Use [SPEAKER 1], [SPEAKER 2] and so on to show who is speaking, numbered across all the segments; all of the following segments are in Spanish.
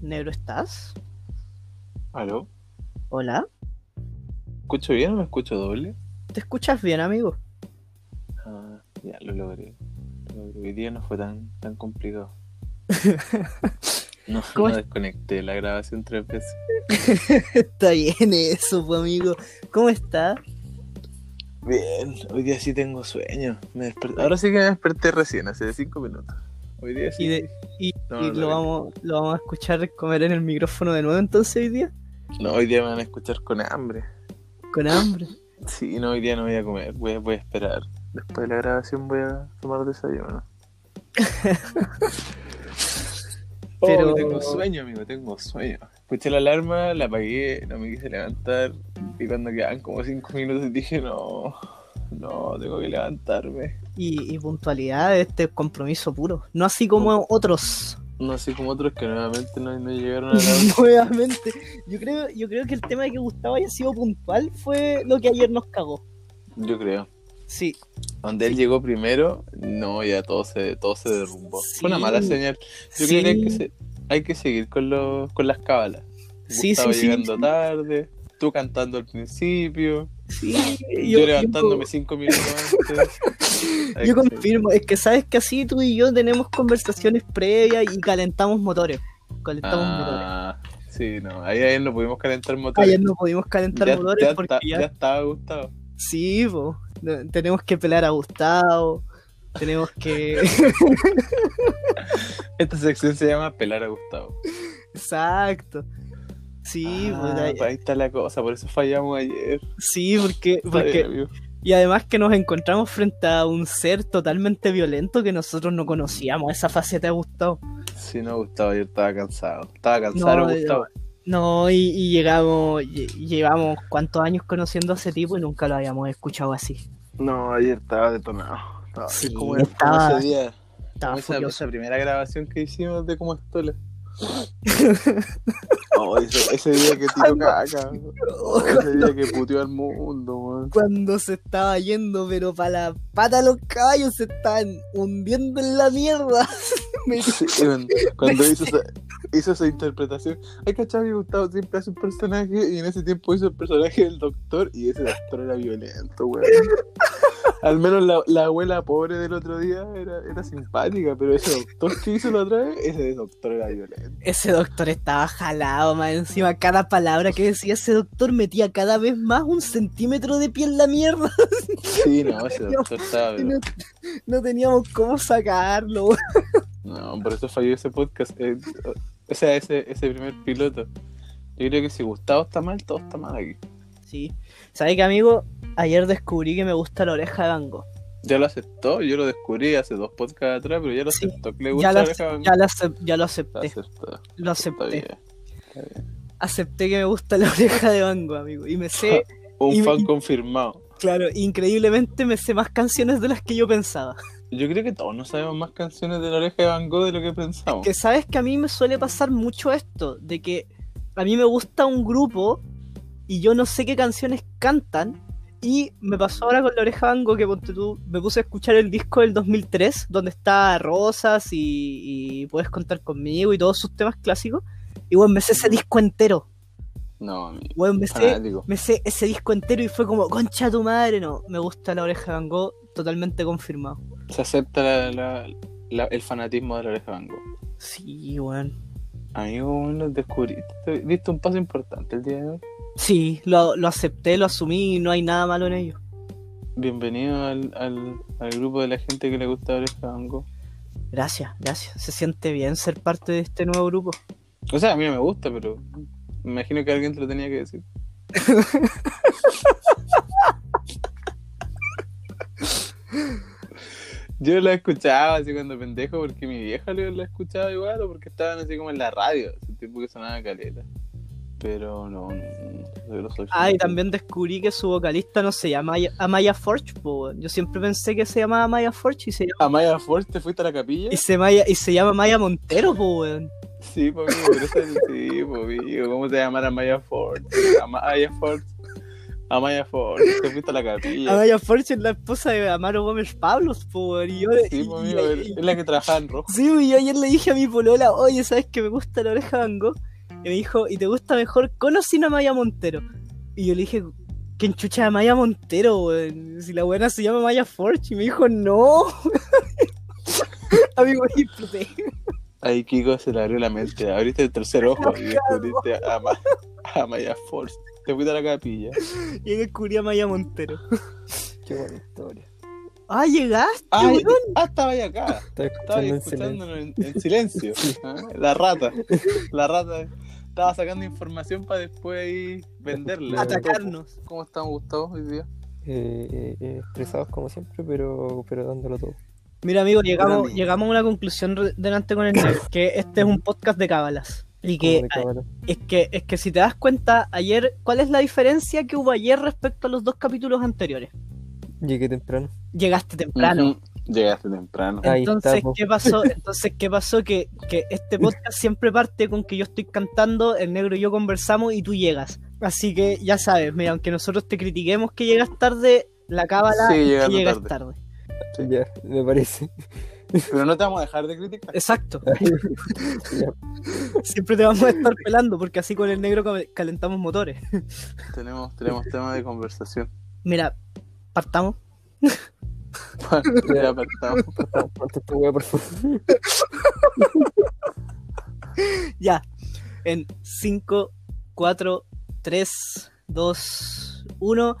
[SPEAKER 1] Negro, ¿estás?
[SPEAKER 2] ¿Aló?
[SPEAKER 1] Hola.
[SPEAKER 2] ¿Escucho bien o me escucho doble?
[SPEAKER 1] ¿Te escuchas bien, amigo?
[SPEAKER 2] Ah, ya, lo logré. Lo logré. Hoy día no fue tan, tan complicado. No,
[SPEAKER 1] ¿Cómo
[SPEAKER 2] no
[SPEAKER 1] es?
[SPEAKER 2] desconecté la grabación tres veces.
[SPEAKER 1] Está bien eso, pues, amigo. ¿Cómo estás?
[SPEAKER 2] Bien, hoy día sí tengo sueño. Me desper- Ahora sí que me desperté recién, hace cinco minutos. Hoy día sí.
[SPEAKER 1] Y de- Y,
[SPEAKER 2] No,
[SPEAKER 1] y
[SPEAKER 2] no,
[SPEAKER 1] lo,
[SPEAKER 2] no.
[SPEAKER 1] vamos, lo vamos a escuchar comer en el micrófono de nuevo entonces hoy día.
[SPEAKER 2] No, hoy día me van a escuchar con hambre.
[SPEAKER 1] Con hambre.
[SPEAKER 2] Sí, no, hoy día no voy a comer, voy a, voy a esperar. Después de la grabación voy a tomar desayuno.
[SPEAKER 1] Pero-
[SPEAKER 2] Pero Oh, tengo sueño, amigo, tengo sueño. Escuché la alarma, la apagué, no me quise levantar. Y cuando quedaban como cinco minutos dije, no, no, tengo que levantarme.
[SPEAKER 1] Y, y puntualidad, este compromiso puro. No así como otros.
[SPEAKER 2] No sé como otros que nuevamente no, Ah, no llegaron a la
[SPEAKER 1] Nuevamente. Yo creo, yo creo que el tema de que Gustavo haya sido puntual fue lo que ayer nos cagó.
[SPEAKER 2] Yo creo.
[SPEAKER 1] Sí.
[SPEAKER 2] Donde él llegó primero, no, ya todo se, todo se derrumbó. Fue una
[SPEAKER 1] Sí.
[SPEAKER 2] mala señal.
[SPEAKER 1] sí,
[SPEAKER 2] Yo creo que hay que, se- hay que seguir con, los, con las cábalas.
[SPEAKER 1] Sí,
[SPEAKER 2] Gustavo
[SPEAKER 1] sí, sí,
[SPEAKER 2] llegando
[SPEAKER 1] sí.
[SPEAKER 2] tarde, tú cantando al principio,
[SPEAKER 1] sí,
[SPEAKER 2] yo, levantándome cinco minutos antes. Hay
[SPEAKER 1] Yo
[SPEAKER 2] que-
[SPEAKER 1] confirmo, es que sabes que así tú y yo tenemos conversaciones previas y calentamos motores. Calentamos motores.
[SPEAKER 2] Ah, sí, no, ahí ayer no pudimos calentar motores.
[SPEAKER 1] Ayer no pudimos calentar
[SPEAKER 2] ya,
[SPEAKER 1] motores
[SPEAKER 2] ya
[SPEAKER 1] porque
[SPEAKER 2] está-
[SPEAKER 1] ya,
[SPEAKER 2] ya estaba Gustavo.
[SPEAKER 1] sí, po, no- tenemos que pelar a Gustavo, tenemos que
[SPEAKER 2] Esta sección se llama Pelar a Gustavo.
[SPEAKER 1] exacto. Sí,
[SPEAKER 2] Ah,
[SPEAKER 1] po, ya-
[SPEAKER 2] ahí está la cosa, por eso fallamos ayer.
[SPEAKER 1] sí, porque,
[SPEAKER 2] Está bien,
[SPEAKER 1] porque
[SPEAKER 2] amigo.
[SPEAKER 1] y además que nos encontramos frente a un ser totalmente violento que nosotros no conocíamos esa faceta de Gustavo.
[SPEAKER 2] Sí, no, Gustavo, ayer estaba cansado. Estaba cansado,
[SPEAKER 1] No,
[SPEAKER 2] Gustavo.
[SPEAKER 1] No, y, y llegamos, lle- llevamos cuántos años conociendo a ese tipo y nunca lo habíamos escuchado así.
[SPEAKER 2] No, ayer estaba detonado. Estaba
[SPEAKER 1] Sí,
[SPEAKER 2] así como,
[SPEAKER 1] estaba-
[SPEAKER 2] como ese día,
[SPEAKER 1] Estaba
[SPEAKER 2] como esa,
[SPEAKER 1] Ah, furioso.
[SPEAKER 2] esa primera grabación que hicimos de como estola. Oh, ese, ese día que
[SPEAKER 1] Ay,
[SPEAKER 2] tiró
[SPEAKER 1] no.
[SPEAKER 2] caca. Oh, ese día que puteó al mundo, weón.
[SPEAKER 1] Cuando se estaba yendo, pero para la pata de los caballos se están hundiendo en la mierda. Me-
[SPEAKER 2] Sí, weón. Cuando hizo esa, hizo esa interpretación. Hay cachado que Gustavo siempre hace un personaje y en ese tiempo hizo el personaje del doctor y ese doctor era violento, weón. Al menos la, la abuela pobre del otro día era, era simpática, pero ese doctor que hizo la otra vez, ese doctor era violento.
[SPEAKER 1] Ese doctor estaba jalado, más encima cada palabra que decía ese doctor metía cada vez más un centímetro de pie en la mierda.
[SPEAKER 2] Sí, no, ese doctor estaba.
[SPEAKER 1] No, no teníamos cómo sacarlo.
[SPEAKER 2] No, por eso falló ese podcast. eh, o sea, ese, ese primer piloto. Yo creo que si Gustavo está mal, todo está mal aquí.
[SPEAKER 1] Sí. ¿Sabes qué, amigo? Ayer descubrí que me gusta la oreja de Van Gogh.
[SPEAKER 2] Ya lo aceptó, yo lo descubrí hace dos podcasts atrás, pero ya lo
[SPEAKER 1] Sí,
[SPEAKER 2] aceptó. que le
[SPEAKER 1] Ya
[SPEAKER 2] gusta
[SPEAKER 1] lo,
[SPEAKER 2] la oreja
[SPEAKER 1] acep-
[SPEAKER 2] Van Gogh.
[SPEAKER 1] ya lo acep- ya lo
[SPEAKER 2] Lo
[SPEAKER 1] acepté.
[SPEAKER 2] aceptó.
[SPEAKER 1] Lo
[SPEAKER 2] Está
[SPEAKER 1] acepté.
[SPEAKER 2] bien.
[SPEAKER 1] Acepté que me gusta la oreja de Van Gogh, amigo. Y me sé,
[SPEAKER 2] Un
[SPEAKER 1] Y-
[SPEAKER 2] fan
[SPEAKER 1] y-
[SPEAKER 2] confirmado.
[SPEAKER 1] claro, increíblemente me sé más canciones de las que yo pensaba.
[SPEAKER 2] Yo creo que todos no sabemos más canciones de la oreja de Van Gogh de lo que pensamos.
[SPEAKER 1] Que sabes que a mí me suele pasar mucho esto, de que a mí me gusta un grupo y yo no sé qué canciones cantan. Y me pasó ahora con la oreja de Van Gogh que ponte tú, me puse a escuchar el disco del 2003, donde está Rosas y, y Puedes Contar Conmigo y todos sus temas clásicos. Y bueno, me sé ese disco entero.
[SPEAKER 2] No, amigo.
[SPEAKER 1] Bueno, me sé
[SPEAKER 2] Fanático.
[SPEAKER 1] me sé ese disco entero y fue como, concha tu madre, no, me gusta la oreja de Van Gogh, totalmente confirmado.
[SPEAKER 2] Se acepta la- la- la- el fanatismo de la oreja de Van Gogh.
[SPEAKER 1] Sí, weón.
[SPEAKER 2] Amigo, bueno, descubriste, diste un paso importante el día de hoy.
[SPEAKER 1] Sí, lo, lo acepté, lo asumí y no hay nada malo en ello.
[SPEAKER 2] Bienvenido al, al, al grupo de la gente que le gusta la oreja de Van Gogh.
[SPEAKER 1] Gracias, gracias. Se siente bien ser parte de este nuevo grupo.
[SPEAKER 2] O sea, a mí no me gusta, pero me imagino que alguien te lo tenía que decir. Yo la escuchaba así cuando pendejo porque mi vieja le- la escuchaba igual o porque estaban así como en la radio, ese tiempo que sonaba caleta. Pero no, no, no, yo no soy
[SPEAKER 1] Ah, y
[SPEAKER 2] fan.
[SPEAKER 1] también descubrí que su vocalista no se llama Amaya- Amaya Forge, po, weón. Yo siempre pensé que se llamaba Amaya Forge y se llama,
[SPEAKER 2] ¿A Maya Force te fuiste a la capilla?
[SPEAKER 1] y se, Maya- y se llama Maya Montero, po, weón.
[SPEAKER 2] Sí, po, amigo, pero ese- sí, po, amigo. ¿Cómo te llamará Maya Ford? A Maya Ford. Amaya Ford, te fuiste a la capilla.
[SPEAKER 1] Amaya Forge es la esposa de Amaro Gómez Pablos, po, weón, y yo...
[SPEAKER 2] Sí, pues,
[SPEAKER 1] y-
[SPEAKER 2] amigo,
[SPEAKER 1] y-
[SPEAKER 2] es la que trabajaba en rojo.
[SPEAKER 1] Sí, y yo ayer le dije a mi polola, oye, ¿sabes que me gusta la oreja Van Gogh? Y me dijo, ¿y te gusta mejor con o sin Amaya Montero? Y yo le dije, ¿quién chucha es Amaya Montero, weón? Si la buena se llama Amaya Forge. Y me dijo, no. Amigo, disfruté.
[SPEAKER 2] Ahí Kiko se le abrió la mente. Abriste el tercer ojo y descubriste a, Ma- a Amaya Ford. Te fuiste a la capilla.
[SPEAKER 1] Y descubrí a Amaya Montero.
[SPEAKER 3] Qué buena historia.
[SPEAKER 1] Ah, llegaste,
[SPEAKER 2] Ah,
[SPEAKER 1] weón.
[SPEAKER 2] ah, estaba ahí acá.
[SPEAKER 3] Estaba
[SPEAKER 2] Estaba
[SPEAKER 3] escuchando en silencio.
[SPEAKER 2] escuchándonos en, en silencio. ¿ah? La rata. La rata estaba sacando información para después ahí venderla.
[SPEAKER 1] Atacarnos.
[SPEAKER 2] ¿Cómo están, Gustavo, hoy día?
[SPEAKER 3] Eh, eh, eh, estresados como siempre, pero, pero dándolo todo.
[SPEAKER 1] Mira, amigo, llegamos,
[SPEAKER 2] amigo.
[SPEAKER 1] llegamos a una conclusión re- delante con el Nerd, que este es un podcast de cábalas. Y que
[SPEAKER 3] Como de
[SPEAKER 1] ah,
[SPEAKER 3] cámara.
[SPEAKER 1] es que es que si te das cuenta, ayer, ¿cuál es la diferencia que hubo ayer respecto a los dos capítulos anteriores?
[SPEAKER 3] Llegué temprano.
[SPEAKER 1] Llegaste temprano.
[SPEAKER 2] Ujú. Llegaste temprano.
[SPEAKER 3] Ahí
[SPEAKER 1] Entonces,
[SPEAKER 3] estamos.
[SPEAKER 1] ¿qué pasó? Entonces, ¿qué pasó? Que, que este podcast siempre parte con que yo estoy cantando, el negro y yo conversamos y tú llegas. Así que ya sabes, mira, aunque nosotros te critiquemos que llegas tarde, la cábala
[SPEAKER 2] Sí,
[SPEAKER 1] es que
[SPEAKER 2] llegando
[SPEAKER 1] llegas tarde.
[SPEAKER 2] tarde. Sí.
[SPEAKER 3] Ya, me parece.
[SPEAKER 2] Pero no te vamos a dejar de criticar.
[SPEAKER 1] Exacto.
[SPEAKER 3] Ya.
[SPEAKER 1] siempre te vamos a estar pelando porque así con el negro ca- calentamos motores.
[SPEAKER 2] Tenemos, tenemos tema de conversación.
[SPEAKER 1] Mira, partamos.
[SPEAKER 2] Ya apartamos.
[SPEAKER 3] Ponte esta wea, por favor.
[SPEAKER 1] Ya. En 5, 4, 3, 2, 1.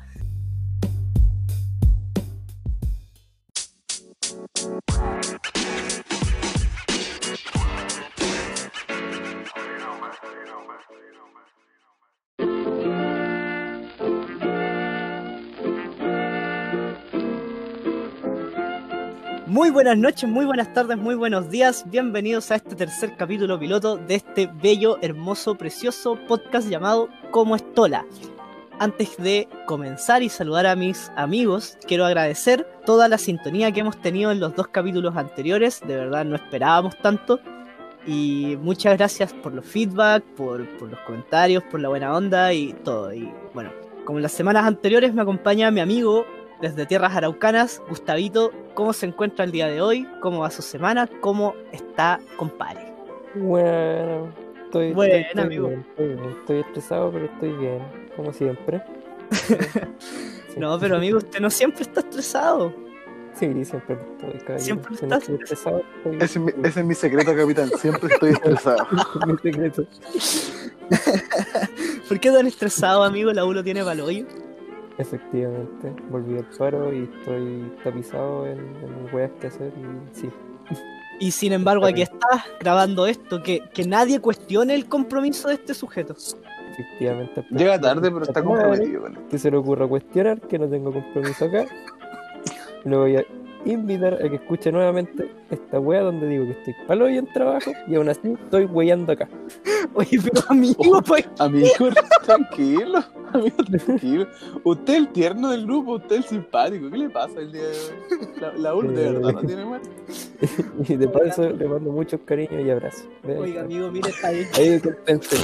[SPEAKER 1] Muy buenas noches, muy buenas tardes, muy buenos días. Bienvenidos a este tercer capítulo piloto de este bello, hermoso, precioso podcast llamado Como Estola. Antes de comenzar y saludar a mis amigos, quiero agradecer toda la sintonía que hemos tenido en los dos capítulos anteriores. De verdad, no esperábamos tanto. Y muchas gracias por los feedback, por, por los comentarios, por la buena onda y todo. Y bueno, como en las semanas anteriores, me acompaña mi amigo desde Tierras Araucanas, Gustavito. ¿Cómo se encuentra el día de hoy? ¿Cómo va su semana? ¿Cómo está, compadre?
[SPEAKER 3] Bueno, estoy,
[SPEAKER 1] Bueno,
[SPEAKER 3] estoy- estoy
[SPEAKER 1] amigo.
[SPEAKER 3] bien, estoy bien. Estoy estresado, pero estoy bien, como siempre. Sí.
[SPEAKER 1] No, pero amigo, usted no siempre está estresado.
[SPEAKER 3] Sí, siempre estoy caballero.
[SPEAKER 1] Siempre
[SPEAKER 3] Si no
[SPEAKER 1] estás
[SPEAKER 3] estoy estresado. estoy-
[SPEAKER 2] Ese es, mi, ese es mi secreto, capitán. Siempre estoy estresado.
[SPEAKER 3] mi secreto.
[SPEAKER 1] ¿Por qué tan estresado, amigo? La U lo tiene para el hoyo.
[SPEAKER 3] Efectivamente, volví al paro y estoy tapizado en, en weas que hacer y sí.
[SPEAKER 1] Y sin embargo, aquí estás grabando esto, que, que nadie cuestione el compromiso de este sujeto.
[SPEAKER 3] Efectivamente.
[SPEAKER 2] Llega tarde, pero está comprometido. bueno.
[SPEAKER 3] Que se le ocurra cuestionar que no tengo compromiso acá. Lo voy a invitar a que escuche nuevamente esta wea donde digo que estoy palo y en trabajo y aún así estoy weyando acá.
[SPEAKER 1] Oye, pero amigo, pues.
[SPEAKER 2] Amigo, tranquilo. Amigo, tranquilo. Usted es el tierno del grupo, usted es el simpático. ¿Qué le pasa el día de hoy? La, la UR de verdad no tiene más.
[SPEAKER 3] Y de paso le mando muchos cariños y abrazos. Ve ahí.
[SPEAKER 1] Oiga, amigo, mire, está ahí.
[SPEAKER 3] Ahí compensé.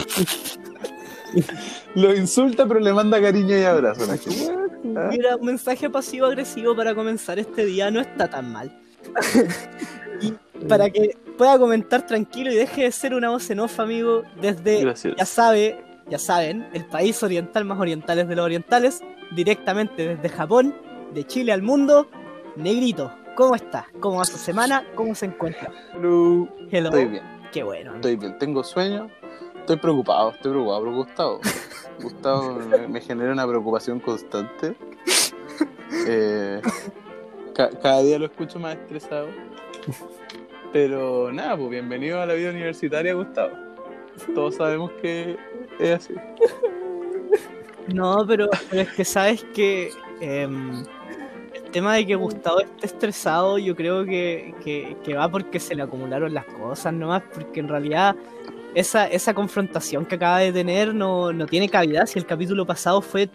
[SPEAKER 2] Lo insulta, pero le manda cariño y abrazo. a la gente.
[SPEAKER 1] Mira, un mensaje pasivo-agresivo para comenzar este día no está tan mal. para que pueda comentar tranquilo y deje de ser una voz en off, amigo, desde, ya
[SPEAKER 2] Gracias.
[SPEAKER 1] sabe, ya saben, el país oriental más orientales de los orientales, directamente desde Japón, de Chile al mundo, Negrito, ¿cómo estás? ¿Cómo va su semana? ¿Cómo se encuentra?
[SPEAKER 2] Hello.
[SPEAKER 1] Hello,
[SPEAKER 2] Estoy bien.
[SPEAKER 1] qué bueno.
[SPEAKER 2] Estoy bien, tengo sueño, estoy preocupado, estoy preocupado por Gustavo. Gustavo me, me genera una preocupación constante. Eh, ca- cada día lo escucho más estresado. Pero nada, pues bienvenido a la vida universitaria, Gustavo. Todos sabemos que es así.
[SPEAKER 1] No, pero, pero es que sabes que em, el tema de que Gustavo esté estresado, yo creo que, que- que va porque se le acumularon las cosas nomás, porque en realidad esa, esa confrontación que acaba de tener no, no tiene cavidad si el capítulo pasado fue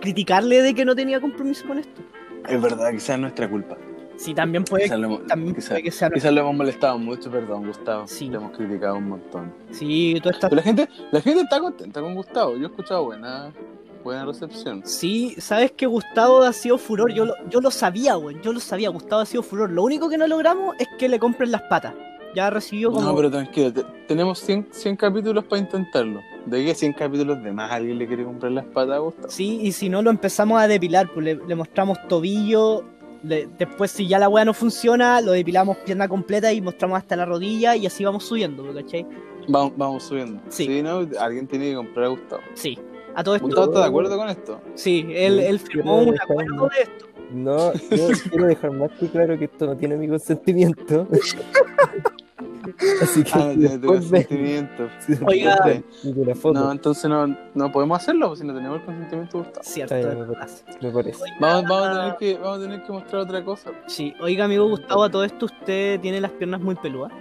[SPEAKER 1] criticarle de que no tenía compromiso con esto.
[SPEAKER 2] Es verdad, quizás es nuestra culpa.
[SPEAKER 1] Sí, también puede,
[SPEAKER 2] Quizás lo, hemos-
[SPEAKER 1] también
[SPEAKER 2] quizás-
[SPEAKER 1] puede que sea...
[SPEAKER 2] quizás lo hemos molestado mucho, perdón, Gustavo.
[SPEAKER 1] Sí.
[SPEAKER 2] Lo hemos criticado un montón.
[SPEAKER 1] Sí, tú estás...
[SPEAKER 2] Pero la gente, la gente está contenta con Gustavo. Yo he escuchado buenas Buena recepción.
[SPEAKER 1] Sí, sabes que Gustavo ha sido furor. Yo lo, yo lo sabía, weón. Yo lo sabía. Gustavo ha sido furor. Lo único que no logramos es que le compren las patas. Ya recibió como.
[SPEAKER 2] No, pero tranquilo, te- tenemos 100, 100 capítulos para intentarlo. ¿De qué 100 capítulos de más alguien le quiere comprar las patas a Gustavo?
[SPEAKER 1] Sí, y si no lo empezamos a depilar, pues le, le mostramos tobillo. le- después, si ya la weá no funciona, lo depilamos pierna completa y mostramos hasta la rodilla y así vamos subiendo, ¿me ¿cachai?
[SPEAKER 2] Vamos, vamos subiendo.
[SPEAKER 1] Sí.
[SPEAKER 2] ¿no? Alguien tiene que comprar a Gustavo.
[SPEAKER 1] Sí. A todo esto,
[SPEAKER 2] ¿Gustavo está de acuerdo con esto?
[SPEAKER 1] sí, él, él firmó un acuerdo de esto.
[SPEAKER 3] No, yo quiero dejar más que claro que esto no tiene mi consentimiento. Así que
[SPEAKER 2] Ah, no tiene tu
[SPEAKER 3] después de,
[SPEAKER 2] consentimiento.
[SPEAKER 1] Oiga.
[SPEAKER 2] Ok.
[SPEAKER 3] de la foto,
[SPEAKER 2] No, entonces no, no podemos hacerlo pues, si no tenemos el consentimiento de Gustavo.
[SPEAKER 1] Cierto,
[SPEAKER 3] Está
[SPEAKER 1] es
[SPEAKER 3] bien, me
[SPEAKER 1] verdad.
[SPEAKER 3] me parece.
[SPEAKER 2] Vamos, vamos, a tener que, vamos a tener que mostrar otra cosa.
[SPEAKER 1] Sí, oiga, amigo Gustavo, a todo esto usted tiene las piernas muy peludas.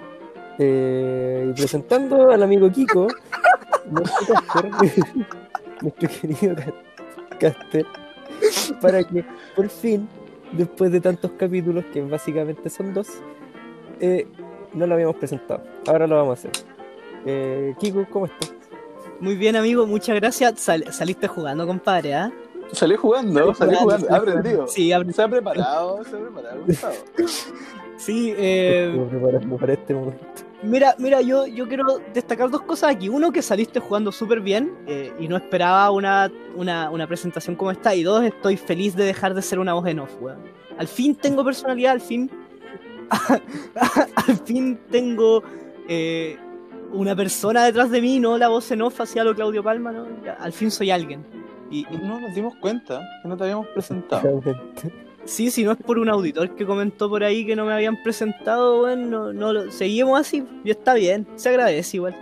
[SPEAKER 3] Eh, y presentando al amigo Kiko, nuestro, Casper, nuestro querido Ca- Casper, para que por fin, después de tantos capítulos, que básicamente son dos, eh, no lo habíamos presentado. Ahora lo vamos a hacer. Eh, Kiko, ¿cómo estás?
[SPEAKER 1] Muy bien, amigo, muchas gracias. Sal- saliste jugando, compadre, ¿ah?
[SPEAKER 2] Salió jugando, salió
[SPEAKER 1] jugando,
[SPEAKER 2] jugando, ha aprendido.
[SPEAKER 1] Sí, ab-
[SPEAKER 2] Se ha preparado, se ha preparado Gustavo.
[SPEAKER 1] sí, eh,
[SPEAKER 3] Estuve preparando para este momento.
[SPEAKER 1] Mira, mira, yo, yo quiero destacar dos cosas aquí. Uno, que saliste jugando súper bien eh, y no esperaba una, una, una presentación como esta. Y dos, estoy feliz de dejar de ser una voz en off, weón. Al fin tengo personalidad, al fin. al fin tengo eh, una persona detrás de mí, no la voz en off hacia lo Claudio Palma, ¿no? Ya, Al fin soy alguien. Y, y-
[SPEAKER 2] No nos dimos cuenta que no te habíamos presentado.
[SPEAKER 3] Realmente.
[SPEAKER 1] sí, si no es por un auditor que comentó por ahí que no me habían presentado, bueno, no, no lo- seguimos así. Y está bien, se agradece igual.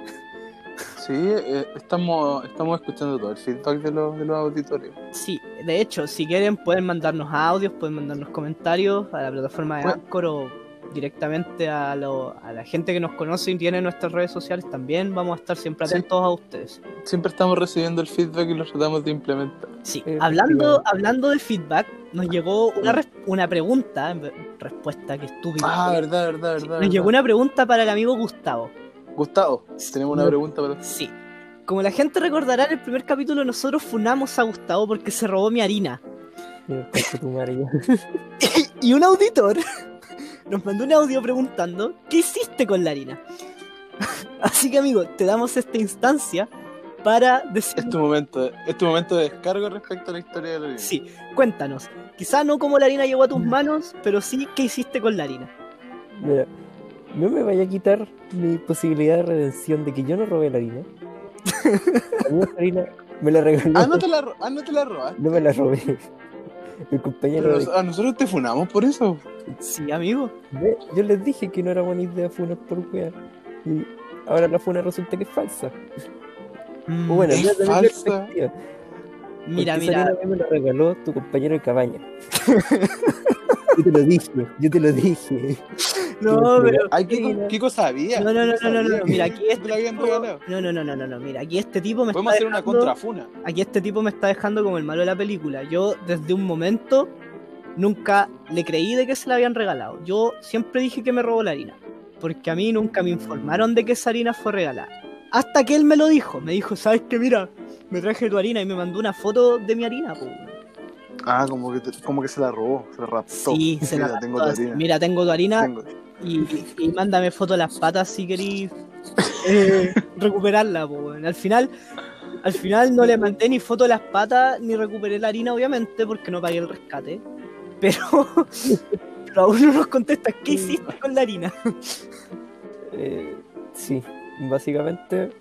[SPEAKER 2] Sí, eh, estamos, estamos escuchando todo el feedback de los, de los auditores.
[SPEAKER 1] Sí, de hecho, si quieren pueden mandarnos audios, pueden mandarnos comentarios a la plataforma de
[SPEAKER 2] Bueno.
[SPEAKER 1] Anchor o directamente a, lo- a la gente que nos conoce y tiene nuestras redes sociales también. Vamos a estar siempre
[SPEAKER 2] Sí.
[SPEAKER 1] atentos a ustedes.
[SPEAKER 2] Siempre estamos recibiendo el feedback y lo tratamos de implementar.
[SPEAKER 1] Sí,
[SPEAKER 3] Eh,
[SPEAKER 1] hablando,
[SPEAKER 3] efectivamente.
[SPEAKER 1] hablando de feedback, nos llegó una, res- una pregunta, en ver- respuesta que estúpida.
[SPEAKER 2] Ah, verdad, verdad, verdad.
[SPEAKER 1] Nos
[SPEAKER 2] verdad.
[SPEAKER 1] llegó una pregunta para el amigo Gustavo.
[SPEAKER 2] Gustavo, tenemos una
[SPEAKER 3] No.
[SPEAKER 2] pregunta para ti.
[SPEAKER 1] Sí. Como la gente recordará, en el primer capítulo nosotros funamos a Gustavo porque se robó mi harina.
[SPEAKER 3] Mira, concha tu madre, ya.
[SPEAKER 1] Y un auditor nos mandó un audio preguntando, ¿qué hiciste con la harina? Así que amigo, te damos esta instancia para decir...
[SPEAKER 2] Es tu momento, es tu momento de descargo respecto a la historia de la vida.
[SPEAKER 1] Sí, cuéntanos. Quizá no cómo la harina llegó a tus manos, pero sí qué hiciste con la harina.
[SPEAKER 3] Mira, no me vaya a quitar mi posibilidad de redención de que yo no robé la harina. A mí esa harina me la regaló.
[SPEAKER 2] Ah, no te la, ro- ah, no te la robaste.
[SPEAKER 3] No me la robé. Mi compañero.
[SPEAKER 2] Pero
[SPEAKER 3] de-
[SPEAKER 2] nos- a nosotros te funamos por eso.
[SPEAKER 1] Sí, amigo.
[SPEAKER 3] Ve, Yo les dije que no era buena idea funar por weá. Y ahora la funa resulta que es falsa.
[SPEAKER 1] Mm,
[SPEAKER 3] O bueno,
[SPEAKER 2] Es
[SPEAKER 3] ya tenés la
[SPEAKER 2] falsa.
[SPEAKER 3] perspectiva, porque
[SPEAKER 1] mira,
[SPEAKER 3] esa
[SPEAKER 1] mira.
[SPEAKER 3] harina a mí me la regaló tu compañero de cabaña. yo te lo dije, yo te lo dije.
[SPEAKER 1] No, pero...
[SPEAKER 2] Ay, Kiko, Kiko sabía.
[SPEAKER 1] No, no, no,
[SPEAKER 2] Kiko
[SPEAKER 1] no, no, no,
[SPEAKER 2] sabía que
[SPEAKER 1] mira, aquí
[SPEAKER 2] te la
[SPEAKER 1] este
[SPEAKER 2] habían
[SPEAKER 1] tipo...
[SPEAKER 2] regalado.
[SPEAKER 1] No, no, no, no, no, no, mira, aquí este tipo me
[SPEAKER 2] Podemos
[SPEAKER 1] está
[SPEAKER 2] hacer una
[SPEAKER 1] dejando-
[SPEAKER 2] contrafuna.
[SPEAKER 1] aquí este tipo me está dejando como el malo de la película. Yo desde un momento nunca le creí de que se la habían regalado. Yo siempre dije que me robó la harina, porque a mí nunca me informaron de que esa harina fue regalada. Hasta que él me lo dijo, me dijo, ¿sabes qué? Mira, me traje tu harina y me mandó una foto de mi harina. po".
[SPEAKER 2] Ah, como que, te- como que se la robó, se la raptó.
[SPEAKER 1] Sí, se la
[SPEAKER 2] Mira, tengo
[SPEAKER 1] mandó
[SPEAKER 2] tu
[SPEAKER 1] así,
[SPEAKER 2] harina.
[SPEAKER 1] Mira, tengo tu harina
[SPEAKER 2] Tengo-
[SPEAKER 1] y, y- y mándame foto de las patas si querís eh, recuperarla. po, weón. Al final, al final no le mandé ni foto de las patas ni recuperé la harina, obviamente, porque no pagué el rescate. Pero, pero aún no nos contestas qué hiciste con la harina.
[SPEAKER 3] Eh, sí, básicamente.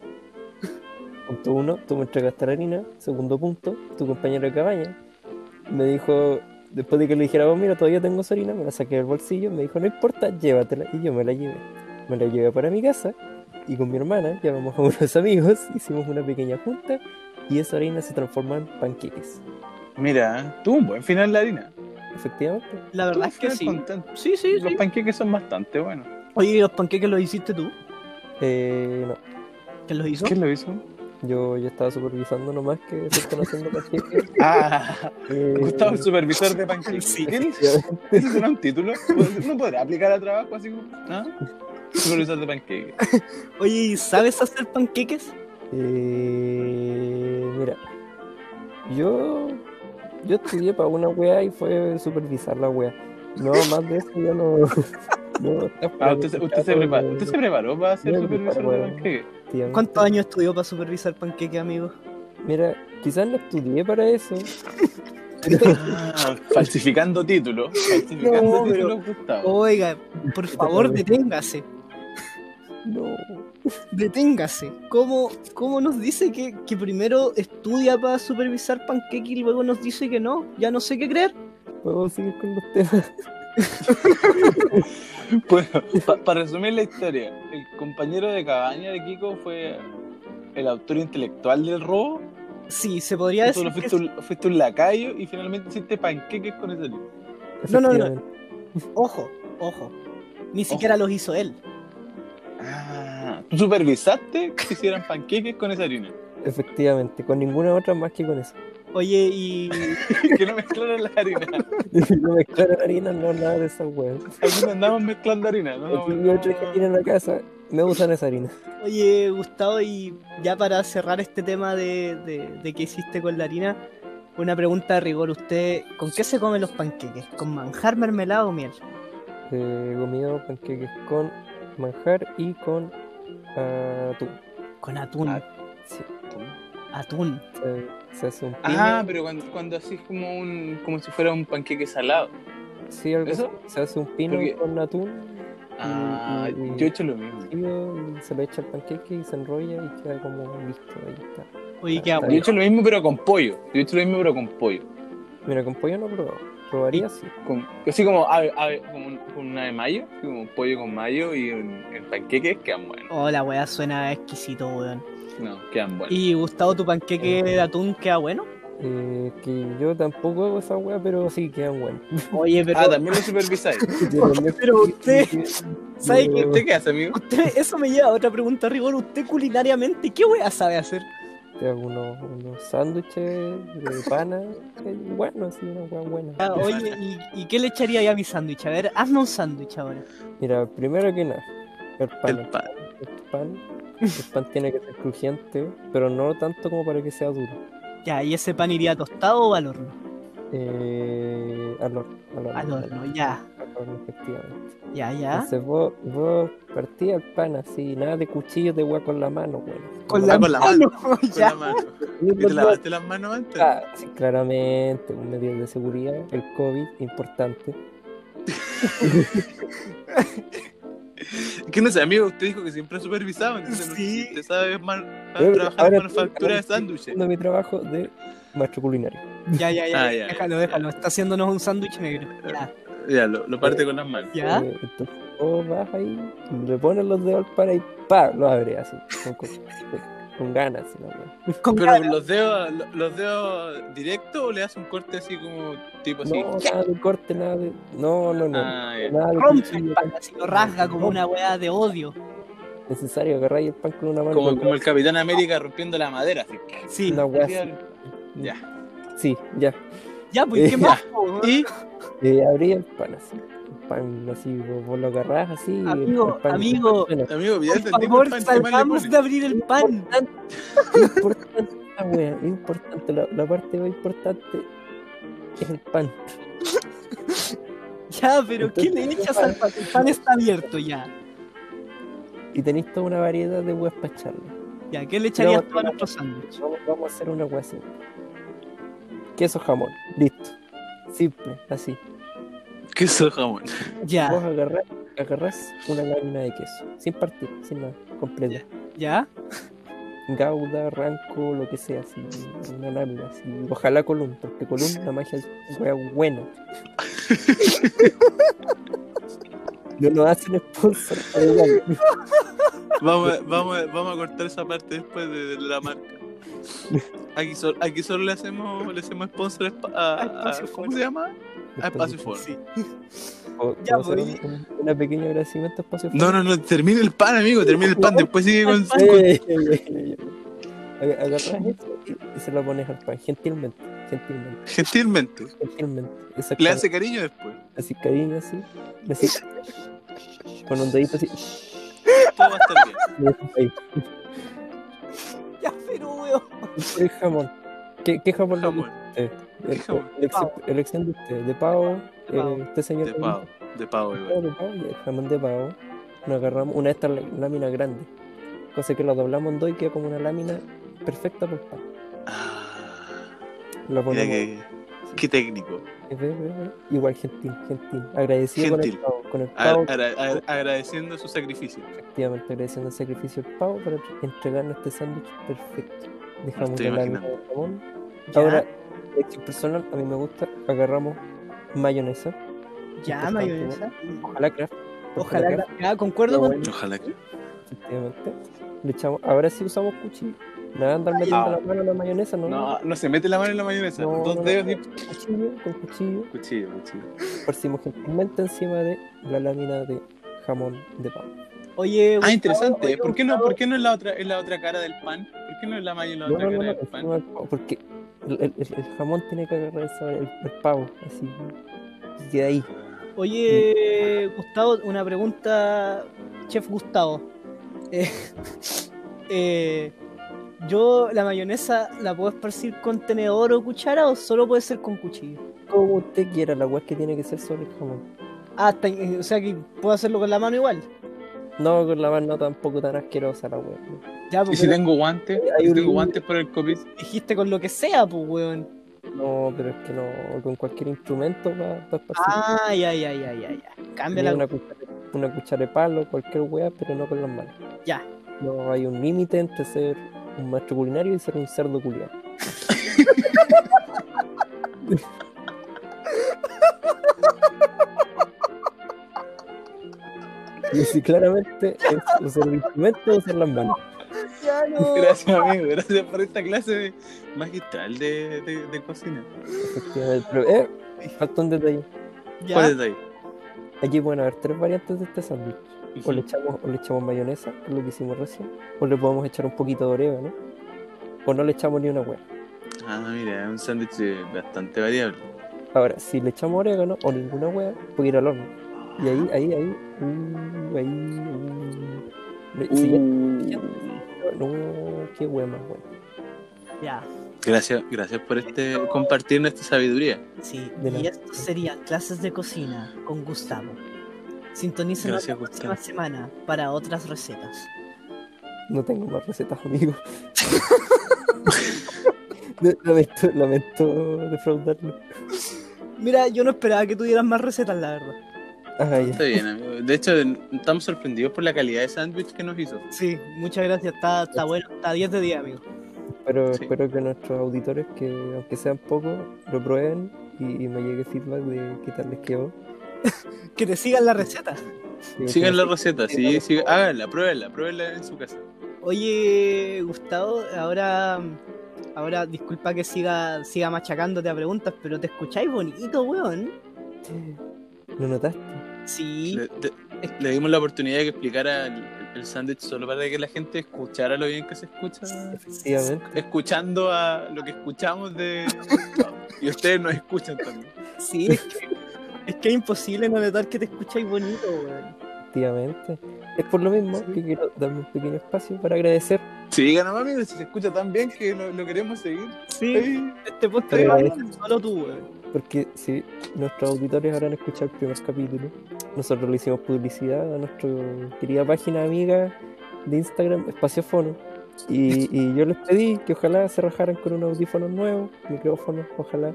[SPEAKER 3] Punto uno, tú me entregaste la harina. Segundo punto, tu compañero de cabaña me dijo, después de que le dijera, "Oh, mira, todavía tengo esa harina, me la saqué del bolsillo. Me dijo, no importa, llévatela. Y yo me la llevé. Me la llevé para mi casa y con mi hermana llamamos a unos amigos, hicimos una pequeña junta y esa harina se transformó en panqueques.
[SPEAKER 2] Mira, ¿eh? tuvo un buen final la harina.
[SPEAKER 3] Efectivamente,
[SPEAKER 1] La
[SPEAKER 2] Tuvo
[SPEAKER 1] verdad
[SPEAKER 2] un
[SPEAKER 1] es que
[SPEAKER 2] final
[SPEAKER 1] sí.
[SPEAKER 2] contento.
[SPEAKER 1] Sí, sí,
[SPEAKER 2] Los
[SPEAKER 1] sí.
[SPEAKER 2] panqueques son bastante buenos.
[SPEAKER 1] Oye, ¿y los panqueques los hiciste tú?
[SPEAKER 3] eh, no,
[SPEAKER 1] ¿Quién los hizo?
[SPEAKER 2] ¿Quién lo hizo?
[SPEAKER 3] yo, yo estaba supervisando nomás que se están haciendo panqueques.
[SPEAKER 2] Ah,
[SPEAKER 3] eh,
[SPEAKER 2] Gustavo, el supervisor de panqueques.
[SPEAKER 1] Sí.
[SPEAKER 2] ¿Quién hizo?
[SPEAKER 3] efectivamente.
[SPEAKER 2] ¿Ese será un título? ¿Uno podrá aplicar a trabajo así como? ¿Ah? Supervisor de panqueques.
[SPEAKER 1] Oye, ¿y ¿sabes hacer panqueques?
[SPEAKER 3] Eh, mira, Yo, yo estudié para una wea y fue supervisar la wea. No, más de eso yo no. no
[SPEAKER 2] Ah, usted, se- usted se preparó, usted se preparó para ser
[SPEAKER 3] No,
[SPEAKER 2] supervisor de
[SPEAKER 3] bueno.
[SPEAKER 2] banquete.
[SPEAKER 3] Efectivamente.
[SPEAKER 1] ¿Cuántos años estudió para supervisar panqueque, amigo?
[SPEAKER 3] Mira, quizás no estudié para eso.
[SPEAKER 2] Ah, falsificando títulos. Falsificando
[SPEAKER 1] No, pero-
[SPEAKER 2] títulos, Gustavo.
[SPEAKER 1] Oiga, por favor,
[SPEAKER 3] perdí.
[SPEAKER 1] deténgase.
[SPEAKER 3] No.
[SPEAKER 1] Deténgase. ¿Cómo, cómo nos dice que, que primero estudia para supervisar panqueque y luego nos dice que no? Ya no sé qué creer.
[SPEAKER 3] Podemos seguir con los temas.
[SPEAKER 2] Bueno, para resumir la historia, el compañero de cabaña de Kiko fue el autor intelectual del robo.
[SPEAKER 1] Sí, se podría
[SPEAKER 2] Tú
[SPEAKER 1] decir.
[SPEAKER 2] solo
[SPEAKER 1] que-
[SPEAKER 2] fuiste, un, fuiste un lacayo y finalmente hiciste panqueques con ese libro.
[SPEAKER 1] No, no, no.
[SPEAKER 3] Efectivamente.
[SPEAKER 1] Ojo, ojo. Ni siquiera los hizo él.
[SPEAKER 2] Ah, tú supervisaste que se hicieran panqueques con esa harina.
[SPEAKER 3] Efectivamente, con ninguna otra más que con eso.
[SPEAKER 1] Oye, y.
[SPEAKER 2] Que no mezclaron las harinas.
[SPEAKER 3] No me claro harina, no nada de esas weas.
[SPEAKER 2] Aquí no andamos mezclando harina. No,
[SPEAKER 3] Yo
[SPEAKER 2] no,
[SPEAKER 3] yo traje harina en la casa, me usan esa harina.
[SPEAKER 1] Oye, Gustavo, y ya para cerrar este tema de, de, de qué hiciste con la harina, una pregunta de rigor. ¿Usted con qué se comen los panqueques? ¿Con manjar, mermelada o miel?
[SPEAKER 3] Eh, comido panqueques con manjar y con ah, atún.
[SPEAKER 1] Con atún.
[SPEAKER 2] Ah.
[SPEAKER 3] Sí,
[SPEAKER 1] Atún.
[SPEAKER 3] se, se hace un pino.
[SPEAKER 2] Ah, pero cuando, cuando así es como un como si fuera un panqueque salado.
[SPEAKER 3] sí, algo
[SPEAKER 2] ¿eso?
[SPEAKER 3] así. Se hace un pino
[SPEAKER 2] Porque-
[SPEAKER 3] con atún
[SPEAKER 2] Ah,
[SPEAKER 3] Mm, mm,
[SPEAKER 2] yo he hecho lo mismo. Yo
[SPEAKER 3] y se lo echa al panqueque y se enrolla y queda como listo, ahí está.
[SPEAKER 1] Oye, qué
[SPEAKER 3] Ah,
[SPEAKER 2] he
[SPEAKER 1] bueno.
[SPEAKER 2] hecho lo mismo pero con pollo. Yo he hecho lo mismo pero con pollo.
[SPEAKER 3] Mira, con pollo no he probado. Probaría sí.
[SPEAKER 2] Con- así como, ave- ave- como un- con una de mayo, así como un pollo con mayo y un, el panqueque quedan buenos.
[SPEAKER 1] Oh, la weá suena exquisito, weón.
[SPEAKER 2] No, quedan buenos.
[SPEAKER 1] ¿Y Gustavo, tu panqueque de atún queda bueno?
[SPEAKER 3] Eh, que yo tampoco hago esa wea, pero sí quedan buenas.
[SPEAKER 1] Oye, pero.
[SPEAKER 2] Ah, también lo supervisáis.
[SPEAKER 3] Yo también-
[SPEAKER 1] Pero usted- ¿Sabe
[SPEAKER 3] Yo-
[SPEAKER 1] qué?
[SPEAKER 2] ¿Usted qué hace, amigo?
[SPEAKER 1] Usted- eso me lleva a otra pregunta, rigor. ¿Usted culinariamente qué weá sabe hacer?
[SPEAKER 3] Te hago unos, unos sándwiches de pana. eh, bueno, así una hueá buena.
[SPEAKER 1] Ah, Oye, ¿y, y qué le echaría ya a mi sándwich? A ver, hazme un sándwich ahora.
[SPEAKER 3] Mira, primero que nada, el pan.
[SPEAKER 2] El
[SPEAKER 3] El,
[SPEAKER 2] pan.
[SPEAKER 3] pan. El pan tiene que ser crujiente, pero no tanto como para que sea duro.
[SPEAKER 1] Ya, ¿y ese pan iría tostado o al horno?
[SPEAKER 3] Eh, al horno, al horno.
[SPEAKER 1] Al horno, ya.
[SPEAKER 3] Al horno, efectivamente.
[SPEAKER 1] Ya, ya.
[SPEAKER 3] Entonces vos, vos partí el pan así, nada de cuchillo de hueá con la mano, güey.
[SPEAKER 1] Con
[SPEAKER 2] Ah,
[SPEAKER 1] la,
[SPEAKER 2] con la
[SPEAKER 1] mano. ya.
[SPEAKER 2] mano.
[SPEAKER 3] Ni
[SPEAKER 2] ¿Y
[SPEAKER 3] los
[SPEAKER 2] te
[SPEAKER 3] dos.
[SPEAKER 2] lavaste las manos antes?
[SPEAKER 3] Ah, sí, claramente, un medio de seguridad, el COVID, importante.
[SPEAKER 2] ¿Qué no sé, amigo? Usted dijo que siempre supervisaba. Entonces,
[SPEAKER 1] Sí.
[SPEAKER 2] Usted sabe man,
[SPEAKER 3] Yo-
[SPEAKER 2] trabajar en
[SPEAKER 3] Eh, ahora
[SPEAKER 2] manufactura de
[SPEAKER 3] estoy- ahora
[SPEAKER 2] sándwiches.
[SPEAKER 3] haciendo mi trabajo de maestro culinario.
[SPEAKER 1] Ya, ya, ya.
[SPEAKER 2] Ah, ya, ya.
[SPEAKER 1] déjalo, déjalo. Está haciéndonos un sándwich negro. Ya,
[SPEAKER 2] Ya, lo, lo parte con las manos.
[SPEAKER 1] ya.
[SPEAKER 3] Eh, entonces vos vas ahí, le pones los dedos al para y pa, lo abres así, con, con, con ganas. así, la wea.
[SPEAKER 1] Con
[SPEAKER 2] Pero
[SPEAKER 1] cara-
[SPEAKER 2] con los dedos, lo- los dedos directos o le das un corte así como tipo así.
[SPEAKER 3] No, nada de corte, nada de. No, no, no.
[SPEAKER 2] Pues Ah, ya.
[SPEAKER 3] nada de
[SPEAKER 1] rompe el
[SPEAKER 3] cuchillo,
[SPEAKER 1] pan, así lo rasga como una weá de odio.
[SPEAKER 3] necesario agarrar el pan con una mano.
[SPEAKER 2] como,
[SPEAKER 3] con
[SPEAKER 2] como el Capitán América rompiendo la madera. Así.
[SPEAKER 1] Sí.
[SPEAKER 3] una wea así.
[SPEAKER 2] Ya.
[SPEAKER 3] Sí, ya.
[SPEAKER 1] Ya, pues, ¿qué
[SPEAKER 3] Eh,
[SPEAKER 1] más? po, weón?
[SPEAKER 2] Y
[SPEAKER 3] Eh, abrí el pan así. El pan así, vos, vos lo agarrás así. el-
[SPEAKER 1] Amigo,
[SPEAKER 3] el pan-
[SPEAKER 1] amigo.
[SPEAKER 3] Bueno,
[SPEAKER 2] Amigo, ya
[SPEAKER 1] Por
[SPEAKER 2] entendimos el
[SPEAKER 1] favor,
[SPEAKER 2] pan que más le
[SPEAKER 1] salgamos
[SPEAKER 2] ponen.
[SPEAKER 1] de abrir el pan.
[SPEAKER 3] importante la wea, es importante, la, la parte más importante es el pan.
[SPEAKER 1] Ya, pero ¿qué le echas al pan? El pan está abierto ya.
[SPEAKER 3] Y tenéis toda una variedad de weas para echarle.
[SPEAKER 1] Ya, ¿qué le echarías
[SPEAKER 3] No,
[SPEAKER 1] tú a nuestro sándwich?
[SPEAKER 3] Vamos, vamos a hacer una wea así. Queso jamón, listo. Simple, así.
[SPEAKER 2] Queso jamón.
[SPEAKER 3] Vos
[SPEAKER 1] Ya,
[SPEAKER 3] agarrás, agarrás una lámina de queso, sin partir, sin nada, completa.
[SPEAKER 1] ya.
[SPEAKER 3] Gauda, ranco, lo que sea, así, una lámina así. Ojalá Column, porque Column la magia es wea buena. No nos hacen sponsor, pero igual.
[SPEAKER 2] Vamos, a- vamos, a- vamos a cortar esa parte después de, de la marca. Aquí, sol- aquí solo le hacemos, le hacemos sponsor a, espa- a- a-
[SPEAKER 1] Espacio
[SPEAKER 2] ¿Cómo
[SPEAKER 1] Foro.
[SPEAKER 2] se llama? A Ah, Espacio Foro.
[SPEAKER 1] Sí.
[SPEAKER 3] ¿Puedo-
[SPEAKER 1] Ya,
[SPEAKER 3] puedo hacer
[SPEAKER 1] pues,
[SPEAKER 3] un, un- una pequeño agradecimiento a espacio
[SPEAKER 2] No, no, no, termina el pan, amigo, termina el pan. Después sigue con.
[SPEAKER 1] no.
[SPEAKER 3] Eh, eh, eh, eh. Ag- Agarras esto y, y se lo pones al pan, gentilmente, gentilmente,
[SPEAKER 2] Gentilmente.
[SPEAKER 3] gentilmente. Esa
[SPEAKER 2] Le
[SPEAKER 3] cara,
[SPEAKER 2] hace cariño después.
[SPEAKER 3] así cariño así, le hace- con un dedito así,
[SPEAKER 2] Todo va a estar bien.
[SPEAKER 3] le haces ahí.
[SPEAKER 1] Ya, pero weón.
[SPEAKER 3] Y por el Este jamón. ¿Qué, qué jamón le
[SPEAKER 2] Jamón.
[SPEAKER 3] gusta? Eh, el-
[SPEAKER 2] Jamón.
[SPEAKER 3] el- el- Elección de usted, de pavo,
[SPEAKER 1] De pavo.
[SPEAKER 3] eh, usted señor.
[SPEAKER 2] De pavo. De pavo igual.
[SPEAKER 3] de pavo y el jamón de pavo. Nos agarramos una de estas lá- láminas grandes. Cosa que la doblamos en dos y queda como una lámina perfecta para el pan.
[SPEAKER 2] Ah,
[SPEAKER 3] La
[SPEAKER 2] mira
[SPEAKER 3] ponemos.
[SPEAKER 2] qué, qué técnico.
[SPEAKER 3] Ve, ve, ve. Igual gentil, gentil. Agradecido
[SPEAKER 2] Gentil.
[SPEAKER 3] con el pavo. Con el
[SPEAKER 2] A-
[SPEAKER 3] pavo,
[SPEAKER 2] agra- agra- agradeciendo su sacrificio.
[SPEAKER 3] efectivamente, agradeciendo el sacrificio del pavo para entregarnos este sándwich perfecto. Dejamos
[SPEAKER 2] estoy
[SPEAKER 3] la lámina
[SPEAKER 2] imaginando.
[SPEAKER 3] de jamón.
[SPEAKER 1] Ya,
[SPEAKER 3] Ahora, elección personal, a mí me gusta. Agarramos mayonesa.
[SPEAKER 1] ya,
[SPEAKER 3] importante,
[SPEAKER 1] mayonesa.
[SPEAKER 3] Ojalá Kraft.
[SPEAKER 1] Ojalá,
[SPEAKER 3] Kraft,
[SPEAKER 1] ya, concuerdo
[SPEAKER 3] Pero
[SPEAKER 1] con
[SPEAKER 3] bueno,
[SPEAKER 2] Ojalá que.
[SPEAKER 3] efectivamente. Le echamos, ahora sí usamos cuchillo. Nada, de andar metiendo
[SPEAKER 2] Ah.
[SPEAKER 3] la mano a la mayonesa, no.
[SPEAKER 2] No, no se mete la mano en la mayonesa.
[SPEAKER 3] No,
[SPEAKER 2] Dos
[SPEAKER 3] no, no,
[SPEAKER 2] dedos
[SPEAKER 3] no.
[SPEAKER 2] y.
[SPEAKER 3] Cuchillo con cuchillo.
[SPEAKER 2] Cuchillo, cuchillo.
[SPEAKER 3] Parcimos gentilmente encima de la lámina de jamón de pan.
[SPEAKER 1] Oye,
[SPEAKER 2] Ah,
[SPEAKER 1] Gustavo,
[SPEAKER 2] interesante.
[SPEAKER 1] oye,
[SPEAKER 2] ¿Por qué no,
[SPEAKER 1] Gustavo,
[SPEAKER 2] por qué no es la otra, es la otra cara del pan? ¿Por qué no es la mano en la
[SPEAKER 3] No,
[SPEAKER 2] otra
[SPEAKER 3] no, no,
[SPEAKER 2] cara
[SPEAKER 3] no,
[SPEAKER 2] del pan?
[SPEAKER 3] encima del pavo, porque el, el- el- el jamón tiene que agarrar esa- el, el pavo, así. Y queda ahí.
[SPEAKER 1] Oye, Gustavo, una pregunta, chef Gustavo. Eh, eh, yo la mayonesa la puedo esparcir con tenedor o cuchara o solo puede ser con cuchillo.
[SPEAKER 3] Como usted quiera, la weá es que tiene que ser sobre el jamón.
[SPEAKER 1] Ah, está- eh, o sea que puedo hacerlo con la mano igual.
[SPEAKER 3] No con la mano tampoco tan asquerosa la weá. ¿no?
[SPEAKER 1] Ya,
[SPEAKER 2] ¿Y
[SPEAKER 1] pues
[SPEAKER 2] si
[SPEAKER 1] pero
[SPEAKER 2] tengo guantes?
[SPEAKER 3] Hay
[SPEAKER 2] ¿Si
[SPEAKER 3] un-
[SPEAKER 2] tengo guantes para el COVID?
[SPEAKER 1] dijiste con lo que sea, pues weón.
[SPEAKER 3] No, pero es que no, con cualquier instrumento va, va a esparcir.
[SPEAKER 1] Ah, ya, ya, ya, ya, ya. Cambia
[SPEAKER 3] Tenía
[SPEAKER 1] la
[SPEAKER 3] una cuchara, una cuchara de palo, cualquier weá, pero no con las manos.
[SPEAKER 1] Ya.
[SPEAKER 3] No hay un límite entre ser un maestro culinario y ser un cerdo culiado. Y si claramente es usar el instrumento o usar las manos.
[SPEAKER 1] Ya no.
[SPEAKER 2] pues, Gracias, amigo. Gracias por esta clase de- magistral de, de, de cocina.
[SPEAKER 3] Efectivamente, Pero, eh, falta un detalle.
[SPEAKER 2] ¿Cuál
[SPEAKER 1] Ya.
[SPEAKER 2] es ahí?
[SPEAKER 3] Aquí pueden haber tres variantes de este sándwich. O le echamos, o le echamos mayonesa, que es lo que hicimos recién, o le podemos echar un poquito de orégano, o no le echamos ni una hueá.
[SPEAKER 2] Ah, mira, es un sándwich eh, bastante variable.
[SPEAKER 3] Ahora, si le echamos orégano o ninguna hueá, puede ir al horno. Y ahí, ahí, ahí, uh, ahí, uh. Le- si ya-
[SPEAKER 2] Uh,
[SPEAKER 3] no, qué hueá más buena.
[SPEAKER 1] ya.
[SPEAKER 2] Gracias, gracias por este compartir nuestra sabiduría.
[SPEAKER 1] Sí,
[SPEAKER 3] De
[SPEAKER 1] y
[SPEAKER 3] la-
[SPEAKER 1] estas serían clases de cocina con Gustavo. Sintonicen la
[SPEAKER 2] Gracias,
[SPEAKER 1] próxima
[SPEAKER 2] Gustavo.
[SPEAKER 1] semana para otras recetas.
[SPEAKER 3] No tengo más recetas, amigo. De- lamento, lamento defraudarlo.
[SPEAKER 1] Mira, yo no esperaba que tuvieras más recetas, la verdad.
[SPEAKER 3] Ah, ya.
[SPEAKER 2] Está bien, amigo. De hecho, estamos sorprendidos por la calidad de sándwich que nos hizo.
[SPEAKER 1] Sí, muchas gracias. Está, está bueno. Está 10 de 10, amigo.
[SPEAKER 3] Pero
[SPEAKER 2] Sí.
[SPEAKER 3] espero que nuestros auditores, que aunque sean pocos, lo prueben y, y me llegue feedback de qué tal les quedó.
[SPEAKER 1] Que te sigan la receta.
[SPEAKER 3] Digo,
[SPEAKER 2] Sigan
[SPEAKER 3] que-
[SPEAKER 2] la receta, sí, sí, háganla, pruébenla, pruébenla en su casa.
[SPEAKER 1] Oye, Gustavo, ahora, ahora disculpa que siga, siga machacándote a preguntas, pero te escucháis bonito, weón.
[SPEAKER 3] ¿Lo notaste?
[SPEAKER 1] Sí,
[SPEAKER 2] Le, le- le dimos la oportunidad de que explicara el, el sándwich solo para que la gente escuchara lo bien que se escucha.
[SPEAKER 3] Efectivamente.
[SPEAKER 2] Escuchando a lo que escuchamos de. y ustedes nos escuchan también.
[SPEAKER 1] sí, es que, es que es imposible no notar que te escucháis bonito, weón.
[SPEAKER 3] Efectivamente. Es por lo mismo que quiero darme un pequeño espacio para agradecer.
[SPEAKER 2] Sí, no mami, si se escucha tan bien que lo, lo queremos seguir.
[SPEAKER 1] Sí,
[SPEAKER 2] Sí.
[SPEAKER 1] este podcast
[SPEAKER 3] Pero-
[SPEAKER 1] va a ser solo tú, weón.
[SPEAKER 3] Porque si nuestros auditores habrán escuchado el primer capítulo, nosotros le hicimos publicidad a nuestra querida página amiga de Instagram, Espaciofono. Y, y yo les pedí que ojalá se rajaran con un audífono nuevo, micrófono, ojalá.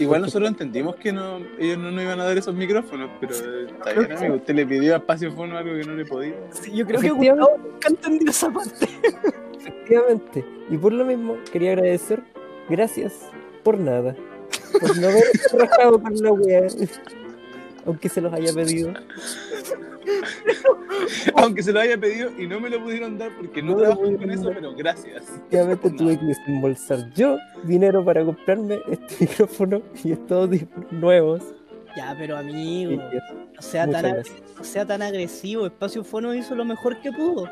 [SPEAKER 2] Igual nosotros entendimos que no, ellos no nos iban a dar esos micrófonos, pero eh, está bien, amigo. Usted le pidió a Espacio Fono algo que no le podía.
[SPEAKER 1] Sí, yo creo que
[SPEAKER 3] Efectivamente.
[SPEAKER 1] Gustavo nunca entendió esa parte.
[SPEAKER 3] Efectivamente. Y por lo mismo quería agradecer, gracias por nada. Por no haber rajado con la wea. Aunque se los haya pedido.
[SPEAKER 2] Aunque se lo haya pedido y no me lo pudieron dar porque no,
[SPEAKER 3] No me lo
[SPEAKER 2] trabajo con
[SPEAKER 3] pudieron
[SPEAKER 2] eso,
[SPEAKER 3] dar.
[SPEAKER 2] pero gracias.
[SPEAKER 3] Efectivamente
[SPEAKER 2] Por
[SPEAKER 3] tuve
[SPEAKER 2] nada.
[SPEAKER 3] que desembolsar yo dinero para comprarme este micrófono y estos audífonos nuevos.
[SPEAKER 1] Ya, pero
[SPEAKER 3] Y
[SPEAKER 1] amigo,
[SPEAKER 3] eso,
[SPEAKER 1] no sea, tan,
[SPEAKER 3] muchas
[SPEAKER 1] ag-
[SPEAKER 3] gracias.
[SPEAKER 1] no sea tan agresivo. Espacio Fono hizo lo mejor que pudo.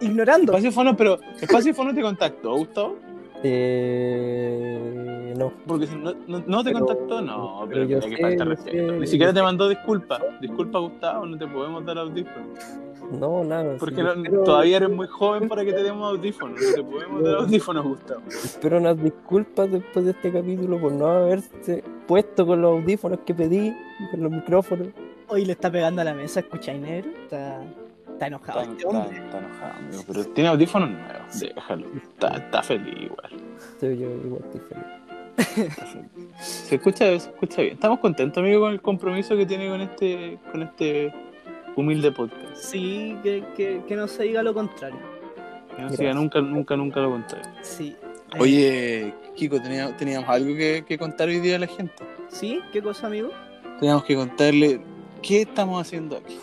[SPEAKER 1] Ignorando.
[SPEAKER 2] Espacio Fono, pero Espacio Fono te contactó, Gustavo.
[SPEAKER 3] Eh, este, no.
[SPEAKER 2] Porque si no, no, no te
[SPEAKER 3] Pero-
[SPEAKER 2] contactó, no,
[SPEAKER 3] pero
[SPEAKER 2] pero,
[SPEAKER 3] yo
[SPEAKER 2] tenía que
[SPEAKER 3] sé,
[SPEAKER 2] falta
[SPEAKER 3] yo
[SPEAKER 2] respeto.
[SPEAKER 3] sé,
[SPEAKER 2] Ni
[SPEAKER 3] yo
[SPEAKER 2] siquiera
[SPEAKER 3] sé.
[SPEAKER 2] te mandó disculpas. Disculpa, Gustavo, no te podemos dar audífonos.
[SPEAKER 3] No, nada.
[SPEAKER 2] Porque
[SPEAKER 3] sí,
[SPEAKER 2] no-
[SPEAKER 3] espero-
[SPEAKER 2] todavía eres muy joven para que te demos audífonos. No te podemos dar audífonos, Gustavo.
[SPEAKER 3] Espero unas disculpas después de este capítulo por no haberse puesto con los audífonos que pedí, con los micrófonos.
[SPEAKER 1] Hoy le está pegando a la mesa, escucháis negro. Está, está enojado
[SPEAKER 2] Está,
[SPEAKER 1] este hombre.
[SPEAKER 2] está- está enojado, amigo, pero tiene audífonos nuevos. Déjalo. Está, está feliz igual.
[SPEAKER 3] Estoy yo igual estoy feliz.
[SPEAKER 2] está feliz. Se escucha, se escucha bien. Estamos contentos, amigo, con el compromiso que tiene con este, con este humilde podcast.
[SPEAKER 1] Sí, que, que, que no se diga lo contrario.
[SPEAKER 2] Que no
[SPEAKER 3] Gracias.
[SPEAKER 2] siga nunca, nunca, nunca lo contaré.
[SPEAKER 1] Sí. Eh,
[SPEAKER 2] Oye, Kiko, teníamos, teníamos algo que, que contar hoy día a la gente.
[SPEAKER 1] ¿Sí? ¿Qué cosa, amigo?
[SPEAKER 2] Teníamos que contarle qué estamos haciendo aquí.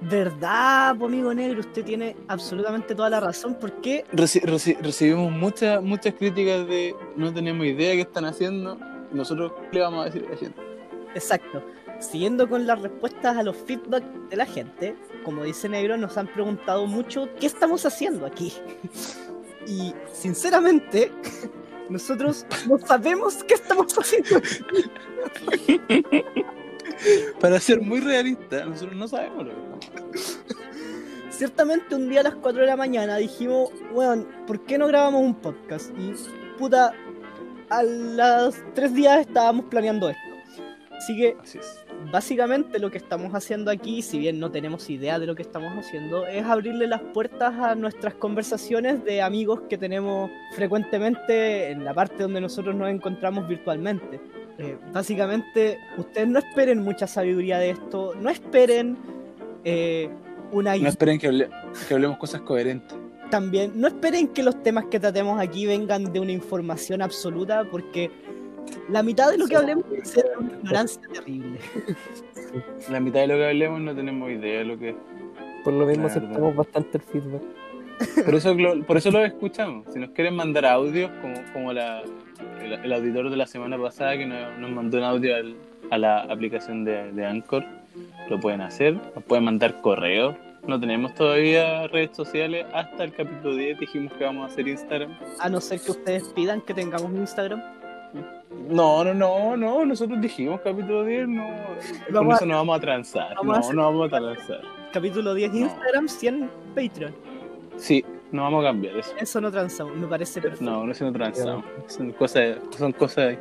[SPEAKER 1] ¿Verdad, po, amigo negro? Usted tiene absolutamente toda la razón. ¿Por qué?
[SPEAKER 2] Reci- reci- recibimos muchas muchas críticas de no tenemos idea de qué están haciendo. Nosotros, ¿qué le vamos a decir a la gente?
[SPEAKER 1] Exacto. Siguiendo con las respuestas a los feedback de la gente, como dice Negro, nos han preguntado mucho qué estamos haciendo aquí. Y sinceramente, nosotros no sabemos qué estamos haciendo.
[SPEAKER 2] Para ser muy realista, nosotros no sabemos lo que estamos haciendo.
[SPEAKER 1] Ciertamente un día a las 4 de la mañana dijimos, bueno, ¿por qué no grabamos un podcast? Y puta, a las 3 días estábamos planeando esto. Así que
[SPEAKER 2] Así es.
[SPEAKER 1] básicamente lo que estamos haciendo aquí, si bien no tenemos idea de lo que estamos haciendo, es abrirle las puertas a nuestras conversaciones de amigos que tenemos frecuentemente en la parte donde nosotros nos encontramos virtualmente. Eh, básicamente, ustedes no esperen mucha sabiduría de esto, no esperen eh, una
[SPEAKER 2] No esperen que, hable- que hablemos cosas coherentes.
[SPEAKER 1] también no esperen que los temas que tratemos aquí vengan de una información absoluta, porque la mitad de lo que hablemos es de una ignorancia terrible.
[SPEAKER 2] La mitad de lo que hablemos no tenemos idea de lo que es.
[SPEAKER 3] Por lo mismo
[SPEAKER 2] Claro.
[SPEAKER 3] aceptamos bastante el feedback.
[SPEAKER 2] Por eso, lo- por eso los escuchamos. Si nos quieren mandar audios, como, como la, el, el auditor de la semana pasada que nos, nos mandó un audio al- a la aplicación de, de Anchor, lo pueden hacer. Nos pueden mandar correo. No tenemos todavía redes sociales. Hasta el capítulo 10 dijimos que vamos a hacer Instagram.
[SPEAKER 1] A no ser que ustedes pidan que tengamos un Instagram.
[SPEAKER 2] No, no, no, no. Nosotros dijimos capítulo 10. No. Con
[SPEAKER 1] Vamos a-
[SPEAKER 2] eso no vamos a transar.
[SPEAKER 1] vamos a
[SPEAKER 2] No,
[SPEAKER 1] hacer-
[SPEAKER 2] no vamos a transar.
[SPEAKER 1] Capítulo 10
[SPEAKER 2] No.
[SPEAKER 1] Instagram, 100 Patreon.
[SPEAKER 2] Sí, no vamos a cambiar eso.
[SPEAKER 1] Eso no transamos, me parece perfecto.
[SPEAKER 2] No, no es una transamos. Son cosas, son cosas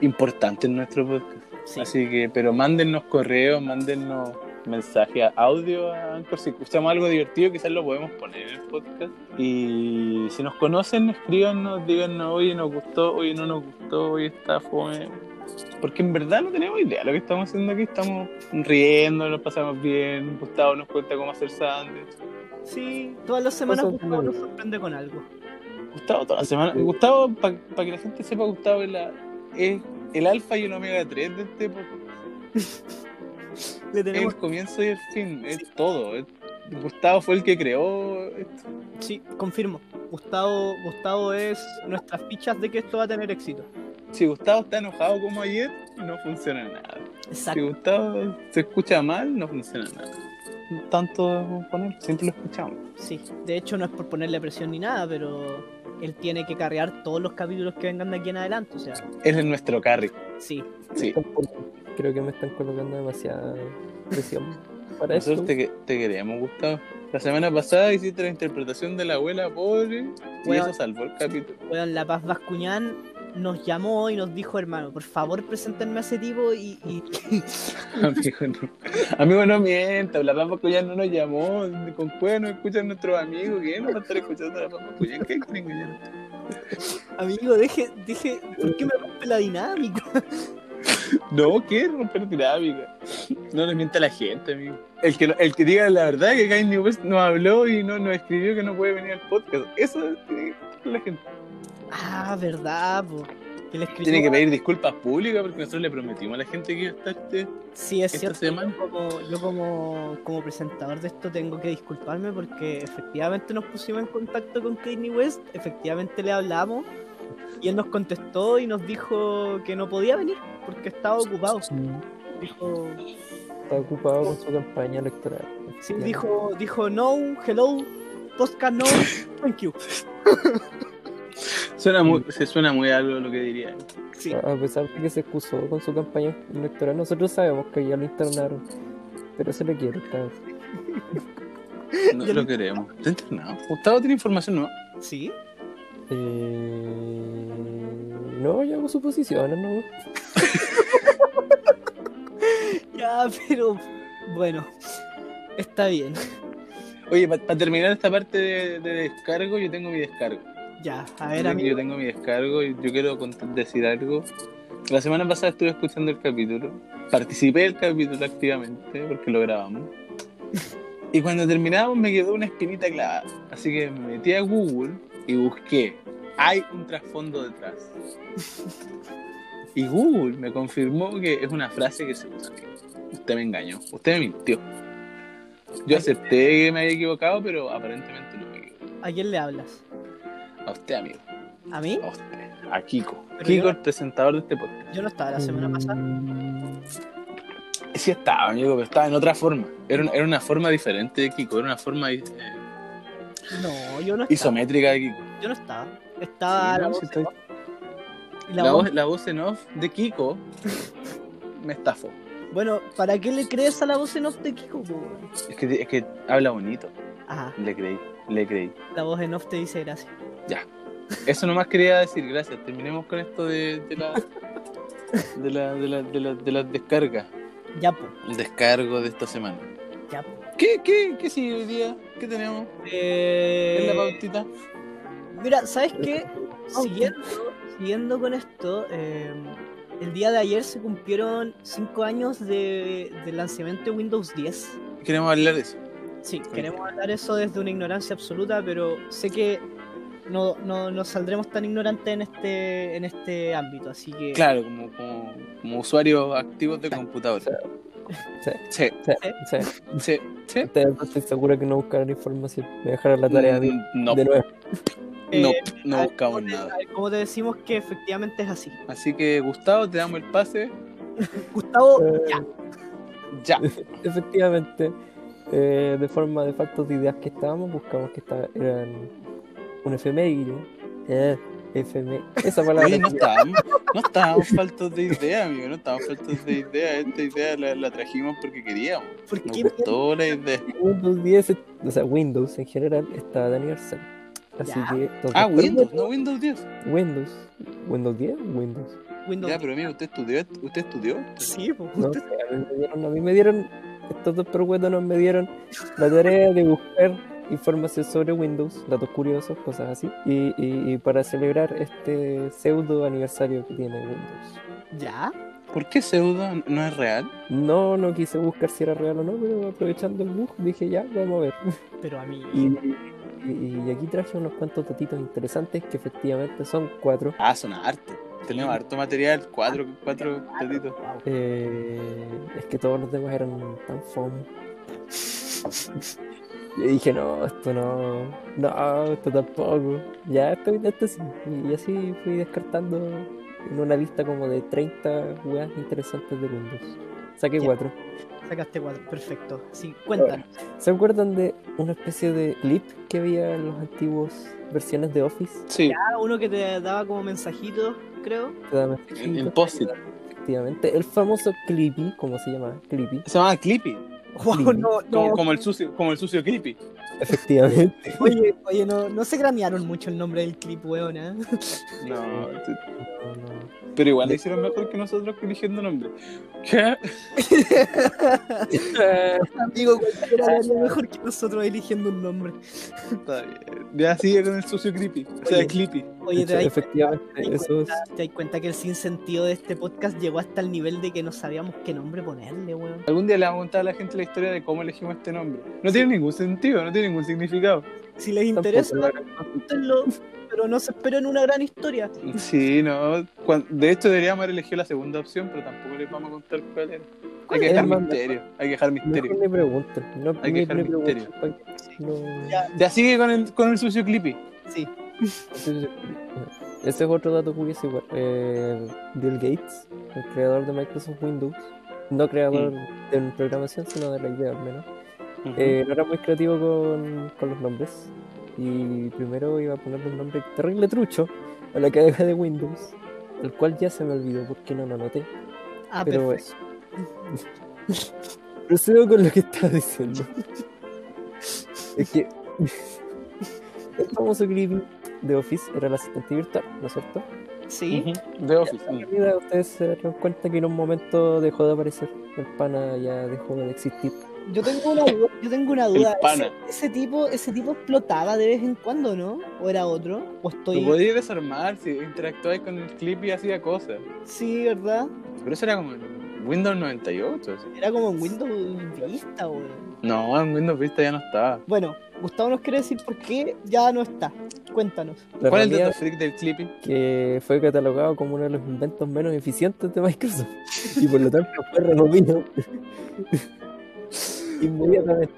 [SPEAKER 2] importantes en nuestro podcast.
[SPEAKER 1] Sí.
[SPEAKER 2] Así que, pero mándennos correos, mándennos mensajes, audio a Anchor. Si escuchamos algo divertido, quizás lo podemos poner en el podcast. Y si nos conocen, escríbanos, díganos, oye, nos gustó, oye, no nos gustó, oye, está fome. Porque en verdad no tenemos idea de lo que estamos haciendo aquí. Estamos riendo, nos pasamos bien. Gustavo nos cuenta cómo hacer sándwich.
[SPEAKER 1] Sí, todas las semanas
[SPEAKER 3] Cosas
[SPEAKER 1] Gustavo nos
[SPEAKER 3] nuevas.
[SPEAKER 1] sorprende con algo.
[SPEAKER 2] Gustavo toda la semana. Gustavo, para que la gente sepa, Gustavo es, la- es el alfa y el omega 3 de este podcast.
[SPEAKER 1] Le
[SPEAKER 2] Es
[SPEAKER 1] tenemos.
[SPEAKER 2] el comienzo y el fin, es todo. es- Gustavo fue el que creó esto.
[SPEAKER 1] Sí, confirmo. Gustavo, Gustavo es nuestras fichas de que esto va a tener éxito.
[SPEAKER 2] Si Gustavo está enojado como ayer, no funciona nada. Si
[SPEAKER 1] Exacto.
[SPEAKER 2] Gustavo se escucha mal, no funciona nada. Tanto con él, siempre lo escuchamos.
[SPEAKER 1] Sí. De hecho, no es por ponerle presión ni nada, pero él tiene que cargar todos los capítulos que vengan de aquí en adelante. O sea,
[SPEAKER 2] Él es nuestro carry.
[SPEAKER 1] sí.
[SPEAKER 2] Sí.
[SPEAKER 3] Creo que me están colocando demasiada presión para eso.
[SPEAKER 2] Nosotros te, que- te queremos, Gustavo. La semana pasada hiciste la interpretación de la abuela pobre y
[SPEAKER 1] Bueno.
[SPEAKER 2] eso salvó el capítulo.
[SPEAKER 1] Bueno, La Paz Bascuñán nos llamó y nos dijo, hermano, por favor, preséntenme a ese tipo y- y
[SPEAKER 2] Amigo, no. Amigo, no mienta. La Pampa Cuyán no nos llamó. Con cuernos no escuchan nuestros amigos. ¿Qué? No va a estar escuchando a la Pampa Cuyán. ¿Qué creen que yo?
[SPEAKER 1] Amigo, deje, deje, ¿por qué me rompe la dinámica?
[SPEAKER 2] No, ¿qué? Romper dinámica. No nos mienta la gente, amigo. El que, no- el que diga la verdad que Kanye West nos habló y no nos escribió que no puede venir al podcast. Eso tiene que hacer la gente.
[SPEAKER 1] Ah, verdad, po. Que le escribió.
[SPEAKER 2] Tiene que pedir disculpas públicas porque nosotros le prometimos a la gente que iba a estar este-
[SPEAKER 1] Sí, es
[SPEAKER 2] esta
[SPEAKER 1] cierto.
[SPEAKER 2] semana.
[SPEAKER 1] Yo, como, yo como, como presentador de esto tengo que disculparme porque efectivamente nos pusimos en contacto con Kanye West, efectivamente le hablamos y él nos contestó y nos dijo que no podía venir porque estaba ocupado. Dijo,
[SPEAKER 3] Está ocupado con su campaña electoral.
[SPEAKER 1] sí, dijo, dijo no, hello, podcast no, thank you.
[SPEAKER 2] Suena muy, se suena muy a algo lo que diría.
[SPEAKER 1] Sí.
[SPEAKER 3] A pesar de que se excusó con su campaña electoral, nosotros sabemos que ya lo internaron. Pero se le quiere, claro.
[SPEAKER 2] No lo queremos. Está internado. Gustavo tiene información, ¿no?
[SPEAKER 1] ¿Sí?
[SPEAKER 3] Eh... No, yo hago suposiciones, ¿no?
[SPEAKER 1] Ya, pero bueno, está bien.
[SPEAKER 2] Oye, para terminar esta parte de, de descargo, yo tengo mi descargo.
[SPEAKER 1] Ya, a
[SPEAKER 2] Yo
[SPEAKER 1] ver,
[SPEAKER 2] tengo-
[SPEAKER 1] amigo.
[SPEAKER 2] Yo tengo mi descargo y yo quiero cont- decir algo. La semana pasada estuve escuchando el capítulo. Participé del capítulo activamente porque lo grabamos. Y cuando terminamos me quedó una espinita clavada. Así que me metí a Google y busqué. Hay un trasfondo detrás. Y Google me confirmó que es una frase que se usa. Usted me engañó. Usted me mintió. Yo acepté que me había equivocado, pero aparentemente no me equivoqué.
[SPEAKER 1] ¿A quién le hablas?
[SPEAKER 2] A usted, amigo.
[SPEAKER 1] ¿A mí?
[SPEAKER 2] A usted, a Kiko.
[SPEAKER 1] Pero
[SPEAKER 2] Kiko,
[SPEAKER 1] yo-
[SPEAKER 2] el presentador de este podcast.
[SPEAKER 1] Yo no estaba la
[SPEAKER 2] Mm.
[SPEAKER 1] semana pasada.
[SPEAKER 3] Mm.
[SPEAKER 2] Sí estaba, amigo, pero estaba en otra forma. Era, un- era una forma diferente de Kiko, era una forma eh,
[SPEAKER 1] No, yo no estaba.
[SPEAKER 2] isométrica de Kiko.
[SPEAKER 1] Yo no estaba. Estaba Ah,
[SPEAKER 2] Sí,
[SPEAKER 1] la
[SPEAKER 2] no,
[SPEAKER 1] voz.
[SPEAKER 2] sí estoy-
[SPEAKER 1] y la
[SPEAKER 2] La,
[SPEAKER 1] voz-
[SPEAKER 2] voz, la voz en off de Kiko me estafó.
[SPEAKER 1] Bueno, ¿para qué le crees a la voz en off de Kiko? po, weón?
[SPEAKER 2] Es que, es que habla bonito.
[SPEAKER 1] Ajá,
[SPEAKER 2] Le creí, le creí.
[SPEAKER 1] la voz en off te dice gracias.
[SPEAKER 2] Ya. Eso nomás quería decir, gracias. Terminemos con esto de, de la. De la, de, la, de, la- de las descargas.
[SPEAKER 1] Ya, po,
[SPEAKER 2] El descargo de esta semana.
[SPEAKER 1] ya, po.
[SPEAKER 2] ¿Qué, qué, qué sigue hoy día? ¿Qué tenemos en
[SPEAKER 1] Eh,
[SPEAKER 2] la pautita?
[SPEAKER 1] Mira, ¿sabes qué? Siguiendo, siguiendo con esto, eh, el día de ayer se cumplieron 5 años de, del lanzamiento de Windows 10.
[SPEAKER 2] Queremos hablar de eso.
[SPEAKER 1] Sí, queremos hablar eso desde una ignorancia absoluta, pero sé que no, no, no saldremos tan ignorantes en este, en este ámbito, así que...
[SPEAKER 2] Claro, como, como, como usuarios activos de computador.
[SPEAKER 3] Sí.
[SPEAKER 2] Sí,
[SPEAKER 3] Sí, sí.
[SPEAKER 2] sí, sí.
[SPEAKER 3] Ustedes estoy seguro que no buscaron información. Me dejaron la tarea de,
[SPEAKER 2] Mm, No,
[SPEAKER 3] de nuevo.
[SPEAKER 2] no,
[SPEAKER 1] Eh,
[SPEAKER 2] no
[SPEAKER 1] a ver,
[SPEAKER 2] buscamos
[SPEAKER 1] ¿cómo te-
[SPEAKER 2] nada.
[SPEAKER 1] a ver, ¿Cómo te decimos que efectivamente es así?
[SPEAKER 2] Así que, Gustavo, te damos el pase.
[SPEAKER 1] Gustavo,
[SPEAKER 3] Eh,
[SPEAKER 1] Oh, ya,
[SPEAKER 2] Ya.
[SPEAKER 3] Efectivamente, eh, de forma de factos de ideas que estábamos, buscamos que esta- eran un efeméride. Eh, efemé- Esa palabra.
[SPEAKER 2] Oye, no estábamos, no estábamos faltos de idea, amigo. No estábamos faltos de idea. Esta idea la, la trajimos porque queríamos.
[SPEAKER 1] ¿por
[SPEAKER 2] Nos
[SPEAKER 1] qué
[SPEAKER 2] gustó la idea.
[SPEAKER 3] Windows 10, o sea, Windows en general, estaba de aniversario. Así
[SPEAKER 1] Ya.
[SPEAKER 3] que. entonces,
[SPEAKER 2] Ah,
[SPEAKER 3] pero
[SPEAKER 2] Windows, no Windows 10.
[SPEAKER 3] Windows. ¿Windows 10? Windows.
[SPEAKER 1] Windows
[SPEAKER 2] Ya, pero amigo, ¿usted estudió? esto? ¿Usted estudió?
[SPEAKER 1] Sí, po.
[SPEAKER 3] No sé, a mí me dieron, a mí me dieron, estos dos perhuetonos me dieron la tarea de buscar información sobre Windows, datos curiosos, cosas así, y, y- y para celebrar este pseudo aniversario que tiene Windows.
[SPEAKER 1] ya.
[SPEAKER 2] ¿Por qué pseudo no es real?
[SPEAKER 3] No, no quise buscar si era real o no, pero aprovechando el bug dije ya, vamos a ver.
[SPEAKER 1] Pero a mí.
[SPEAKER 3] Y, y- y aquí traje unos cuantos datitos interesantes que efectivamente son cuatro.
[SPEAKER 2] Ah, son arte. Tenemos harto material, cuatro, cuatro petitos.
[SPEAKER 1] Wow.
[SPEAKER 3] Eh, es que todos los demás eran tan fome. Yo dije, no, esto no, no, esto tampoco. Ya, esto, esto sí. Y así fui descartando en una lista como de 30 jugadas interesantes de Windows. Saqué
[SPEAKER 1] Ya.
[SPEAKER 3] cuatro.
[SPEAKER 1] Sacaste cuatro, perfecto. Sí, cuentan.
[SPEAKER 3] ¿Se acuerdan de una especie de clip que había en las antiguas versiones de Office?
[SPEAKER 2] Sí,
[SPEAKER 1] Cada uno que te daba como mensajitos, creo.
[SPEAKER 3] Te daban
[SPEAKER 2] en, en
[SPEAKER 3] mensajitos,
[SPEAKER 2] post-it.
[SPEAKER 3] Efectivamente, el famoso Clippy, ¿cómo se llamaba? Clippy.
[SPEAKER 2] Se llama Clippy.
[SPEAKER 1] Wow, no,
[SPEAKER 2] Como,
[SPEAKER 1] no.
[SPEAKER 2] como el sucio, como el sucio Creepy.
[SPEAKER 3] Efectivamente.
[SPEAKER 1] Oye, oye, no, no se granearon mucho el nombre del clip, weón, ¿eh?
[SPEAKER 2] No, t-
[SPEAKER 3] No, no.
[SPEAKER 2] pero igual lo hicieron mejor que nosotros eligiendo nombre. ¿Qué?
[SPEAKER 1] Amigo, cualquiera lo haría mejor que nosotros eligiendo un nombre.
[SPEAKER 2] Está bien. Ya sigue con el sucio Creepy. O sea,
[SPEAKER 1] Oye.
[SPEAKER 2] Clippy.
[SPEAKER 1] Oye, te
[SPEAKER 3] Efe-
[SPEAKER 1] das
[SPEAKER 3] efectivamente,
[SPEAKER 1] te das
[SPEAKER 3] eso es.
[SPEAKER 1] cuenta, te das cuenta que el sinsentido de este podcast llegó hasta el nivel de que no sabíamos qué nombre ponerle, weón.
[SPEAKER 2] Algún día le vamos a contar a la gente la historia de cómo elegimos este nombre. No tiene ningún sentido, no tiene ningún significado.
[SPEAKER 1] Si les
[SPEAKER 3] tampoco
[SPEAKER 1] interesa,
[SPEAKER 3] la-
[SPEAKER 1] cuéntenlo, pero no se esperen una gran historia.
[SPEAKER 2] Sí, no. Cuan- De hecho, deberíamos haber elegido la segunda opción, pero tampoco les vamos a contar cuál era. Hay que
[SPEAKER 3] es
[SPEAKER 2] dejar
[SPEAKER 3] más-
[SPEAKER 2] misterio. Hay que dejar
[SPEAKER 3] Mejor
[SPEAKER 2] misterio.
[SPEAKER 3] le pregunto. No,
[SPEAKER 2] Hay que
[SPEAKER 3] me-
[SPEAKER 2] dejar
[SPEAKER 3] me pregunto,
[SPEAKER 2] misterio.
[SPEAKER 3] pa' que- no-
[SPEAKER 1] Ya,
[SPEAKER 2] Ya sigue con el, con el sucio Clippy.
[SPEAKER 1] sí.
[SPEAKER 3] Entonces, Ese es otro dato curioso igual. Eh, Bill Gates, el creador de Microsoft Windows, no creador de programación, sino de la idea al menos, eh, no era muy creativo con, con los nombres. Y primero iba a poner un nombre terrible trucho, a la carga de Windows, el cual ya se me olvidó porque no lo anoté.
[SPEAKER 1] Ah,
[SPEAKER 3] pero
[SPEAKER 1] perfecto.
[SPEAKER 3] eso. Procedo con lo que estaba diciendo. es que el famoso creepy de Office era el asistente virtual, ¿no es cierto?
[SPEAKER 1] Sí.
[SPEAKER 2] De Office.
[SPEAKER 3] En realidad ustedes se dieron cuenta que en un momento dejó de aparecer. El pana ya dejó de existir.
[SPEAKER 1] Yo tengo una duda. Yo tengo una duda.
[SPEAKER 2] El pana.
[SPEAKER 1] Ese, ese tipo, ese tipo explotaba de vez en cuando, ¿no? ¿O era otro? ¿O
[SPEAKER 2] Lo
[SPEAKER 1] estoy...?
[SPEAKER 2] podías desarmar si interactuabas con el clip y hacía cosas.
[SPEAKER 1] Sí, ¿verdad?
[SPEAKER 2] Pero eso era como en Windows 98. así.
[SPEAKER 1] Era como en Windows Vista, weón.
[SPEAKER 2] No, en Windows Vista ya no estaba.
[SPEAKER 1] Bueno, Gustavo nos quiere decir por qué ya no está. Cuéntanos.
[SPEAKER 3] La
[SPEAKER 2] ¿Cuál es el
[SPEAKER 3] realidad
[SPEAKER 2] dato freak del Clippy?
[SPEAKER 3] que fue catalogado como uno de los inventos menos eficientes de Microsoft y por lo tanto fue removido inmediatamente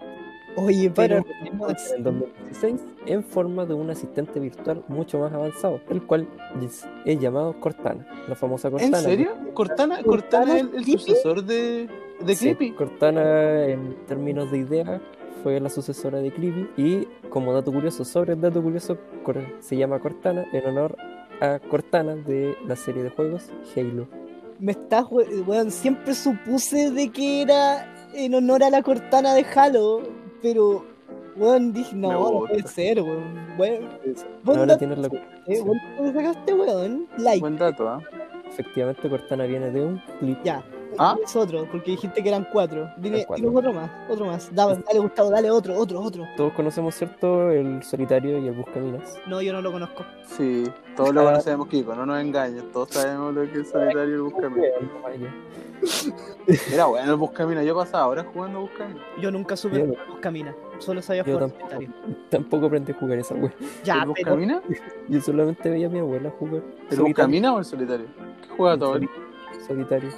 [SPEAKER 1] Oye,
[SPEAKER 3] pero
[SPEAKER 1] pero...
[SPEAKER 3] en 2016 en forma de un asistente virtual mucho más avanzado, el cual es, es llamado Cortana, la famosa
[SPEAKER 2] ¿En
[SPEAKER 3] Cortana.
[SPEAKER 2] serio? ¿Cortana, Cortana es el, el
[SPEAKER 1] ¿Clippy?
[SPEAKER 2] sucesor de, de
[SPEAKER 3] Sí,
[SPEAKER 2] Clippy?
[SPEAKER 3] Cortana en términos de idea fue la sucesora de Creepy y como dato curioso sobre el dato curioso Cor- se llama Cortana en honor a Cortana de la serie de juegos Halo.
[SPEAKER 1] Me estás, we- weón, siempre supuse de que era en honor a la cortana de Halo, pero, weón, dije, no,
[SPEAKER 2] Me
[SPEAKER 1] no
[SPEAKER 2] gusta.
[SPEAKER 1] puede ser, weón. Weón, buen
[SPEAKER 3] Ahora
[SPEAKER 1] dato,
[SPEAKER 3] tienes la
[SPEAKER 1] eh, weón, ¿dónde sacaste, weón? Like,
[SPEAKER 2] Buen dato, ¿ah?
[SPEAKER 3] Efectivamente, Cortana viene de un clip.
[SPEAKER 1] ya.
[SPEAKER 2] Ah.
[SPEAKER 1] Es otro, porque dijiste que eran cuatro. Dime,
[SPEAKER 3] Eran cuatro.
[SPEAKER 1] dime otro más, otro más. Dale, dale, Gustavo, dale otro, otro, otro.
[SPEAKER 3] Todos conocemos, ¿cierto? El solitario y el buscaminas.
[SPEAKER 1] No, yo no lo conozco.
[SPEAKER 2] Sí, todos lo conocemos, Kiko, no nos engañes. Todos sabemos lo que es solitario y el Buscamina. Era bueno el Buscamina, yo pasaba ahora jugando Buscamina.
[SPEAKER 1] Yo nunca supe
[SPEAKER 3] Bien.
[SPEAKER 1] cómo camina. Solo sabía
[SPEAKER 3] Yo
[SPEAKER 1] jugar
[SPEAKER 3] tampoco.
[SPEAKER 1] solitario.
[SPEAKER 3] Tampoco aprendí a jugar esa wea.
[SPEAKER 1] Ya,
[SPEAKER 2] ¿El
[SPEAKER 1] pero
[SPEAKER 2] Buscamina?
[SPEAKER 3] Yo solamente veía a mi abuela
[SPEAKER 2] ¿El
[SPEAKER 3] jugar. solitario.
[SPEAKER 2] Buscamina o el solitario? ¿Qué juega
[SPEAKER 3] El
[SPEAKER 2] todo?
[SPEAKER 3] soli- Solitario.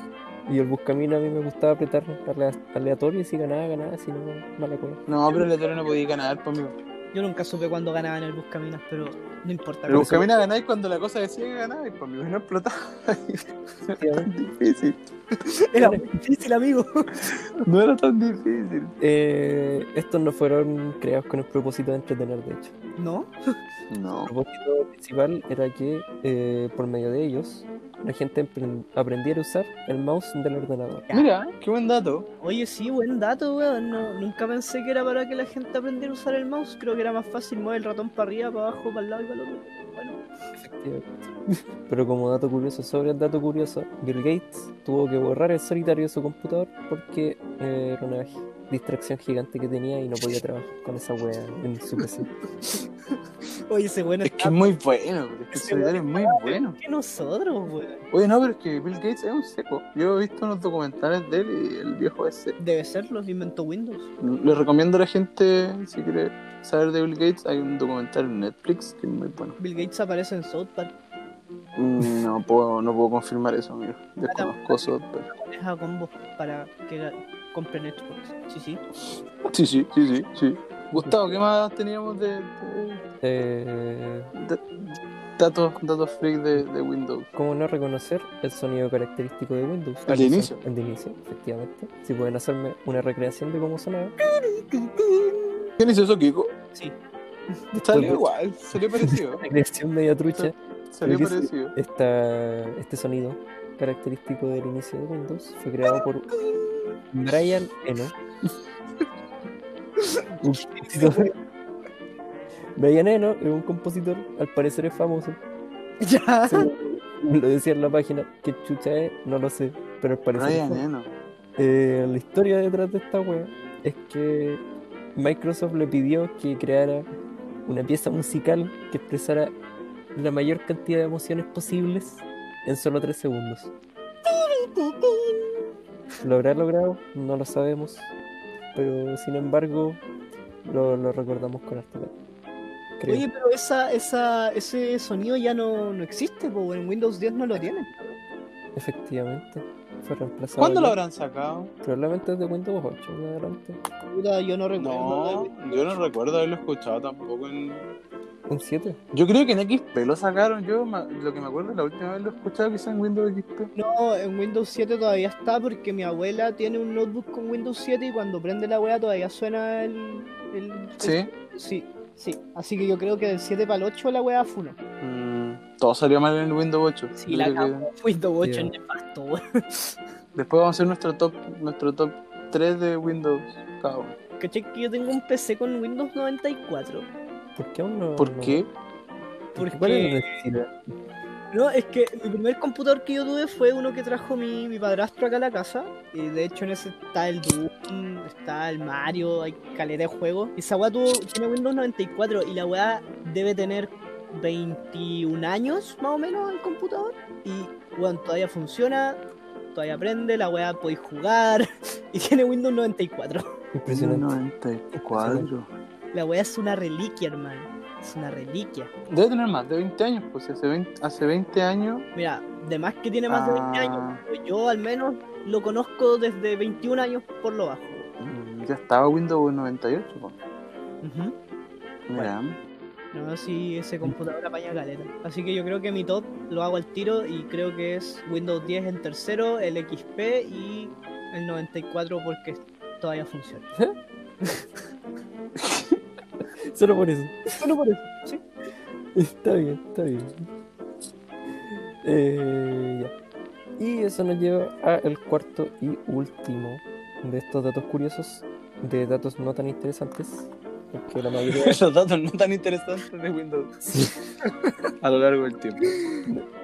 [SPEAKER 3] Y el buscamina a mí me gustaba apretar ale- aleatorio y si ganaba, ganaba, si no, mala cosa.
[SPEAKER 2] No, pero el solitario no podía ganar, pues, conmigo.
[SPEAKER 1] yo nunca supe cuándo ganaban el Buscaminas, pero no importa.
[SPEAKER 2] El
[SPEAKER 1] Con
[SPEAKER 2] Buscamina ganáis cuando la cosa decía que ganáis, conmigo. No explotaba. Era tan difícil.
[SPEAKER 1] eso- Era muy difícil, amigo.
[SPEAKER 2] No era tan difícil.
[SPEAKER 3] Eh, estos no fueron creados con el propósito de entretener, de hecho.
[SPEAKER 1] ¿No?
[SPEAKER 2] No.
[SPEAKER 3] El propósito principal era que eh, por medio de ellos la gente empren- aprendiera a usar el mouse del ordenador.
[SPEAKER 2] Mira, qué buen dato.
[SPEAKER 1] Oye, sí, buen dato, weón. No, nunca pensé que era para que la gente aprendiera a usar el mouse. Creo que era más fácil mover el ratón para arriba, para abajo, para el lado y para el otro. Bueno,
[SPEAKER 3] Efectivamente. Pero como dato curioso sobre el dato curioso, Bill Gates tuvo que borrar el solitario de su computador porque eh, era una distracción gigante que tenía y no podía trabajar con esa wea en su PC.
[SPEAKER 1] oye, ese weón
[SPEAKER 2] Es que es
[SPEAKER 1] está
[SPEAKER 2] muy bueno, es que el solitario es muy bueno.
[SPEAKER 1] que nosotros, weón.
[SPEAKER 2] Oye, no, pero es que Bill Gates es un seco. Yo he visto unos documentales de él y el viejo es seco.
[SPEAKER 1] Debe ser, los inventó Windows.
[SPEAKER 2] Les recomiendo a la gente, si quiere saber de Bill Gates, hay un documental en Netflix que es muy bueno.
[SPEAKER 1] Bill Gates aparece en South Park.
[SPEAKER 2] Mm, No puedo, no puedo confirmar eso, amigo. Desconozco eso. pero-
[SPEAKER 1] Es a combo para que la- compren Xbox. Sí, sí.
[SPEAKER 2] Sí, sí, sí, sí, sí. Gustavo, ¿qué más teníamos de, de-
[SPEAKER 3] Eh,
[SPEAKER 2] de- datos, datos freak de, de Windows?
[SPEAKER 3] ¿Cómo no reconocer el sonido característico de Windows?
[SPEAKER 2] El de inicio.
[SPEAKER 3] El de inicio, efectivamente. Si pueden hacerme una recreación de cómo sonaba.
[SPEAKER 2] ¿Quién hizo eso, Kiko?
[SPEAKER 1] Sí.
[SPEAKER 3] Pues,
[SPEAKER 2] Salió igual, salió parecido.
[SPEAKER 3] Recreación media trucha.
[SPEAKER 2] Salió
[SPEAKER 3] Creo que sí.
[SPEAKER 2] parecido.
[SPEAKER 3] Esta, este sonido característico del inicio de Windows fue creado por Brian Eno. Un compositor. Brian Eno es un compositor, al parecer es famoso.
[SPEAKER 1] Ya.
[SPEAKER 3] según Lo decía en la página, que chucha es, no lo sé, pero al parecer. es
[SPEAKER 2] Ryan,
[SPEAKER 3] famoso.
[SPEAKER 2] eh, no.
[SPEAKER 3] Eh, la historia detrás de esta wea es que Microsoft le pidió que creara una pieza musical que expresara la mayor cantidad de emociones posibles en solo 3 segundos. ¿Lo habrá logrado? No lo sabemos. Pero sin embargo, lo, lo recordamos con harto cariño, creo.
[SPEAKER 1] Oye, pero esa, esa, ese sonido ya no, no existe, po, en Windows 10 no lo tienen.
[SPEAKER 3] Efectivamente. Fue reemplazado.
[SPEAKER 2] ¿Cuándo
[SPEAKER 3] ya,
[SPEAKER 2] lo habrán sacado?
[SPEAKER 3] Probablemente desde Windows 8 en adelante.
[SPEAKER 1] Puta, yo no recuerdo.
[SPEAKER 2] No, yo no recuerdo haberlo escuchado tampoco en...
[SPEAKER 3] ¿En 7?
[SPEAKER 2] Yo creo que en XP lo sacaron, yo ma- lo que me acuerdo es la última vez lo he escuchado quizá en Windows XP.
[SPEAKER 1] No, en Windows 7 todavía está porque mi abuela tiene un notebook con Windows 7 y cuando prende la weá todavía suena el. el-
[SPEAKER 2] Sí.
[SPEAKER 1] el- sí, sí. Así que yo creo que del 7 para el 8 la weá funo.
[SPEAKER 2] Mm, Todo salió mal en el Windows 8.
[SPEAKER 1] Sí,
[SPEAKER 2] Yo
[SPEAKER 1] la
[SPEAKER 2] creo que-
[SPEAKER 1] cagó. Windows 8
[SPEAKER 3] Sí,
[SPEAKER 1] en nefasto, weón.
[SPEAKER 2] Después vamos a hacer nuestro top, nuestro top 3 de Windows cada uno.
[SPEAKER 1] ¿Cachai que yo tengo un PC con Windows 94?
[SPEAKER 3] ¿Por qué aún no?
[SPEAKER 2] ¿Por
[SPEAKER 3] no-
[SPEAKER 2] qué?
[SPEAKER 3] ¿Cuál es la
[SPEAKER 1] Porque.
[SPEAKER 3] necesidad?
[SPEAKER 1] No, es que mi primer computador que yo tuve fue uno que trajo mi, mi padrastro acá a la casa. Y de hecho en ese está el Doom, está el Mario, hay caleta de juegos. Y esa weá tuvo, tiene Windows 94 y la weá debe tener 21 años más o menos el computador. Y weón, todavía funciona, todavía aprende, la weá podéis jugar. Y tiene Windows 94.
[SPEAKER 3] Impresionante.
[SPEAKER 2] 94.
[SPEAKER 1] La weá es una reliquia, hermano. Es una reliquia.
[SPEAKER 2] Debe tener más de 20 años, pues hace 20, hace 20 años.
[SPEAKER 1] Mira, de más que tiene más de 20 años,
[SPEAKER 2] Ah.
[SPEAKER 1] pero yo al menos lo conozco desde 21 años por lo bajo.
[SPEAKER 2] mm, Ya estaba Windows 98, pues. Mira.
[SPEAKER 1] No sé si ese computador apaña caleta. Así que yo creo que mi top lo hago al tiro y creo que es Windows 10 en tercero, el XP y el 94 porque todavía funciona.
[SPEAKER 3] Solo por eso.
[SPEAKER 1] Solo por eso, sí.
[SPEAKER 3] Está bien, está bien. Eh, ya. Y eso nos lleva al cuarto y último de estos datos curiosos, de datos no tan interesantes, porque la mayoría es
[SPEAKER 2] Esos datos no tan interesantes de Windows a lo largo del tiempo.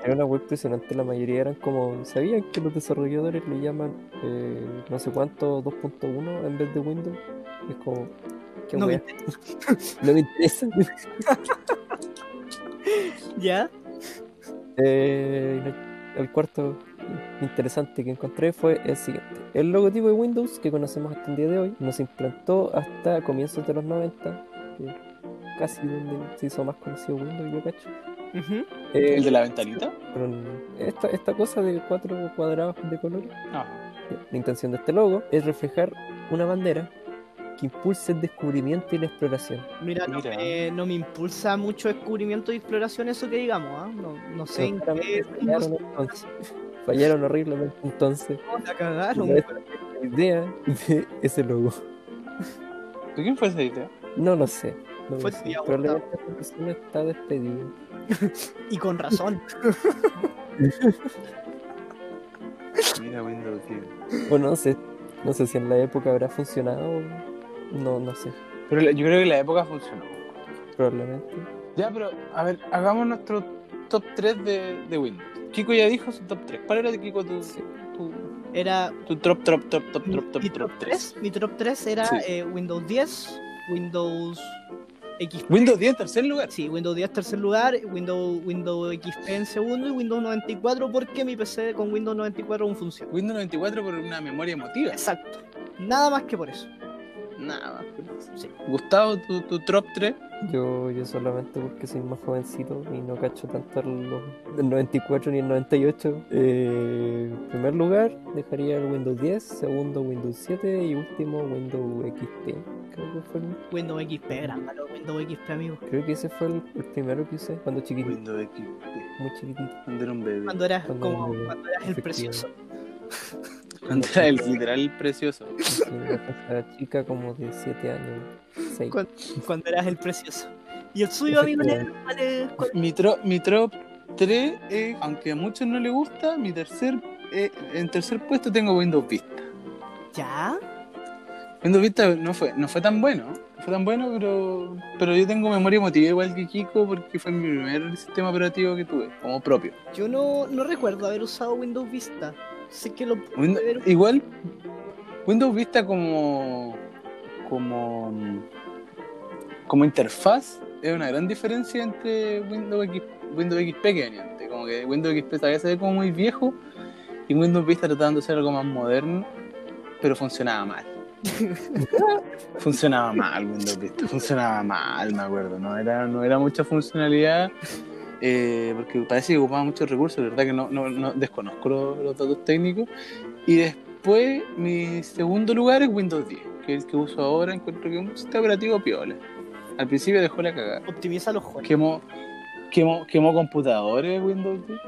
[SPEAKER 3] una web impresionante, la mayoría eran como, ¿sabían que los desarrolladores lo llaman eh, no sé cuánto 2.1 en vez de Windows? Es como, qué
[SPEAKER 1] No me
[SPEAKER 3] wea, no me interesa.
[SPEAKER 1] ¿Ya?
[SPEAKER 3] Eh, el cuarto interesante que encontré fue el siguiente. El logotipo de Windows que conocemos hasta el día de hoy nos implantó hasta comienzos de los 90, que es casi donde se hizo más conocido Windows, yo cacho. Eh,
[SPEAKER 2] de la ventanita?
[SPEAKER 3] pero esta, esta cosa de cuatro cuadrados de colores,
[SPEAKER 2] Ah.
[SPEAKER 3] la intención de este logo es reflejar una bandera que impulse el descubrimiento y la exploración.
[SPEAKER 1] Mira, no
[SPEAKER 2] Mira.
[SPEAKER 1] me, no me impulsa mucho descubrimiento y exploración eso que digamos, ¿ah? no, no sé en qué
[SPEAKER 3] Claramente fallaron entonces. Fallaron horriblemente entonces.
[SPEAKER 1] la cagaron.
[SPEAKER 3] Mira,
[SPEAKER 1] weón.
[SPEAKER 3] La idea de ese logo.
[SPEAKER 2] ¿De quién fue esa idea?
[SPEAKER 3] No lo sé. No
[SPEAKER 1] Fue
[SPEAKER 3] lo sé.
[SPEAKER 1] tu tía Gustavo.
[SPEAKER 3] Probablemente esta persona está despedida.
[SPEAKER 1] Y con razón.
[SPEAKER 2] Mira Windows 10.
[SPEAKER 3] Bueno, no sé. No sé si en la época habrá funcionado. No, no sé.
[SPEAKER 2] Pero la- yo creo que la época funcionó.
[SPEAKER 3] Probablemente.
[SPEAKER 2] Ya, pero a ver, hagamos nuestro top 3 de, de Windows. Kiko ya dijo su top 3. ¿Cuál era de Kiko tu,
[SPEAKER 3] Sí.
[SPEAKER 2] tu,
[SPEAKER 1] Era
[SPEAKER 2] tu top, top, top, top,
[SPEAKER 1] Mi
[SPEAKER 2] top, top,
[SPEAKER 1] mi
[SPEAKER 2] top 3?
[SPEAKER 1] 3, mi top 3 era
[SPEAKER 2] Sí.
[SPEAKER 1] eh, Windows 10, Windows XP.
[SPEAKER 2] Windows 10 en tercer lugar.
[SPEAKER 1] Sí, Windows 10 tercer lugar, Windows, Windows XP en segundo y Windows 94 porque mi PC con Windows 94 aún funciona.
[SPEAKER 2] Windows 94 por una memoria emotiva.
[SPEAKER 1] Exacto. Nada más que por eso.
[SPEAKER 2] Nada más. que eso.
[SPEAKER 1] Sí.
[SPEAKER 2] Gustavo, tu, tu top 3.
[SPEAKER 3] Yo, yo solamente porque soy más jovencito y no cacho tanto los, del 94 ni el 98. Eh, en primer lugar, dejaría el Windows 10, segundo Windows 7 y último Windows XP. Creo que, fue el-
[SPEAKER 1] Windows XP, gran valor, Windows XP, amigo.
[SPEAKER 3] creo que ese fue el, el primero que usé cuando chiquitito,
[SPEAKER 2] Windows XP.
[SPEAKER 3] muy chiquitito.
[SPEAKER 2] Cuando era un bebé.
[SPEAKER 1] Cuando eras
[SPEAKER 3] Cuando
[SPEAKER 1] como
[SPEAKER 3] era-
[SPEAKER 1] cuando eras el
[SPEAKER 3] efectivo.
[SPEAKER 1] precioso.
[SPEAKER 2] Cuando era el literal precioso.
[SPEAKER 3] Sí, Una chica como de 7 años, 6.
[SPEAKER 1] Cuan- Cuando eras el precioso. Y el suyo, amigo,
[SPEAKER 3] Efectivamente.
[SPEAKER 1] negro, ¿cuál es? ¿Cuál-
[SPEAKER 2] Mi, tro- mi top 3 es, aunque a muchos no les gusta, mi tercer, eh, en tercer puesto tengo Windows Vista.
[SPEAKER 1] ¿Ya?
[SPEAKER 2] Windows Vista no fue, no fue tan bueno, no fue tan bueno, pero, pero yo tengo memoria emotiva igual que Kiko porque fue mi primer sistema operativo que tuve, como propio.
[SPEAKER 1] Yo no, no recuerdo haber usado Windows Vista. Sé que lo pude
[SPEAKER 2] Windows-
[SPEAKER 1] haber
[SPEAKER 2] igual, Windows Vista como, como, como interfaz es una gran diferencia entre Windows, X- Windows XP que venía antes. Como que Windows XP todavía se ve como muy viejo y Windows Vista tratando de ser algo más moderno, pero funcionaba mal. funcionaba mal Windows Vista, funcionaba mal, me acuerdo. No era, no era mucha funcionalidad. eh, porque parece que ocupaba muchos recursos, la verdad que no, no, no- desconozco los- los datos técnicos. Y después, mi segundo lugar es Windows 10, que es el que uso ahora. Encuentro que es un sistema operativo piola. Al principio dejó la cagada.
[SPEAKER 1] Optimiza los juegos.
[SPEAKER 2] Quemó, quemó, quemó computadores Windows 10.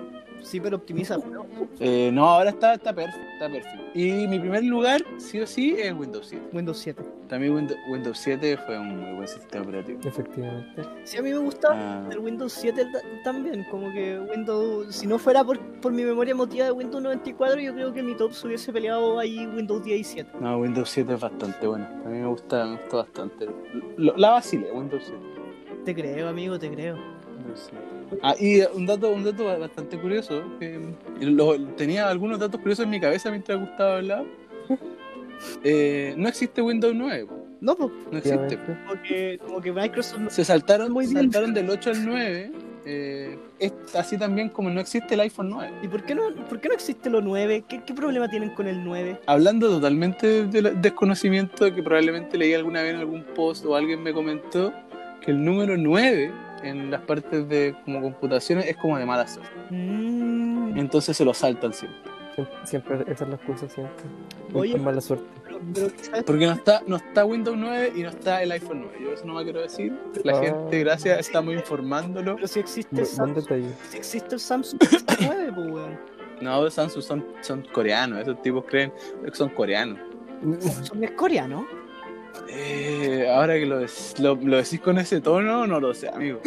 [SPEAKER 1] Sí, pero optimiza juegos.
[SPEAKER 2] Eh, no, ahora está, está perfecto. Está perfecto. Y mi primer lugar, sí o sí, es Windows 7.
[SPEAKER 1] Windows 7.
[SPEAKER 2] También Windows, Windows 7 fue un muy buen sistema operativo.
[SPEAKER 3] Efectivamente.
[SPEAKER 1] Sí, a mí me gusta
[SPEAKER 2] Ah,
[SPEAKER 1] el Windows 7 ta- también, como que Windows, si no fuera por, por mi memoria emotiva de Windows 94, yo creo que mi top se hubiese peleado ahí Windows 17.
[SPEAKER 2] no, Windows 7 es bastante bueno. A mí me gusta, me gusta bastante. Lo- la vacilé, Windows 7.
[SPEAKER 1] Te creo, amigo, te creo.
[SPEAKER 2] Ah, y eh, un dato, un dato bastante curioso, que eh, lo- tenía algunos datos curiosos en mi cabeza mientras Gustavo hablaba. Eh, no existe Windows 9,
[SPEAKER 1] No, pues,
[SPEAKER 2] no existe.
[SPEAKER 3] Efectivamente.
[SPEAKER 1] porque como que Microsoft no-
[SPEAKER 2] Se saltaron,
[SPEAKER 1] Muy bien.
[SPEAKER 2] saltaron del 8 al 9, eh, es así también como no existe el iPhone 9.
[SPEAKER 1] ¿Y por qué no, por qué no existe lo 9? ¿Qué, qué problema tienen con el 9?
[SPEAKER 2] Hablando totalmente del desconocimiento que probablemente leí alguna vez en algún post o alguien me comentó que el número 9 en las partes de como computaciones es como de mala suerte.
[SPEAKER 1] Mm,
[SPEAKER 2] Entonces se lo saltan siempre.
[SPEAKER 3] Siem- Siempre, esa es la excusa, siempre.
[SPEAKER 1] Oye.
[SPEAKER 3] Oye. mala suerte.
[SPEAKER 1] pero, pero quizás-
[SPEAKER 2] Porque no está, no está Windows 9 y no está el iPhone 9. Yo eso no me quiero decir. La
[SPEAKER 3] Ah.
[SPEAKER 2] gente, gracias, estamos informándolo.
[SPEAKER 1] pero si existe, el
[SPEAKER 3] Bu- Buen
[SPEAKER 1] Samsung,
[SPEAKER 3] detalle.
[SPEAKER 1] si existe el Samsung 9, pues, weón.
[SPEAKER 2] No, Samsung son, son coreanos. Esos tipos creen que son coreanos.
[SPEAKER 1] Samsung es coreano.
[SPEAKER 2] Eh, ahora que lo, des- lo, lo decís con ese tono, no lo sé, amigo.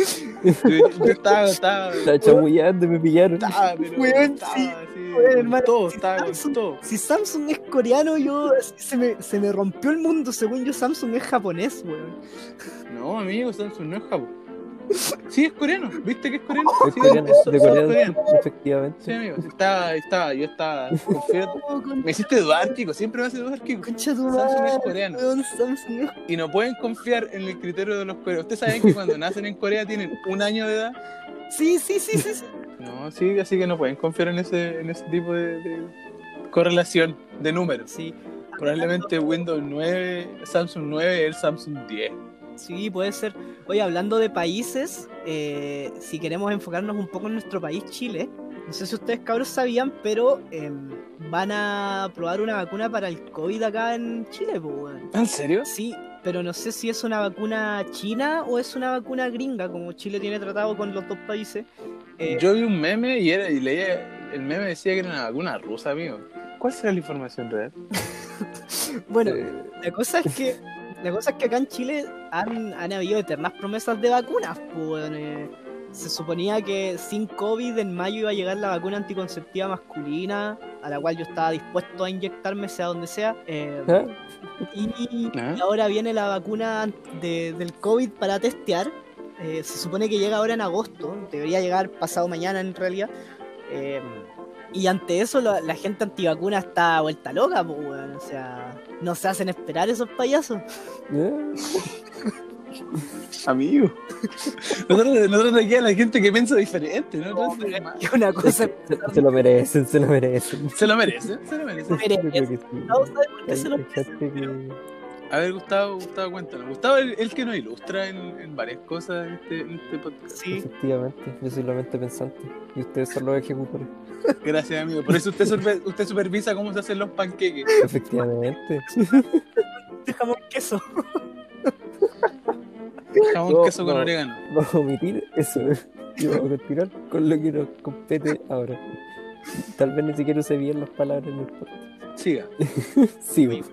[SPEAKER 2] Yo, yo estaba, estaba,
[SPEAKER 3] La chamullando, me pillaron.
[SPEAKER 1] Ah,
[SPEAKER 2] estaba, pero
[SPEAKER 1] Weón,
[SPEAKER 2] estaba
[SPEAKER 1] sí,
[SPEAKER 2] así,
[SPEAKER 1] weón,
[SPEAKER 2] con
[SPEAKER 1] hermano,
[SPEAKER 2] todo,
[SPEAKER 1] si
[SPEAKER 2] estaba con
[SPEAKER 1] Samsung-
[SPEAKER 2] todo.
[SPEAKER 1] Si Samsung es coreano, yo se me, se me rompió el mundo. Según yo, Samsung es japonés, weón.
[SPEAKER 2] No, amigo, Samsung no es Japón. Sí, es coreano. ¿Viste que es coreano?
[SPEAKER 3] Es
[SPEAKER 2] Sí,
[SPEAKER 3] coreano,
[SPEAKER 2] son-
[SPEAKER 3] de
[SPEAKER 2] son
[SPEAKER 3] coreano,
[SPEAKER 2] coreanos. Sí,
[SPEAKER 3] efectivamente.
[SPEAKER 2] amigo, estaba, estaba, yo estaba. confiado.
[SPEAKER 1] Oh, con-
[SPEAKER 2] Me hiciste dudar, Kiko, siempre me hace dudar, Kiko.
[SPEAKER 1] Concha tu
[SPEAKER 2] Samsung es
[SPEAKER 1] madre,
[SPEAKER 2] coreano.
[SPEAKER 1] weón, Samsung es-
[SPEAKER 2] Y no pueden confiar en el criterio de los coreanos. ¿Ustedes saben que cuando nacen en Corea tienen un año de edad?
[SPEAKER 1] Sí, sí, sí, sí. sí.
[SPEAKER 2] No, sí, así que no pueden confiar en ese, en ese tipo de, de correlación de números.
[SPEAKER 1] Sí,
[SPEAKER 2] Probablemente Windows 9, Samsung 9 el Samsung 10.
[SPEAKER 1] sí, puede ser. Oye, hablando de países, eh, si queremos enfocarnos un poco en nuestro país, Chile, no sé si ustedes cabros sabían, pero em, van a probar una vacuna para el COVID acá en Chile, pues, weón.
[SPEAKER 2] ¿En serio?
[SPEAKER 1] Sí, pero no sé si es una vacuna china o es una vacuna gringa, como Chile tiene tratado con los dos países. Eh,
[SPEAKER 2] Yo vi un meme y, era, y leía, el meme decía que era una vacuna rusa, amigo. ¿Cuál será la información real?
[SPEAKER 1] bueno,
[SPEAKER 3] Eh,
[SPEAKER 1] la cosa es que la cosa es que acá en Chile han, han habido eternas promesas de vacunas. pues, weón, eh, se suponía que sin COVID en mayo iba a llegar la vacuna anticonceptiva masculina, a la cual yo estaba dispuesto a inyectarme sea donde sea. eh,
[SPEAKER 3] ¿Ah?
[SPEAKER 1] Y,
[SPEAKER 2] Ah.
[SPEAKER 1] y ahora viene la vacuna de- del COVID para testear. Eh, se supone que llega ahora en agosto, debería llegar pasado mañana en realidad. Eh, y ante eso la, la gente antivacuna está vuelta loca, pues, weón. O sea, no se hacen esperar esos payasos.
[SPEAKER 3] ¿eh?
[SPEAKER 2] Amigo. No trates no trates aquí a la gente que piensa diferente, ¿no? trates de-
[SPEAKER 1] Es una cosa que
[SPEAKER 3] Se, se lo merecen, se lo merecen.
[SPEAKER 2] Se lo merece, se lo merece.
[SPEAKER 3] Yo creo que sí.
[SPEAKER 1] no sabes por qué
[SPEAKER 3] Hay
[SPEAKER 1] se lo
[SPEAKER 3] gente que-
[SPEAKER 2] A ver, Gustavo, Gustavo, cuéntanos. Gustavo el, el que nos ilustra en, en varias cosas en este, en este podcast.
[SPEAKER 1] Sí,
[SPEAKER 3] Efectivamente, yo soy la mente pensante y ustedes son los ejecutores.
[SPEAKER 2] Gracias, amigo. Por eso usted, sorbe- usted supervisa cómo se hacen los panqueques.
[SPEAKER 3] Efectivamente.
[SPEAKER 1] dejamos queso.
[SPEAKER 2] Jamón,
[SPEAKER 3] No,
[SPEAKER 2] queso con
[SPEAKER 3] no.
[SPEAKER 2] orégano.
[SPEAKER 3] Vamos a omitir eso y vamos a continuar con lo que nos compete ahora. Tal vez ni siquiera use bien las palabras en el podcast.
[SPEAKER 2] Siga,
[SPEAKER 3] Sí, güey.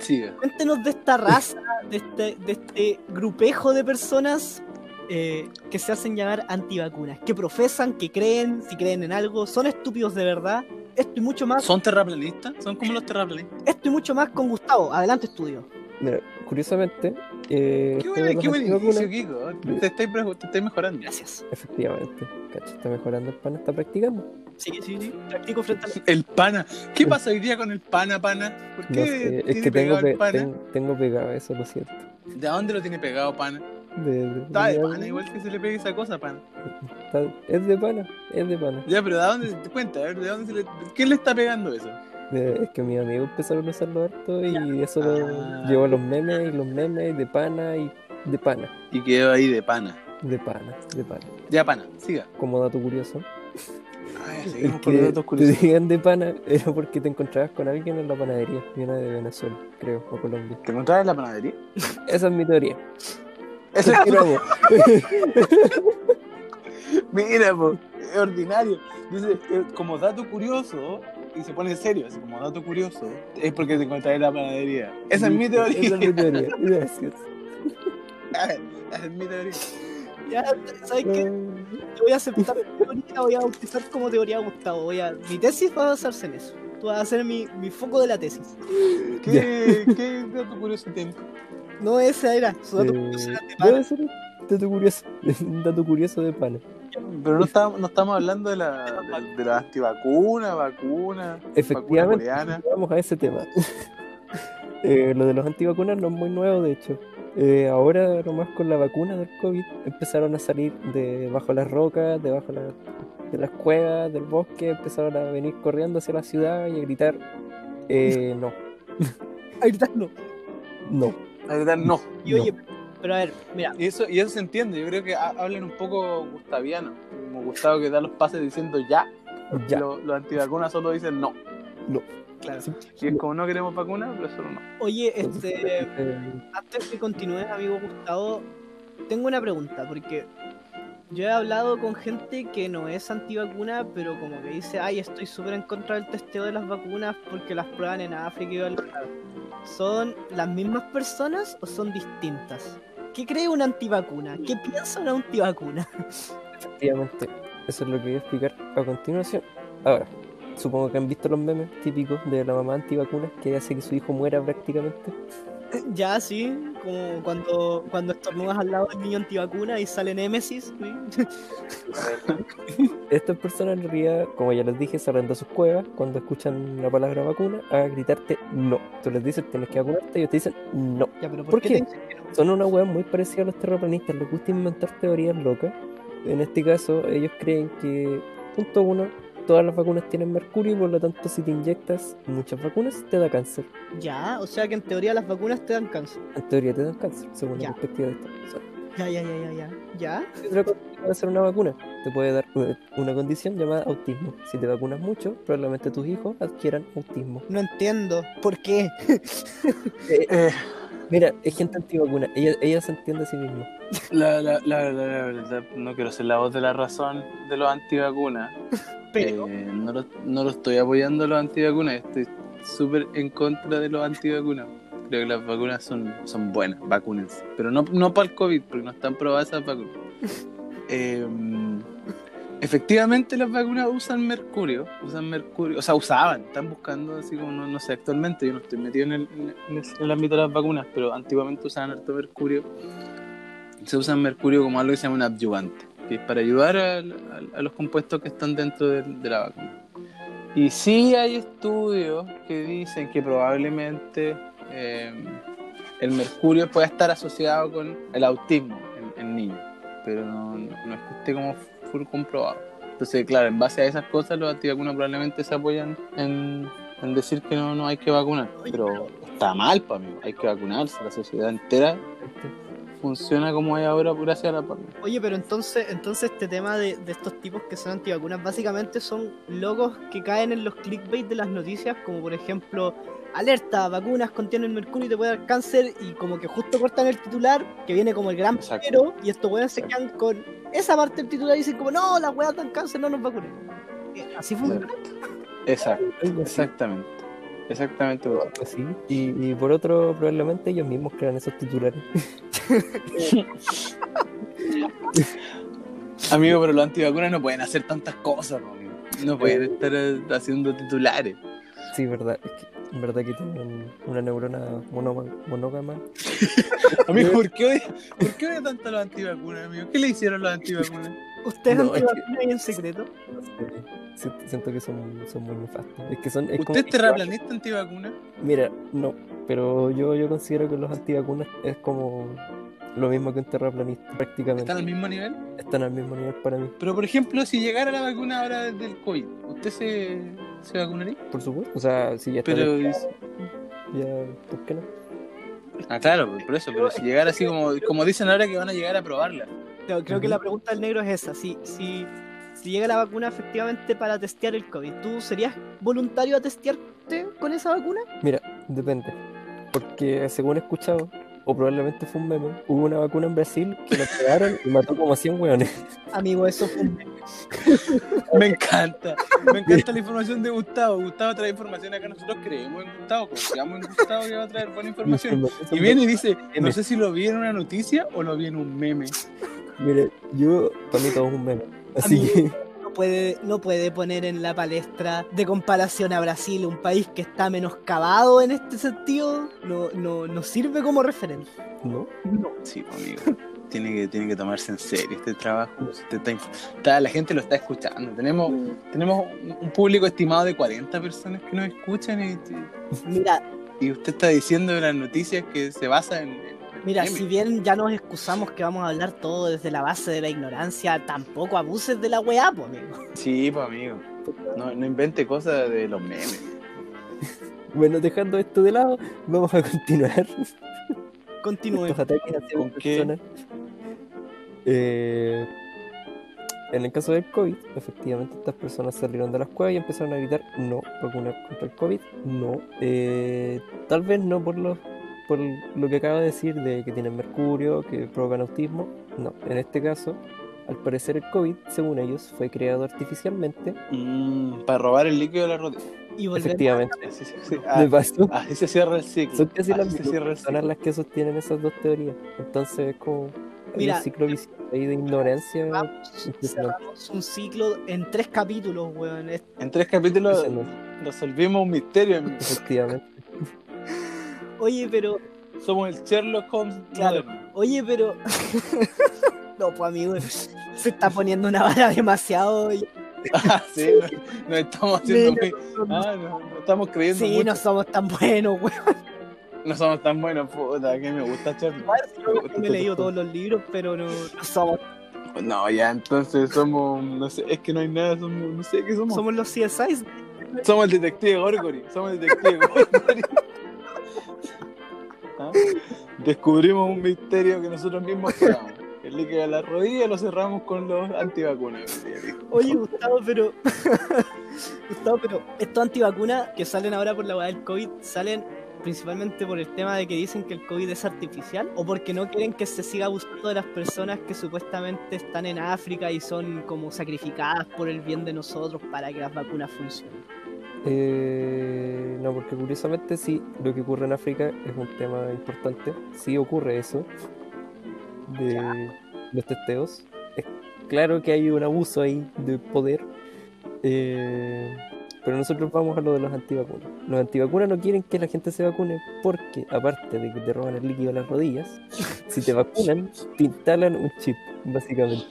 [SPEAKER 2] siga.
[SPEAKER 1] Cuéntenos de esta raza, de este, de este grupejo de personas eh, que se hacen llamar antivacunas, que profesan, que creen, si creen en algo, son estúpidos de verdad. Esto y mucho más,
[SPEAKER 2] ¿Son terraplanistas? ¿Son como los terraplanistas?
[SPEAKER 1] esto y mucho más con Gustavo. Adelante, estudio.
[SPEAKER 3] Mira, curiosamente,
[SPEAKER 2] Qué
[SPEAKER 3] eh, esto de
[SPEAKER 2] buen,
[SPEAKER 3] las
[SPEAKER 2] qué buen
[SPEAKER 3] antivacunas-
[SPEAKER 2] inicio, Kiko. Te estoy, pre- te estoy mejorando.
[SPEAKER 1] Gracias.
[SPEAKER 3] Efectivamente, cacho, está mejorando el pan, está practicando.
[SPEAKER 1] Sí, sí, sí. Practico frente a la...
[SPEAKER 2] El pana. ¿Qué pasa hoy día con el pana, pana? ¿Por qué
[SPEAKER 3] No sé,
[SPEAKER 2] tiene
[SPEAKER 3] es que tengo,
[SPEAKER 2] pegado el
[SPEAKER 3] pe-
[SPEAKER 2] pana?
[SPEAKER 3] ten- tengo pegado eso, lo siento.
[SPEAKER 2] ¿De dónde lo tiene pegado, pana?
[SPEAKER 3] De- de-
[SPEAKER 2] Está de
[SPEAKER 3] de-
[SPEAKER 2] pana, igual que se le pegue esa cosa, pana.
[SPEAKER 3] está- es de pana, es de pana.
[SPEAKER 2] Ya, pero ¿de dónde? te Cuenta, a ver, ¿de dónde se le... ¿Quién le está pegando eso?
[SPEAKER 3] De- es que mis amigos empezaron a usarlo harto y eso
[SPEAKER 2] Ah.
[SPEAKER 3] lo llevó a los memes y los memes de pana y de pana,
[SPEAKER 2] Y quedó ahí de pana.
[SPEAKER 3] de pana, de pana.
[SPEAKER 2] Ya, pana, siga.
[SPEAKER 3] Como dato curioso, el
[SPEAKER 2] seguimos
[SPEAKER 3] que te digan de pana era porque te encontrabas con alguien en la panadería, viene de Venezuela, creo, o Colombia.
[SPEAKER 2] ¿Te encontrabas en la panadería?
[SPEAKER 3] Esa es mi teoría.
[SPEAKER 2] Eso es
[SPEAKER 3] Continuamos.
[SPEAKER 2] Mira, po, es ordinario. Dice, eh, como dato curioso, y se pone serio, así como dato curioso, es porque te encontraré en la panadería. Esa es mi teoría. Ah,
[SPEAKER 3] Esa es mi teoría. Gracias.
[SPEAKER 2] Esa es mi teoría.
[SPEAKER 1] Ya, ¿sabes
[SPEAKER 3] Eh,
[SPEAKER 1] qué? Yo voy a aceptar mi teoría, voy a bautizar como teoría a Gustavo. Voy a... Mi tesis va a basarse en eso. Tú vas a ser mi, mi foco de la tesis.
[SPEAKER 2] ¿Qué, ¿Qué dato curioso tengo?
[SPEAKER 1] No, esa era. Su dato
[SPEAKER 3] Eh,
[SPEAKER 1] curioso era de pana.
[SPEAKER 3] Debe ser un dato curioso, un dato curioso de pana.
[SPEAKER 2] Pero no estamos, no estamos hablando de la, de, de la antivacuna, vacuna, vacuna
[SPEAKER 3] Efectivamente,
[SPEAKER 2] coreana.
[SPEAKER 3] vamos a ese tema. Eh, lo de los antivacunas no es muy nuevo, de hecho. Eh, ahora, nomás con la vacuna del COVID, empezaron a salir de bajo las rocas, debajo la- de las cuevas, del bosque, empezaron a venir corriendo hacia la ciudad y a gritar: eh, No,
[SPEAKER 1] A gritar no.
[SPEAKER 3] no.
[SPEAKER 2] La verdad, no.
[SPEAKER 1] Y
[SPEAKER 3] No.
[SPEAKER 1] oye, pero a ver, mira,
[SPEAKER 2] Y eso, y eso se entiende, yo creo que ha- hablan un poco gustaviano, como Gustavo que da los pases diciendo ya,
[SPEAKER 3] Ya.
[SPEAKER 2] Lo- los antivacunas solo dicen no.
[SPEAKER 1] claro.
[SPEAKER 2] Y es como no queremos vacunas, pero solo no.
[SPEAKER 1] Oye,
[SPEAKER 3] Entonces,
[SPEAKER 1] este,
[SPEAKER 3] eh,
[SPEAKER 1] antes que continúes, amigo Gustavo, tengo una pregunta, porque yo he hablado con gente que no es antivacuna, pero como que dice, ay, estoy súper en contra del testeo de las vacunas porque las prueban en África y bla, bla, bla". ¿Son las mismas personas o son distintas? ¿Qué cree una antivacuna? ¿Qué piensa una antivacuna?
[SPEAKER 3] Efectivamente, eso es lo que voy a explicar a continuación. Ahora, supongo que han visto los memes típicos de la mamá antivacunas que hace que su hijo muera prácticamente.
[SPEAKER 1] ya, sí, como cuando, cuando estornudas al lado del niño antivacuna y sale Némesis. ¿sí?
[SPEAKER 3] Estas personas en realidad, como ya les dije, salen de sus cuevas cuando escuchan la palabra vacuna a gritarte no. Tú les dices tienes que vacunarte y ellos te dicen no.
[SPEAKER 1] Ya, pero ¿por,
[SPEAKER 3] ¿Por
[SPEAKER 1] qué?
[SPEAKER 3] qué?
[SPEAKER 1] te dicen que no?
[SPEAKER 3] Son una weá muy parecida a los terraplanistas, les gusta inventar teorías locas. En este caso, ellos creen que, punto uno, todas las vacunas tienen mercurio y por lo tanto si te inyectas muchas vacunas te da cáncer.
[SPEAKER 1] Ya, o sea que en teoría las vacunas te dan cáncer.
[SPEAKER 3] En teoría te dan cáncer, según
[SPEAKER 1] Ya.
[SPEAKER 3] la perspectiva de esta persona.
[SPEAKER 1] Ya, ya, ya, ya, ya. ¿Ya?
[SPEAKER 3] Y Otra cosa que puede hacer una vacuna, te puede dar eh, una condición llamada autismo. Si te vacunas mucho, probablemente tus hijos adquieran autismo.
[SPEAKER 1] No entiendo. ¿Por qué?
[SPEAKER 2] Eh,
[SPEAKER 3] Mira, es gente antivacuna, ella, ella se entiende a sí misma.
[SPEAKER 2] la, la, la, la, la verdad, no quiero ser la voz de la razón de los antivacunas.
[SPEAKER 1] Pero,
[SPEAKER 2] Eh, no, lo, no lo estoy apoyando a los antivacunas, estoy súper en contra de los antivacunas. Creo que las vacunas son, son buenas, vacúnense. Pero no, no para el COVID, porque no están probadas esas vacunas. Eh, efectivamente las vacunas usan mercurio, usan mercurio, o sea, usaban, están buscando así como, no, no sé, actualmente yo no estoy metido en el, en el- en el ámbito de las vacunas, pero antiguamente usaban harto mercurio. Se usa mercurio como algo que se llama un adyuvante, que es para ayudar al- al- a, los compuestos que están dentro del- de, la vacuna. Y sí hay estudios que dicen que probablemente eh, el mercurio pueda estar asociado con el autismo en, en niños, pero no, no, no es que esté como full comprobado. Entonces, claro, en base a esas cosas, los antivacunas probablemente se apoyan en, en decir que no, no hay que vacunar. Pero está mal, para mí, hay que vacunarse. La sociedad entera funciona como es ahora gracias a la
[SPEAKER 3] Eh.
[SPEAKER 2] pandemia.
[SPEAKER 1] oye, pero entonces, entonces este tema de, de estos tipos que son antivacunas, básicamente son locos que caen en los clickbait de las noticias, como por ejemplo, alerta, vacunas contienen mercurio y te puede dar cáncer, y como que justo cortan el titular, que viene como el gran
[SPEAKER 2] Exacto.
[SPEAKER 1] pero, y estos weones se quedan con esa parte del titular y dicen como, no, las weas dan cáncer, no nos vacunen. Eh, Así funciona.
[SPEAKER 2] Exacto,
[SPEAKER 3] Algo así,
[SPEAKER 2] exactamente. Exactamente.
[SPEAKER 3] algo así. Y, y por otro, probablemente ellos mismos crean esos titulares.
[SPEAKER 2] Amigo, pero los antivacunas no pueden hacer tantas cosas, po, amigo. No pueden estar eh, haciendo titulares.
[SPEAKER 3] Sí, verdad, es que, en verdad que tienen una neurona monoma- monógama.
[SPEAKER 2] Amigo, ¿por qué odia, por qué odia tanto a los antivacunas, amigo? ¿Qué le hicieron los antivacunas?
[SPEAKER 1] Ustedes
[SPEAKER 3] No, es que-
[SPEAKER 1] antivacunas y en secreto.
[SPEAKER 3] No sé, siento- Siento que son, son muy nefastos. Es que son, es
[SPEAKER 2] ¿Usted es
[SPEAKER 3] como-
[SPEAKER 2] terraplanista antivacuna?
[SPEAKER 3] Mira, no, pero yo, yo considero que los antivacunas es como lo mismo que un terraplanista, prácticamente.
[SPEAKER 2] ¿Están al mismo nivel?
[SPEAKER 3] Están al mismo nivel para mí.
[SPEAKER 2] Pero, por ejemplo, si llegara la vacuna ahora del COVID, ¿usted se, se vacunaría?
[SPEAKER 3] Por supuesto. O sea, si ya está
[SPEAKER 2] Pero...
[SPEAKER 3] ya, ¿por qué no?
[SPEAKER 2] Ah, claro, por eso. Pero si llegara así como, como dicen ahora que van a llegar a probarla.
[SPEAKER 1] Creo, creo que
[SPEAKER 3] Ujú.
[SPEAKER 1] la pregunta del negro es esa. Si, si, si llega la vacuna efectivamente para testear el COVID, ¿tú serías voluntario a testearte con esa vacuna?
[SPEAKER 3] Depende. Porque según he escuchado, o probablemente fue un meme, hubo una vacuna en Brasil que la pegaron y mató como a 100 hueones.
[SPEAKER 1] Amigo, eso fue un meme.
[SPEAKER 2] Me encanta. Me encanta la información de Gustavo. Gustavo trae información acá. Nosotros creemos en Gustavo, confiamos en Gustavo que va a traer buena información. Y viene y dice, no sé si lo vi en una noticia o lo vi en un meme.
[SPEAKER 3] Mire, yo, para mí todo es un meme. Así
[SPEAKER 1] Amigo.
[SPEAKER 3] que,
[SPEAKER 1] No puede, no puede poner en la palestra de comparación a Brasil, un país que está menoscabado en este sentido, no, no, no sirve como referente.
[SPEAKER 3] ¿no?
[SPEAKER 2] Sí, amigo. Tiene que, tiene que tomarse en serio este trabajo. Usted está inf- está- la gente lo está escuchando. Tenemos, tenemos un un público estimado de 40 personas que nos escuchan y,
[SPEAKER 1] Mira,
[SPEAKER 2] y usted está diciendo de las noticias que se basa en... en
[SPEAKER 1] Mira,
[SPEAKER 2] memes.
[SPEAKER 1] si bien ya nos excusamos que vamos a hablar todo desde la base de la ignorancia, tampoco abuses de la weá, po, amigo.
[SPEAKER 2] Sí, pues amigo. No, no invente cosas de los memes.
[SPEAKER 3] Bueno, dejando esto de lado, vamos a continuar.
[SPEAKER 1] Continúe.
[SPEAKER 3] Estos ataques hacia
[SPEAKER 2] ¿Con
[SPEAKER 3] las
[SPEAKER 2] qué?
[SPEAKER 3] personas. Eh, en el caso del COVID, efectivamente estas personas salieron de las cuevas y empezaron a gritar no, vacuna contra el COVID, no. Eh, tal vez no por los por lo que acaba de decir de que tienen mercurio, que provocan autismo. No, en este caso, al parecer el COVID, según ellos, fue creado artificialmente.
[SPEAKER 2] Mm, para robar el líquido de la rodilla.
[SPEAKER 1] Y volvemos.
[SPEAKER 3] Efectivamente.
[SPEAKER 2] Así se, sí,
[SPEAKER 3] Me
[SPEAKER 2] ah,
[SPEAKER 3] pasó.
[SPEAKER 2] así se cierra el ciclo.
[SPEAKER 3] Son casi
[SPEAKER 2] así
[SPEAKER 3] las
[SPEAKER 2] se
[SPEAKER 3] mismas
[SPEAKER 2] cierra el
[SPEAKER 3] personas
[SPEAKER 2] ciclo.
[SPEAKER 3] las que sostienen esas dos teorías. Entonces es como hay
[SPEAKER 1] Mira,
[SPEAKER 3] un ciclo vicioso ahí de ignorancia.
[SPEAKER 1] Vamos, cerramos un ciclo en tres capítulos, weón. Es-
[SPEAKER 2] En tres capítulos
[SPEAKER 3] impresionante,
[SPEAKER 2] resolvimos un misterio. amigo.
[SPEAKER 3] Efectivamente.
[SPEAKER 1] Oye, pero,
[SPEAKER 2] Somos el Sherlock Holmes.
[SPEAKER 1] Claro.
[SPEAKER 2] moderno.
[SPEAKER 1] oye, pero. no, pues amigo, se está poniendo una vara demasiado. y-
[SPEAKER 2] Ah, sí, nos, nos estamos haciendo muy. Ah, no, no estamos creyendo
[SPEAKER 1] Sí,
[SPEAKER 2] mucho.
[SPEAKER 1] no somos tan buenos, weón.
[SPEAKER 2] No somos tan buenos, puta, que me gusta Sherlock.
[SPEAKER 1] Yo me he leído todos los libros, pero no, no somos.
[SPEAKER 2] No, ya, entonces somos, no sé, es que no hay nada, somos, no sé qué somos. Somos,
[SPEAKER 1] Somos los CSIs.
[SPEAKER 2] el detective Gorgory, somos el detective Gorgory. ¿Ah? Descubrimos un misterio que nosotros mismos creamos. El líquido de la rodilla lo cerramos con los antivacunas.
[SPEAKER 1] Oye, Gustavo, pero. Gustavo, pero estos antivacunas que salen ahora por la weá del COVID salen principalmente por el tema de que dicen que el COVID es artificial o porque no quieren que se siga abusando de las personas que supuestamente están en África y son como sacrificadas por el bien de nosotros para que las vacunas funcionen.
[SPEAKER 3] Eh, no, porque curiosamente sí, lo que ocurre en África es un tema importante. Sí ocurre eso de los testeos. Es claro que hay un abuso ahí de poder. eh, pero nosotros vamos a lo de los antivacunas. Los antivacunas no quieren que la gente se vacune porque, aparte de que te roban el líquido de las rodillas, si te vacunan, te instalan un chip, básicamente.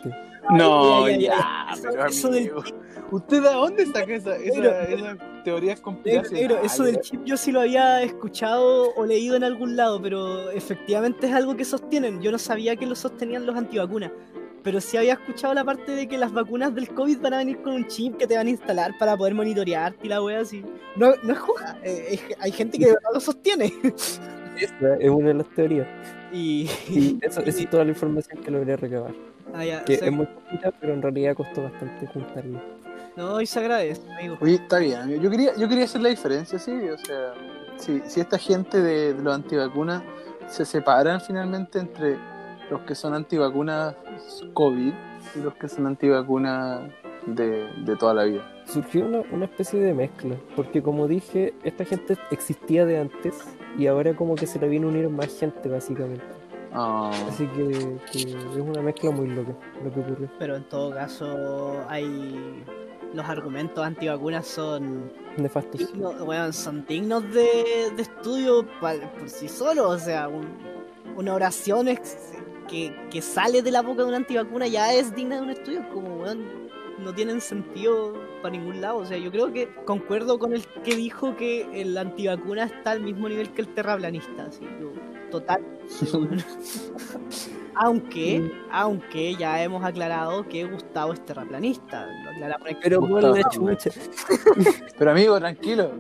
[SPEAKER 2] No,
[SPEAKER 1] Ay, ay, ay,
[SPEAKER 2] ya,
[SPEAKER 1] ay.
[SPEAKER 2] pero
[SPEAKER 1] Eso del
[SPEAKER 2] amigo. ¿Usted a dónde saca esa,
[SPEAKER 1] Negro,
[SPEAKER 2] esa, esa teoría
[SPEAKER 1] Negro,
[SPEAKER 2] conspiracional?
[SPEAKER 3] Ah,
[SPEAKER 1] negro, eso del chip yo sí lo había escuchado o leído en algún lado, pero efectivamente es algo que sostienen. Yo no sabía que lo sostenían los antivacunas, pero sí había escuchado la parte de que las vacunas del COVID van a venir con un chip que te van a instalar para poder monitorearte y la wea así. No, no es joda, eh, es- hay gente que de verdad lo sostiene.
[SPEAKER 3] Esa es una de las teorías.
[SPEAKER 1] Y.
[SPEAKER 3] Y eso, esa es toda la información que logré recabar.
[SPEAKER 1] Ah, ya,
[SPEAKER 3] Que
[SPEAKER 1] se-
[SPEAKER 3] es muy poquita, pero en realidad costó bastante juntarlo.
[SPEAKER 1] No, y se agradece, amigo.
[SPEAKER 2] Oye, está bien, amigo. Yo quería, yo quería hacer la diferencia, sí. O sea, si, si esta gente de, de los antivacunas se separan finalmente entre los que son antivacunas COVID y los que son antivacunas de, de toda la vida.
[SPEAKER 3] Surgió una, una especie de mezcla, porque como dije, esta gente existía de antes y ahora como que se le viene a unir más gente básicamente.
[SPEAKER 2] Ah,
[SPEAKER 3] Así que, que es una mezcla muy loca lo que ocurrió.
[SPEAKER 1] Pero en todo caso, hay. Los argumentos antivacunas son
[SPEAKER 3] Nefastos.
[SPEAKER 1] digno- weón, son dignos de, de estudio pa- por sí solos. O sea, un- una oración ex- que, que sale de la boca de una antivacuna ya es digna de un estudio. es Como, weón, no tienen sentido para ningún lado. O sea, yo creo que concuerdo con el que dijo que el antivacuna está al mismo nivel que el terraplanista. Así, yo, total. Aunque, aunque ya hemos aclarado que Gustavo es terraplanista. Lo aclaramos en el
[SPEAKER 3] Pero
[SPEAKER 2] Gustavo.
[SPEAKER 3] bueno, la chucha.
[SPEAKER 2] Pero amigo, tranquilo.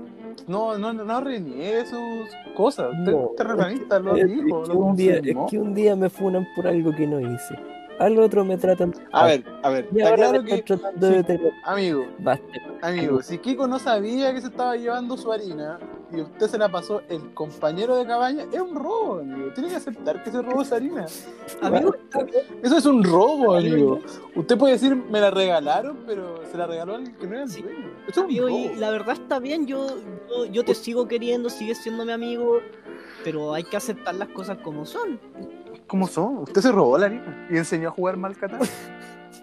[SPEAKER 2] No, no, no, no reniegue sus cosas. Usted
[SPEAKER 3] No.
[SPEAKER 2] es terraplanista, lo
[SPEAKER 3] Es
[SPEAKER 2] dijo.
[SPEAKER 3] que
[SPEAKER 2] lo
[SPEAKER 3] un día, es
[SPEAKER 2] confirmó.
[SPEAKER 3] que un día me funan por algo que no hice. al otro me tratan.
[SPEAKER 2] A ver, a ver.
[SPEAKER 3] Y
[SPEAKER 2] Está
[SPEAKER 3] ahora
[SPEAKER 2] claro
[SPEAKER 3] me están
[SPEAKER 2] que.
[SPEAKER 3] tratando
[SPEAKER 2] sí.
[SPEAKER 3] de tener.
[SPEAKER 2] Amigo,
[SPEAKER 3] Basta.
[SPEAKER 2] amigo, si Kiko no sabía que se estaba llevando su harina y usted se la pasó el compañero de cabaña, es un robo, amigo. Tiene que aceptar que se robó esa harina.
[SPEAKER 1] Amigo, está bien.
[SPEAKER 2] Eso es un robo, amigo. Usted puede decir, me la regalaron, pero se la regaló al que no era el
[SPEAKER 1] Sí.
[SPEAKER 2] dueño. Eso es un
[SPEAKER 1] Amigo, y
[SPEAKER 2] robo.
[SPEAKER 1] la verdad está bien, yo, yo, yo te sigo queriendo, sigues siendo mi amigo, pero hay que aceptar las cosas como son.
[SPEAKER 2] ¿Cómo son? Usted se robó la harina y enseñó a jugar mal Catán.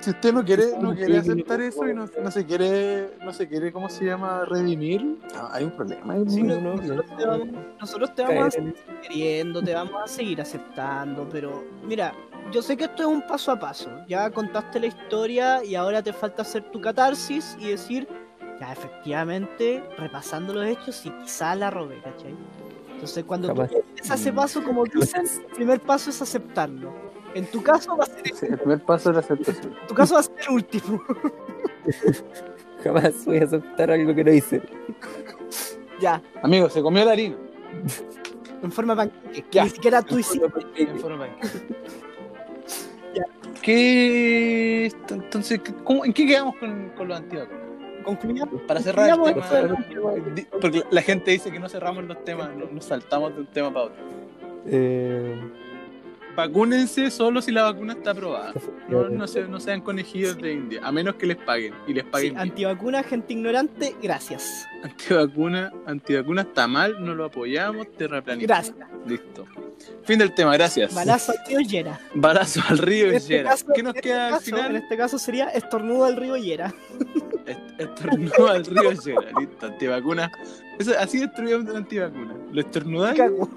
[SPEAKER 2] Si usted no quiere, no quiere aceptar eso y no, no se quiere, no se quiere, ¿cómo se llama? Redimir. no, hay un problema. hay un
[SPEAKER 3] Sí,
[SPEAKER 2] problema.
[SPEAKER 3] no, no,
[SPEAKER 1] nosotros, te
[SPEAKER 3] no.
[SPEAKER 1] vamos, nosotros te vamos a
[SPEAKER 3] Caer
[SPEAKER 1] seguir
[SPEAKER 3] en-
[SPEAKER 1] queriendo, te vamos a seguir aceptando, pero mira, yo sé que esto es un paso a paso. Ya contaste la historia y ahora te falta hacer tu catarsis y decir, ya efectivamente, repasando los hechos, y quizá la robé, ¿cachai? Entonces cuando tú
[SPEAKER 3] Capaz.
[SPEAKER 1] haces ese paso, como dicen, el primer paso es aceptarlo. En tu caso va a ser
[SPEAKER 2] Sí, el primer paso es la aceptación.
[SPEAKER 1] En tu caso va a ser el último.
[SPEAKER 3] Jamás voy a aceptar algo que no hice.
[SPEAKER 1] ya,
[SPEAKER 2] Amigo, se comió la harina.
[SPEAKER 1] en forma de panqueque. Que
[SPEAKER 2] Ya.
[SPEAKER 1] ni siquiera tú hiciste.
[SPEAKER 2] ¿Qué? Entonces, ¿cómo- ¿en qué quedamos con, con los antídotos?
[SPEAKER 1] Concluyamos.
[SPEAKER 2] Para cerrar,
[SPEAKER 1] Digamos
[SPEAKER 2] el
[SPEAKER 1] esto
[SPEAKER 2] tema,
[SPEAKER 1] de
[SPEAKER 2] di- porque la gente dice que no cerramos los temas, no- nos saltamos de un tema para otro.
[SPEAKER 3] Eh,
[SPEAKER 2] Vacúnense solo si la vacuna está aprobada. No, no, se- no sean conejillos de India, a menos que les paguen. Y les
[SPEAKER 1] Sí,
[SPEAKER 2] paguen bien.
[SPEAKER 1] antivacuna, gente ignorante, gracias.
[SPEAKER 2] Antivacuna, antivacuna está mal, no lo apoyamos, terraplanista.
[SPEAKER 1] Gracias.
[SPEAKER 2] Listo. Fin del tema, gracias. Balazo,
[SPEAKER 1] Balazo al río Llera.
[SPEAKER 2] al río
[SPEAKER 1] En
[SPEAKER 2] y
[SPEAKER 1] este
[SPEAKER 2] Yera.
[SPEAKER 1] caso-
[SPEAKER 2] ¿Qué nos
[SPEAKER 1] en este
[SPEAKER 2] queda al
[SPEAKER 1] caso- En
[SPEAKER 2] final?
[SPEAKER 1] este caso sería estornudo al río Llera.
[SPEAKER 2] Est- Estornudo al río y Yera. Listo, antivacuna. Eso, así destruimos la antivacuna. Lo estornudan,
[SPEAKER 1] Cago.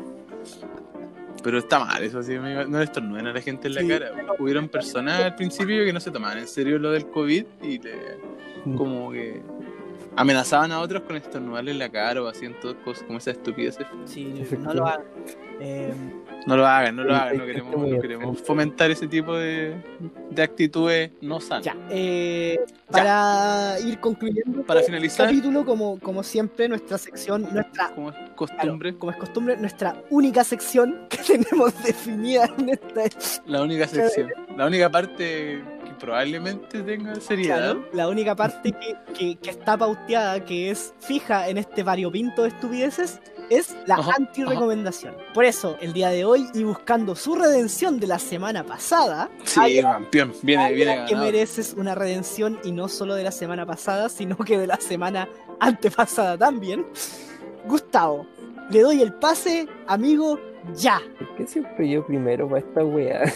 [SPEAKER 2] pero está mal, eso sí, amigo. no le estornuden a la gente en la
[SPEAKER 1] Sí,
[SPEAKER 2] cara.
[SPEAKER 1] pero-
[SPEAKER 2] Hubieron personas al principio que no se tomaban en serio lo del COVID y le-
[SPEAKER 1] Mm.
[SPEAKER 2] como que amenazaban a otros con estornudarle en la cara o hacían todas cosas como esas estupideces.
[SPEAKER 1] Sí, no
[SPEAKER 3] Efectivamente.
[SPEAKER 1] lo hagan. Eh,
[SPEAKER 2] No lo hagan, no lo
[SPEAKER 3] Sí,
[SPEAKER 2] hagan, no
[SPEAKER 3] hay
[SPEAKER 2] queremos,
[SPEAKER 3] gente muy
[SPEAKER 2] no queremos
[SPEAKER 3] enferma.
[SPEAKER 2] fomentar ese tipo de, de actitudes no sanas.
[SPEAKER 1] ya. eh,
[SPEAKER 2] Ya.
[SPEAKER 1] para ir concluyendo
[SPEAKER 2] Para
[SPEAKER 1] este
[SPEAKER 2] finalizar,
[SPEAKER 1] capítulo, como, como siempre, nuestra sección, nuestra
[SPEAKER 2] como es
[SPEAKER 1] claro,
[SPEAKER 2] costumbre,
[SPEAKER 1] como es costumbre, nuestra única sección que tenemos definida en este esta
[SPEAKER 2] la única sección, la única parte que probablemente tenga seriedad.
[SPEAKER 1] Claro, la única parte que, que- que está pauteada, que es fija en este variopinto de estupideces, es la
[SPEAKER 2] Ajá,
[SPEAKER 1] anti-recomendación. Por eso, el día de hoy, y buscando su redención de la semana pasada,
[SPEAKER 2] Sí,
[SPEAKER 1] hay
[SPEAKER 2] campeón, viene, viene
[SPEAKER 1] que
[SPEAKER 2] ganado.
[SPEAKER 1] mereces una redención, y no solo de la semana pasada, sino que de la semana antepasada también. Gustavo, le doy el pase, amigo, ya,
[SPEAKER 3] ¿Por qué siempre yo primero para esta weá?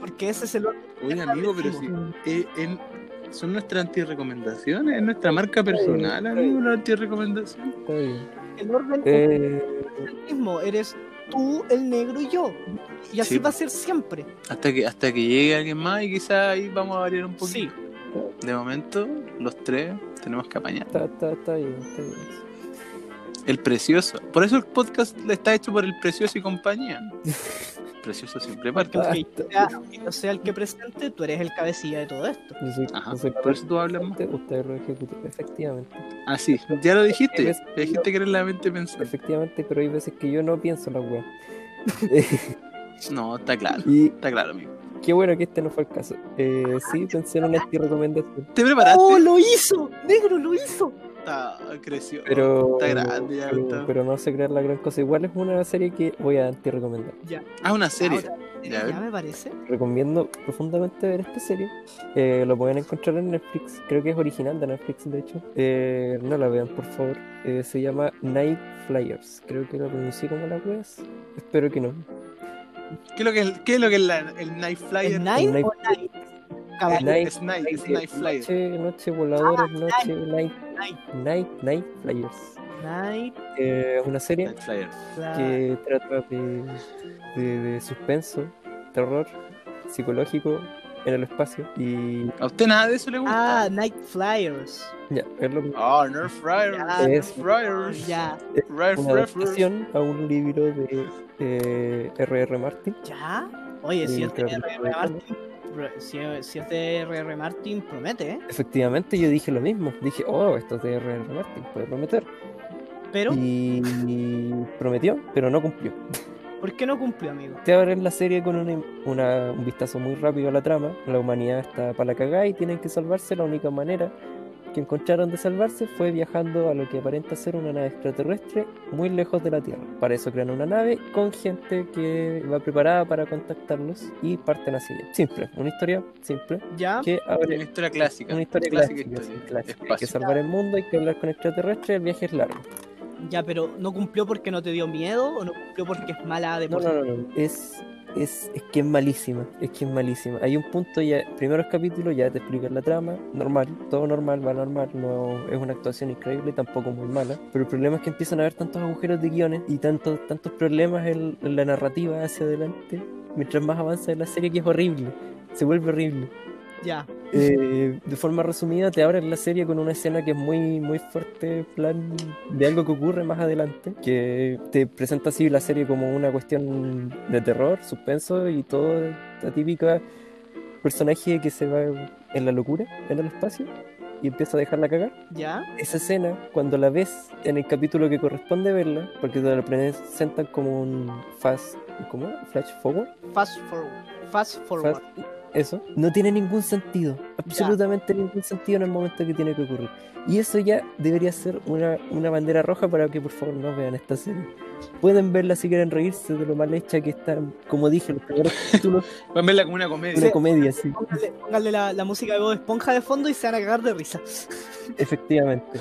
[SPEAKER 1] porque ese es el orden.
[SPEAKER 2] Oye, amigo, pero si eh, en- son nuestras antirrecomendaciones, es nuestra marca personal, amigo, la antirrecomendación.
[SPEAKER 3] Está bien.
[SPEAKER 1] El orden
[SPEAKER 3] Eh,
[SPEAKER 1] es el mismo, eres tú, el negro y yo. Y así
[SPEAKER 2] Sí.
[SPEAKER 1] va a ser siempre.
[SPEAKER 2] Hasta que, hasta que llegue alguien más y quizás ahí vamos a variar un
[SPEAKER 1] Sí.
[SPEAKER 2] poquito. De momento, los tres tenemos que apañar.
[SPEAKER 3] está, está, está bien, está bien.
[SPEAKER 2] El Precioso. Por eso el podcast está hecho por El Precioso y compañía. Precioso siempre parte.
[SPEAKER 1] Porque
[SPEAKER 3] Basta.
[SPEAKER 1] ya, aunque yo sea el que presente, tú eres el cabecilla de todo esto.
[SPEAKER 3] Yo soy,
[SPEAKER 2] Ajá,
[SPEAKER 3] yo soy
[SPEAKER 2] por eso tú hablas más.
[SPEAKER 3] Ustedes lo ejecutan, efectivamente.
[SPEAKER 2] Así, ya lo dijiste. ya dijiste que eres la mente pensante.
[SPEAKER 3] Efectivamente, pero hay veces que yo no pienso en la weá.
[SPEAKER 2] Ah, No, está claro.
[SPEAKER 3] y
[SPEAKER 2] Está claro, amigo.
[SPEAKER 3] qué bueno que este no fue el caso. Eh, sí, pensé en una recomendación.
[SPEAKER 2] ¿Te preparaste?
[SPEAKER 1] ¡Oh, lo hizo! ¡Negro lo hizo!
[SPEAKER 2] Está, creció.
[SPEAKER 3] Pero,
[SPEAKER 2] Está grande ya.
[SPEAKER 3] pero, pues,
[SPEAKER 2] está-
[SPEAKER 3] pero no sé crear la gran cosa. Igual es una serie que voy a anti-recomendar.
[SPEAKER 2] Ah, una serie.
[SPEAKER 1] Ahora,
[SPEAKER 2] Ya, a ver.
[SPEAKER 1] ya me parece.
[SPEAKER 3] Recomiendo profundamente ver esta serie. Eh, lo pueden encontrar en Netflix. Creo que es original de Netflix, de hecho. Eh, no la vean, por favor. Eh, se llama Night Flyers. Creo que la pronuncié como la weas. Espero que no.
[SPEAKER 2] ¿Qué es lo que es, qué es, lo que es la- el Night Flyer?
[SPEAKER 1] ¿El Nine
[SPEAKER 3] Knife-
[SPEAKER 1] o Nine? Cabal,
[SPEAKER 3] Knife-
[SPEAKER 2] Es Night, es
[SPEAKER 3] Night-
[SPEAKER 2] Night Flyer.
[SPEAKER 3] Noche, noche voladora, noche, night,
[SPEAKER 1] Night.
[SPEAKER 3] night, night flyers.
[SPEAKER 1] Night,
[SPEAKER 3] Eh, Es una serie
[SPEAKER 2] Night Flyer.
[SPEAKER 1] la-
[SPEAKER 3] que trata de, de- de suspenso, terror, psicológico en el espacio. Y
[SPEAKER 2] ¿A usted nada de eso le gusta?
[SPEAKER 1] Ah, Night Flyers.
[SPEAKER 3] ya, es lo mismo.
[SPEAKER 2] Ah, Nerf Flyer.
[SPEAKER 1] Ya.
[SPEAKER 2] Nerf
[SPEAKER 3] Eso.
[SPEAKER 2] Flyers.
[SPEAKER 1] Ya,
[SPEAKER 2] Nerf
[SPEAKER 3] una
[SPEAKER 2] Flyers.
[SPEAKER 3] adaptación a un libro de eh, R.R. Martin.
[SPEAKER 1] ya. Oye, si
[SPEAKER 3] Sí,
[SPEAKER 1] es de
[SPEAKER 3] creo que
[SPEAKER 1] R.R.
[SPEAKER 3] lo
[SPEAKER 1] Martin, pro- si es si es de R.R. Martin, promete, ¿eh?
[SPEAKER 3] Efectivamente, yo dije lo mismo. Dije, oh, esto es de R.R. Martin, puede prometer.
[SPEAKER 1] Pero,
[SPEAKER 3] Y, y prometió, pero no cumplió.
[SPEAKER 1] ¿Por qué no cumple, amigo?
[SPEAKER 3] Te abren la serie con una- una- un vistazo muy rápido a la trama. La humanidad está para la cagada y tienen que salvarse. La única manera que encontraron de salvarse fue viajando a lo que aparenta ser una nave extraterrestre muy lejos de la Tierra. Para eso crean una nave con gente que va preparada para contactarlos y parten así. Simple, una historia simple
[SPEAKER 1] ¿Ya?
[SPEAKER 3] que abre
[SPEAKER 2] Una historia clásica.
[SPEAKER 3] una historia Ah. clásica, sí, clásica. Hay que
[SPEAKER 2] Espacio.
[SPEAKER 3] salvar el mundo, hay que hablar con extraterrestres, el viaje es largo.
[SPEAKER 1] Ya, pero ¿no cumplió porque no te dio miedo? ¿O no cumplió porque es mala de
[SPEAKER 3] No,
[SPEAKER 1] por
[SPEAKER 3] no, no, no. Es, es, es que es malísima, es que es malísima. Hay un punto ya, primeros capítulos ya te explican la trama, normal, todo normal, va normal, no es una actuación increíble, tampoco muy mala. Pero el problema es que empiezan a haber tantos agujeros de guiones y tantos, tantos problemas en, en la narrativa hacia adelante, mientras más avanza la serie que es horrible, se vuelve horrible.
[SPEAKER 1] Ya.
[SPEAKER 3] Eh, de forma resumida, te abren la serie con una escena que es muy, muy fuerte, plan de algo que ocurre más adelante, que te presenta así la serie como una cuestión de terror, suspenso y todo la típica personaje que se va en la locura, en el espacio, y empieza a dejarla cagar
[SPEAKER 1] ¿Ya?
[SPEAKER 3] esa escena, cuando la ves en el capítulo que corresponde verla, porque te la presentan como un fast, ¿cómo? Flash forward.
[SPEAKER 1] Fast forward. Fast forward.
[SPEAKER 3] Fast- Eso no tiene ningún sentido, absolutamente ningún sentido en el momento que tiene que ocurrir. Y eso ya debería ser una, una bandera roja para que por favor no vean esta serie. Pueden verla si quieren reírse de lo mal hecha que está, como dije, los primeros capítulos,
[SPEAKER 2] Van a verla como una
[SPEAKER 3] una
[SPEAKER 2] comedia.
[SPEAKER 1] Sí.
[SPEAKER 3] comedia, sí,
[SPEAKER 1] Póngale, póngale la, la música de Bob Esponja de fondo y se van a cagar de risa.
[SPEAKER 3] efectivamente.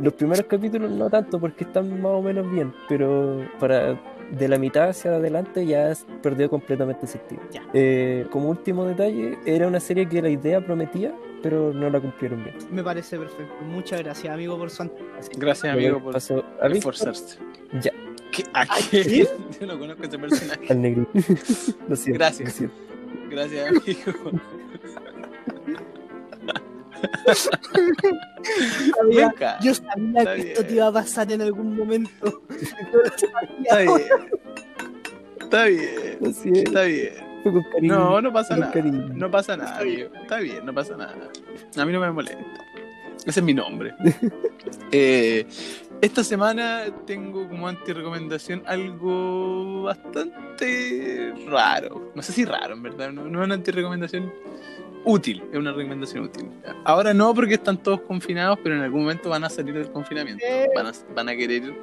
[SPEAKER 3] Los primeros capítulos no tanto porque están más o menos bien, pero para de la mitad hacia adelante ya s- perdió completamente sentido.
[SPEAKER 1] Ya.
[SPEAKER 3] Eh, como último detalle, era una serie que la idea prometía, pero no la cumplieron bien.
[SPEAKER 1] Me parece perfecto. Muchas gracias, amigo, por su an-
[SPEAKER 2] Gracias,
[SPEAKER 3] Lo que
[SPEAKER 2] amigo, por
[SPEAKER 3] pasó a Víctor,
[SPEAKER 2] esforzarse.
[SPEAKER 3] Ya.
[SPEAKER 2] ¿Qué? ¿A
[SPEAKER 1] quién?
[SPEAKER 2] qué? Yo no conozco a ese personaje.
[SPEAKER 3] al negrito. Lo siento,
[SPEAKER 2] Gracias.
[SPEAKER 3] lo siento.
[SPEAKER 2] Gracias, amigo.
[SPEAKER 1] Sabía-
[SPEAKER 2] Nunca.
[SPEAKER 1] Yo sabía
[SPEAKER 2] Está
[SPEAKER 1] que esto te
[SPEAKER 2] bien.
[SPEAKER 1] iba a pasar en algún momento. Yo lo
[SPEAKER 2] Está
[SPEAKER 1] sabía.
[SPEAKER 2] bien. Está bien.
[SPEAKER 3] Lo siento,
[SPEAKER 2] Está bien.
[SPEAKER 3] fue con cariño.
[SPEAKER 2] No, no pasa
[SPEAKER 3] Con
[SPEAKER 2] nada.
[SPEAKER 3] cariño.
[SPEAKER 2] No pasa nada,
[SPEAKER 1] Está bien.
[SPEAKER 2] amigo. Está bien, no pasa nada. A mí no me molesta. Ese es mi nombre. Eh, esta semana tengo como anti-recomendación algo bastante raro. No sé si raro, en verdad. No, no es una anti-recomendación útil. Es una recomendación útil. Ahora no porque están todos confinados, pero en algún momento van a salir del confinamiento.
[SPEAKER 1] Eh.
[SPEAKER 2] Van a, van a querer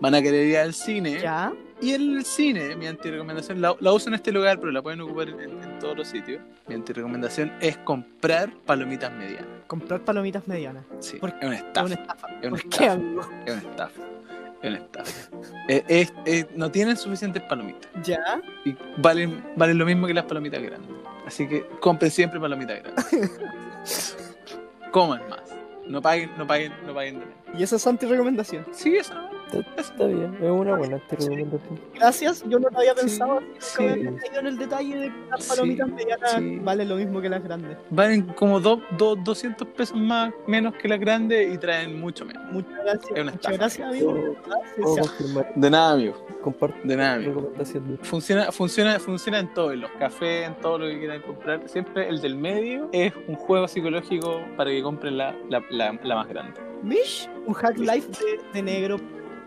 [SPEAKER 2] van a querer ir al cine.
[SPEAKER 1] Ya,
[SPEAKER 2] Y el cine, mi antirecomendación, la, la uso en este lugar, pero la pueden ocupar en, en todos los sitios. Mi antirecomendación es comprar palomitas medianas.
[SPEAKER 1] comprar palomitas medianas.
[SPEAKER 2] Sí,
[SPEAKER 1] ¿Por
[SPEAKER 2] es una
[SPEAKER 1] Es
[SPEAKER 2] estafa.
[SPEAKER 1] una estafa.
[SPEAKER 2] es una
[SPEAKER 1] ¿Por qué,
[SPEAKER 2] estafa.
[SPEAKER 1] amigo?
[SPEAKER 2] Es una estafa. Es una estafa. Eh, es- es- no tienen suficientes palomitas.
[SPEAKER 1] Ya,
[SPEAKER 2] Y valen, valen lo mismo que las palomitas grandes. Así que compren siempre palomitas grandes. Coman más. No paguen, no paguen, no paguen de menos.
[SPEAKER 1] y esa es anti-recomendación.
[SPEAKER 2] Sí, eso.
[SPEAKER 3] Está bien, es una buena te recomiendo.
[SPEAKER 1] Gracias, yo no lo había
[SPEAKER 2] Sí,
[SPEAKER 1] pensado. así
[SPEAKER 2] sí.
[SPEAKER 1] que me había caído en el detalle de que las
[SPEAKER 2] Sí,
[SPEAKER 1] palomitas medianas
[SPEAKER 2] sí.
[SPEAKER 1] valen lo mismo que las grandes.
[SPEAKER 2] Valen como do- do- 200 pesos más, menos que las grandes y traen mucho menos.
[SPEAKER 1] Muchas gracias.
[SPEAKER 2] Es una
[SPEAKER 1] Muchas
[SPEAKER 2] estafa. Oh,
[SPEAKER 1] gracias, amigo.
[SPEAKER 3] Puedo
[SPEAKER 1] Gracias.
[SPEAKER 3] puedo confirmar,
[SPEAKER 4] De nada, amigo.
[SPEAKER 3] comparto
[SPEAKER 2] De nada,
[SPEAKER 3] la
[SPEAKER 2] amigo.
[SPEAKER 3] recomendación de
[SPEAKER 2] Funciona, funciona, funciona en todo, en los cafés, en todo lo que quieran comprar. Siempre el del medio es un juego psicológico para que compren la, la, la- la más grande.
[SPEAKER 1] Mish, un hack life de, de negro.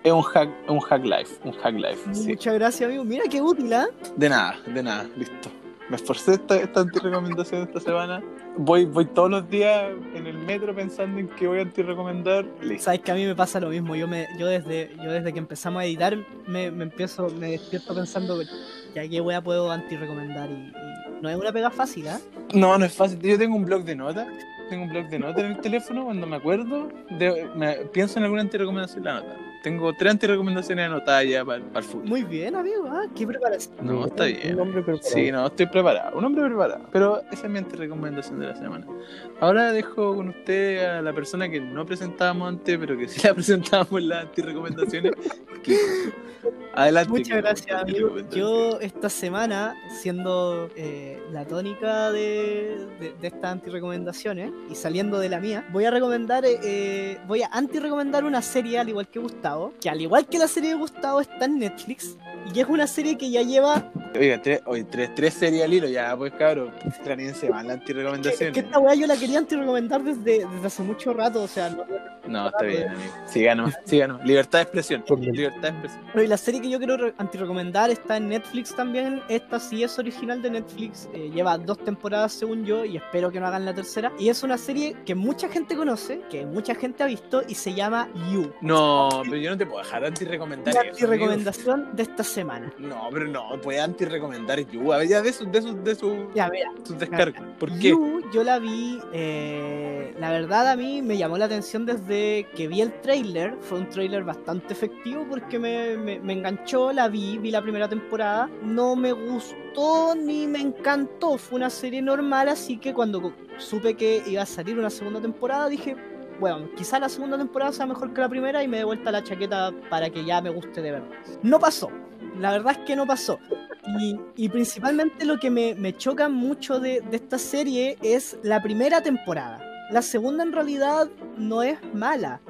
[SPEAKER 2] Es un hack, un hack life, un hack life. Sí.
[SPEAKER 1] Muchas gracias, amigo. Mira qué útil, ¿ah?
[SPEAKER 2] De nada, de nada, listo. Me esforcé esta, esta antirecomendación esta semana. Voy, voy todos los días en el metro pensando en qué voy a antirecomendar. Listo.
[SPEAKER 1] Sabes que a mí me pasa lo mismo. Yo me, yo desde, yo desde que empezamos a editar me, me empiezo, me despierto pensando ya qué wea puedo anti-recomendar y, y no es una pega fácil, ¿ah?
[SPEAKER 2] No, no es fácil. Yo tengo un blog de notas. Tengo un blog de notas en el teléfono. Cuando me acuerdo, de- me- pienso en alguna antirecomendación y la nota. Tengo tres antirecomendaciones anotadas ya para, para el fútbol.
[SPEAKER 1] Muy bien, amigo, ¿ah? Qué preparación.
[SPEAKER 2] No,
[SPEAKER 3] un-
[SPEAKER 2] está
[SPEAKER 3] Un
[SPEAKER 2] bien.
[SPEAKER 3] nombre preparado.
[SPEAKER 2] Sí, no, estoy preparado. Un hombre preparado. Pero esa es mi recomendación de la semana. Ahora dejo con ustedes a la persona que no presentábamos antes, pero que sí la presentábamos en las antirecomendaciones. Kiko. Adelante.
[SPEAKER 1] Muchas
[SPEAKER 2] Kiko,
[SPEAKER 1] gracias,
[SPEAKER 2] con tu
[SPEAKER 1] amigo.
[SPEAKER 2] recomendación.
[SPEAKER 1] Yo esta semana, siendo eh, la tónica de, de, de estas anti-recomendaciones y saliendo de la mía, voy a recomendar, eh, voy a anti-recomendar una serie al igual que Gustavo, que al igual que la serie de Gustavo está en Netflix y que es una serie que ya lleva
[SPEAKER 2] Oiga, tres, oye, tres, tres series al hilo, ya, pues cabrón. Extraníense mal las antirrecomendaciones.
[SPEAKER 1] Es que esta weá yo la quería antirrecomendar desde, desde hace mucho rato, o sea, no-
[SPEAKER 2] No, está bien, amigo. Siga nomás, siga nomás. Libertad de expresión. Libertad de expresión.
[SPEAKER 1] Bueno, y la serie que yo quiero re- antirrecomendar está en Netflix también. Esta sí es original de Netflix. eh, lleva dos temporadas, según yo, y espero que no hagan la tercera. Y es una serie que mucha gente conoce, que mucha gente ha visto, y se llama You.
[SPEAKER 2] No, pero yo no te puedo dejar antirrecomendar.
[SPEAKER 1] La
[SPEAKER 2] eso,
[SPEAKER 1] antirrecomendación de esta semana.
[SPEAKER 2] amigo. No, pero no, puedes antirrecomendar yo. A ver, ya de sus de sus, de sus,
[SPEAKER 1] Ya, mira,
[SPEAKER 2] sus descargos. ¿Por qué?
[SPEAKER 1] You yo la vi, eh, la verdad a mí me llamó la atención desde que vi el trailer, fue un trailer bastante efectivo porque me, me- me enganchó, la vi, vi la primera temporada, no me gustó ni me encantó, fue una serie normal, así que cuando co- supe que iba a salir una segunda temporada dije, bueno, quizá la segunda temporada sea mejor que la primera y me dé vuelta la chaqueta para que ya me guste de verdad. No pasó, la verdad es que no pasó. Y, y principalmente lo que me, me choca mucho de, de esta serie es la primera temporada. La segunda en realidad no es mala,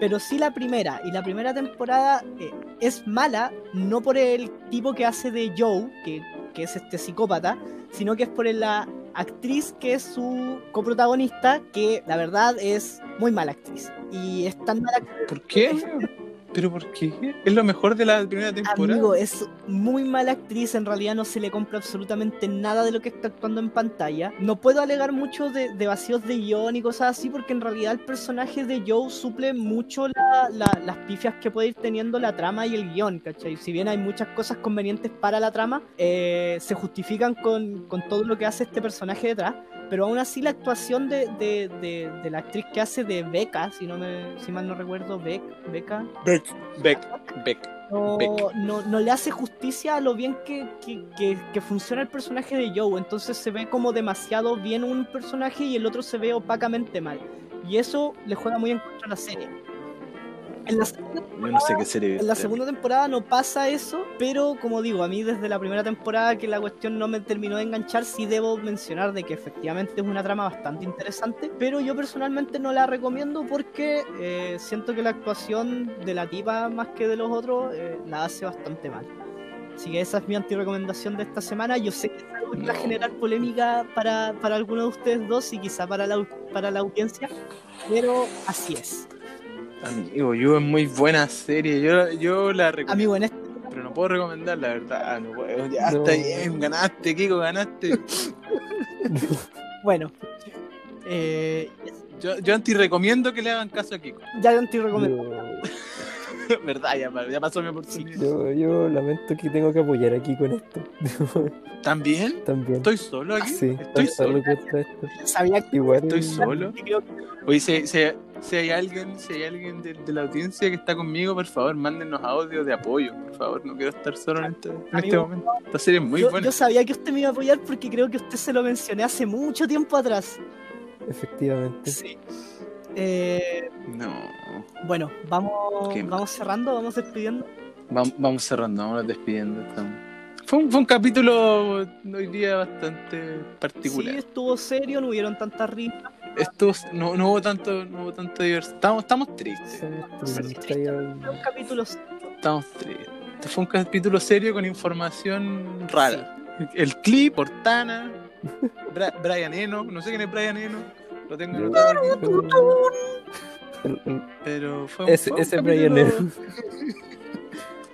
[SPEAKER 1] pero sí la primera. Y la primera temporada eh, es mala no por el tipo que hace de Joe, que, que es este psicópata, sino que es por la actriz que es su coprotagonista, que la verdad es muy mala actriz. Y es tan mala
[SPEAKER 2] ¿Por qué? ¿Pero por qué? Es lo mejor de la primera temporada.
[SPEAKER 1] Amigo, eh. es muy mala actriz, en realidad no se le compra absolutamente nada de lo que está actuando en pantalla. No puedo alegar mucho de, de vacíos de guión y cosas así, porque en realidad el personaje de Joe suple mucho la- la- las pifias que puede ir teniendo la trama y el guión, ¿cachai? Si bien hay muchas cosas convenientes para la trama, eh, se justifican con, con todo lo que hace este personaje detrás. Pero aún así la actuación de, de- de- de la actriz que hace de Becca, si, no me, si mal no recuerdo, Beck, Becca,
[SPEAKER 2] Beck, Beck, Beck.
[SPEAKER 1] no,
[SPEAKER 2] Beck.
[SPEAKER 1] no, no le hace justicia a lo bien que, que- que- que funciona el personaje de Joe. Entonces se ve como demasiado bien un personaje y el otro se ve opacamente mal. Y eso le juega muy en contra a la serie. En la segunda
[SPEAKER 2] Yo no sé qué serie.
[SPEAKER 1] en Ah, la segunda temporada no pasa eso, pero como digo, a mí desde la primera temporada que la cuestión no me terminó de enganchar, sí debo mencionar de que efectivamente es una trama bastante interesante, pero yo personalmente no la recomiendo porque eh, siento que la actuación de la tipa más que de los otros eh, la hace bastante mal. Así que esa es mi antirecomendación de esta semana. Yo sé que es algo que va a
[SPEAKER 2] No.
[SPEAKER 1] generar polémica para, para alguno de ustedes dos y quizá para la, au- para la audiencia, pero así es.
[SPEAKER 2] Amigo, yo es muy buena serie. Yo, yo la recomiendo.
[SPEAKER 1] Amigo, en este
[SPEAKER 2] Pero no puedo recomendar, la verdad. Ah, no puedo. Ya
[SPEAKER 3] No.
[SPEAKER 2] está bien, ganaste, Kiko, ganaste.
[SPEAKER 1] Bueno, eh,
[SPEAKER 2] Yo, yo antirrecomiendo que le hagan caso a Kiko.
[SPEAKER 1] ya anti recomiendo.
[SPEAKER 2] verdad, ya, pa- ya pasó mi oportunidad.
[SPEAKER 3] Yo, yo lamento que tengo que apoyar aquí con esto.
[SPEAKER 2] ¿También?
[SPEAKER 3] También.
[SPEAKER 2] ¿Estoy solo aquí?
[SPEAKER 3] Sí,
[SPEAKER 2] Estoy solo.
[SPEAKER 3] contra esto.
[SPEAKER 1] Sabía que
[SPEAKER 3] Igual.
[SPEAKER 2] Estoy solo.
[SPEAKER 1] creo que
[SPEAKER 2] Oye, si, si- si hay alguien, si hay alguien de, de la audiencia que está conmigo, por favor, mándenos audios de apoyo. Por favor, no quiero estar solo en este, en este
[SPEAKER 1] Amigo.
[SPEAKER 2] momento. Esta serie es muy
[SPEAKER 1] yo,
[SPEAKER 2] buena.
[SPEAKER 1] yo sabía que usted me iba a apoyar porque creo que usted se lo mencioné hace mucho tiempo atrás.
[SPEAKER 3] Efectivamente.
[SPEAKER 1] Sí. Eh,
[SPEAKER 2] No.
[SPEAKER 1] bueno, vamos,
[SPEAKER 2] Qué mal.
[SPEAKER 1] vamos cerrando, vamos despidiendo.
[SPEAKER 2] Vamos, vamos cerrando, vamos despidiendo. estamos. Fue un, fue un capítulo hoy día bastante particular.
[SPEAKER 1] Sí, estuvo serio, no hubieron tantas risas.
[SPEAKER 2] Esto no, no hubo tanto, no hubo tanta diversidad. Estamos, estamos tristes.
[SPEAKER 3] Somos tres,
[SPEAKER 1] Fue Un capítulo serio.
[SPEAKER 2] Estamos tristes. Este fue un capítulo serio con información rara. El clip, Portana, Bra- Brian Eno, no sé quién es Brian Eno, lo tengo
[SPEAKER 3] Yo-
[SPEAKER 2] anotado aquí,
[SPEAKER 3] El- el-
[SPEAKER 2] pero fue un,
[SPEAKER 3] Ese,
[SPEAKER 2] fue un
[SPEAKER 3] ese
[SPEAKER 2] capítulo-
[SPEAKER 3] Brian Eno.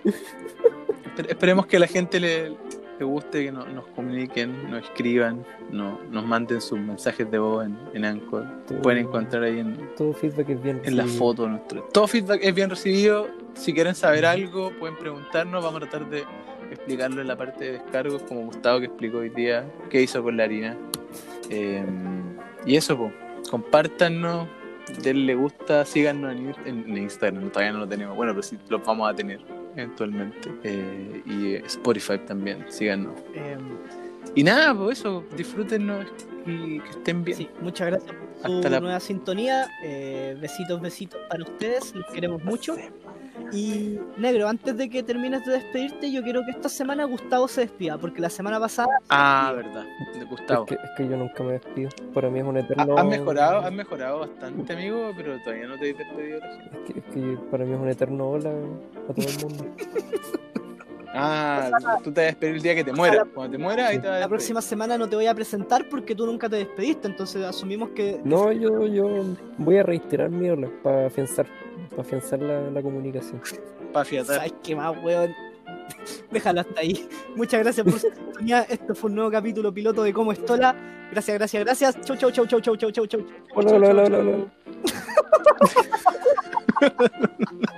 [SPEAKER 2] Espere- Esperemos que a la gente le, le guste, que no- nos comuniquen, nos escriban, no, nos manden sus mensajes de voz en, en Anchor.
[SPEAKER 3] Todo-
[SPEAKER 2] Pueden encontrar ahí en,
[SPEAKER 3] Todo feedback es bien.
[SPEAKER 2] en la
[SPEAKER 3] recibido.
[SPEAKER 2] foto nuestro. Todo feedback es bien recibido. Si quieren saber algo, pueden preguntarnos. Vamos a tratar de explicarlo en la parte de descargos, como Gustavo que explicó hoy día qué hizo con la harina. Eh, y eso, po. compártanos, denle gusta, síganos en, in- en- en Instagram. Todavía no lo tenemos, bueno, pero sí los vamos a tener eventualmente. Eh, y eh, Spotify también, síganos.
[SPEAKER 1] Eh,
[SPEAKER 2] Y nada, pues eso, disfrútennos y que estén bien.
[SPEAKER 1] sí, muchas gracias por su
[SPEAKER 2] Hasta la-
[SPEAKER 1] nueva sintonía. Eh, besitos, besitos para ustedes. Los queremos mucho. Y negro, antes de que termines de despedirte, yo quiero que esta semana Gustavo se despida, porque la semana pasada
[SPEAKER 2] Ah, verdad, de
[SPEAKER 3] Es
[SPEAKER 2] Gustavo.
[SPEAKER 3] que, es que yo nunca me despido. Para mí es un
[SPEAKER 2] Ha-
[SPEAKER 3] eterno.
[SPEAKER 2] Has mejorado, has mejorado bastante, amigo, pero todavía no te he despedido. de la gente.
[SPEAKER 3] eh, Es que, es que para mí es un eterno hola a todo el mundo.
[SPEAKER 2] Ah, tú te vas a despedir el día que te mueras. Cuando te mueras, ahí te vas a
[SPEAKER 1] La
[SPEAKER 2] despedir.
[SPEAKER 1] próxima semana no te voy a presentar porque tú nunca te despediste, entonces asumimos que
[SPEAKER 3] No, yo, yo voy a reiterar mi habla para afianzar, para afianzar la, la comunicación.
[SPEAKER 2] Para fiatar.
[SPEAKER 1] ¿Sabes qué más, weón? Déjalo hasta ahí. Muchas gracias por su oportunidad. Esto fue un nuevo capítulo piloto de Cómo Estola. Gracias, gracias, gracias. Chau, chau, chau, chau, chau, chau, chau, chau.
[SPEAKER 3] Hola, hola, hola, hola, hola.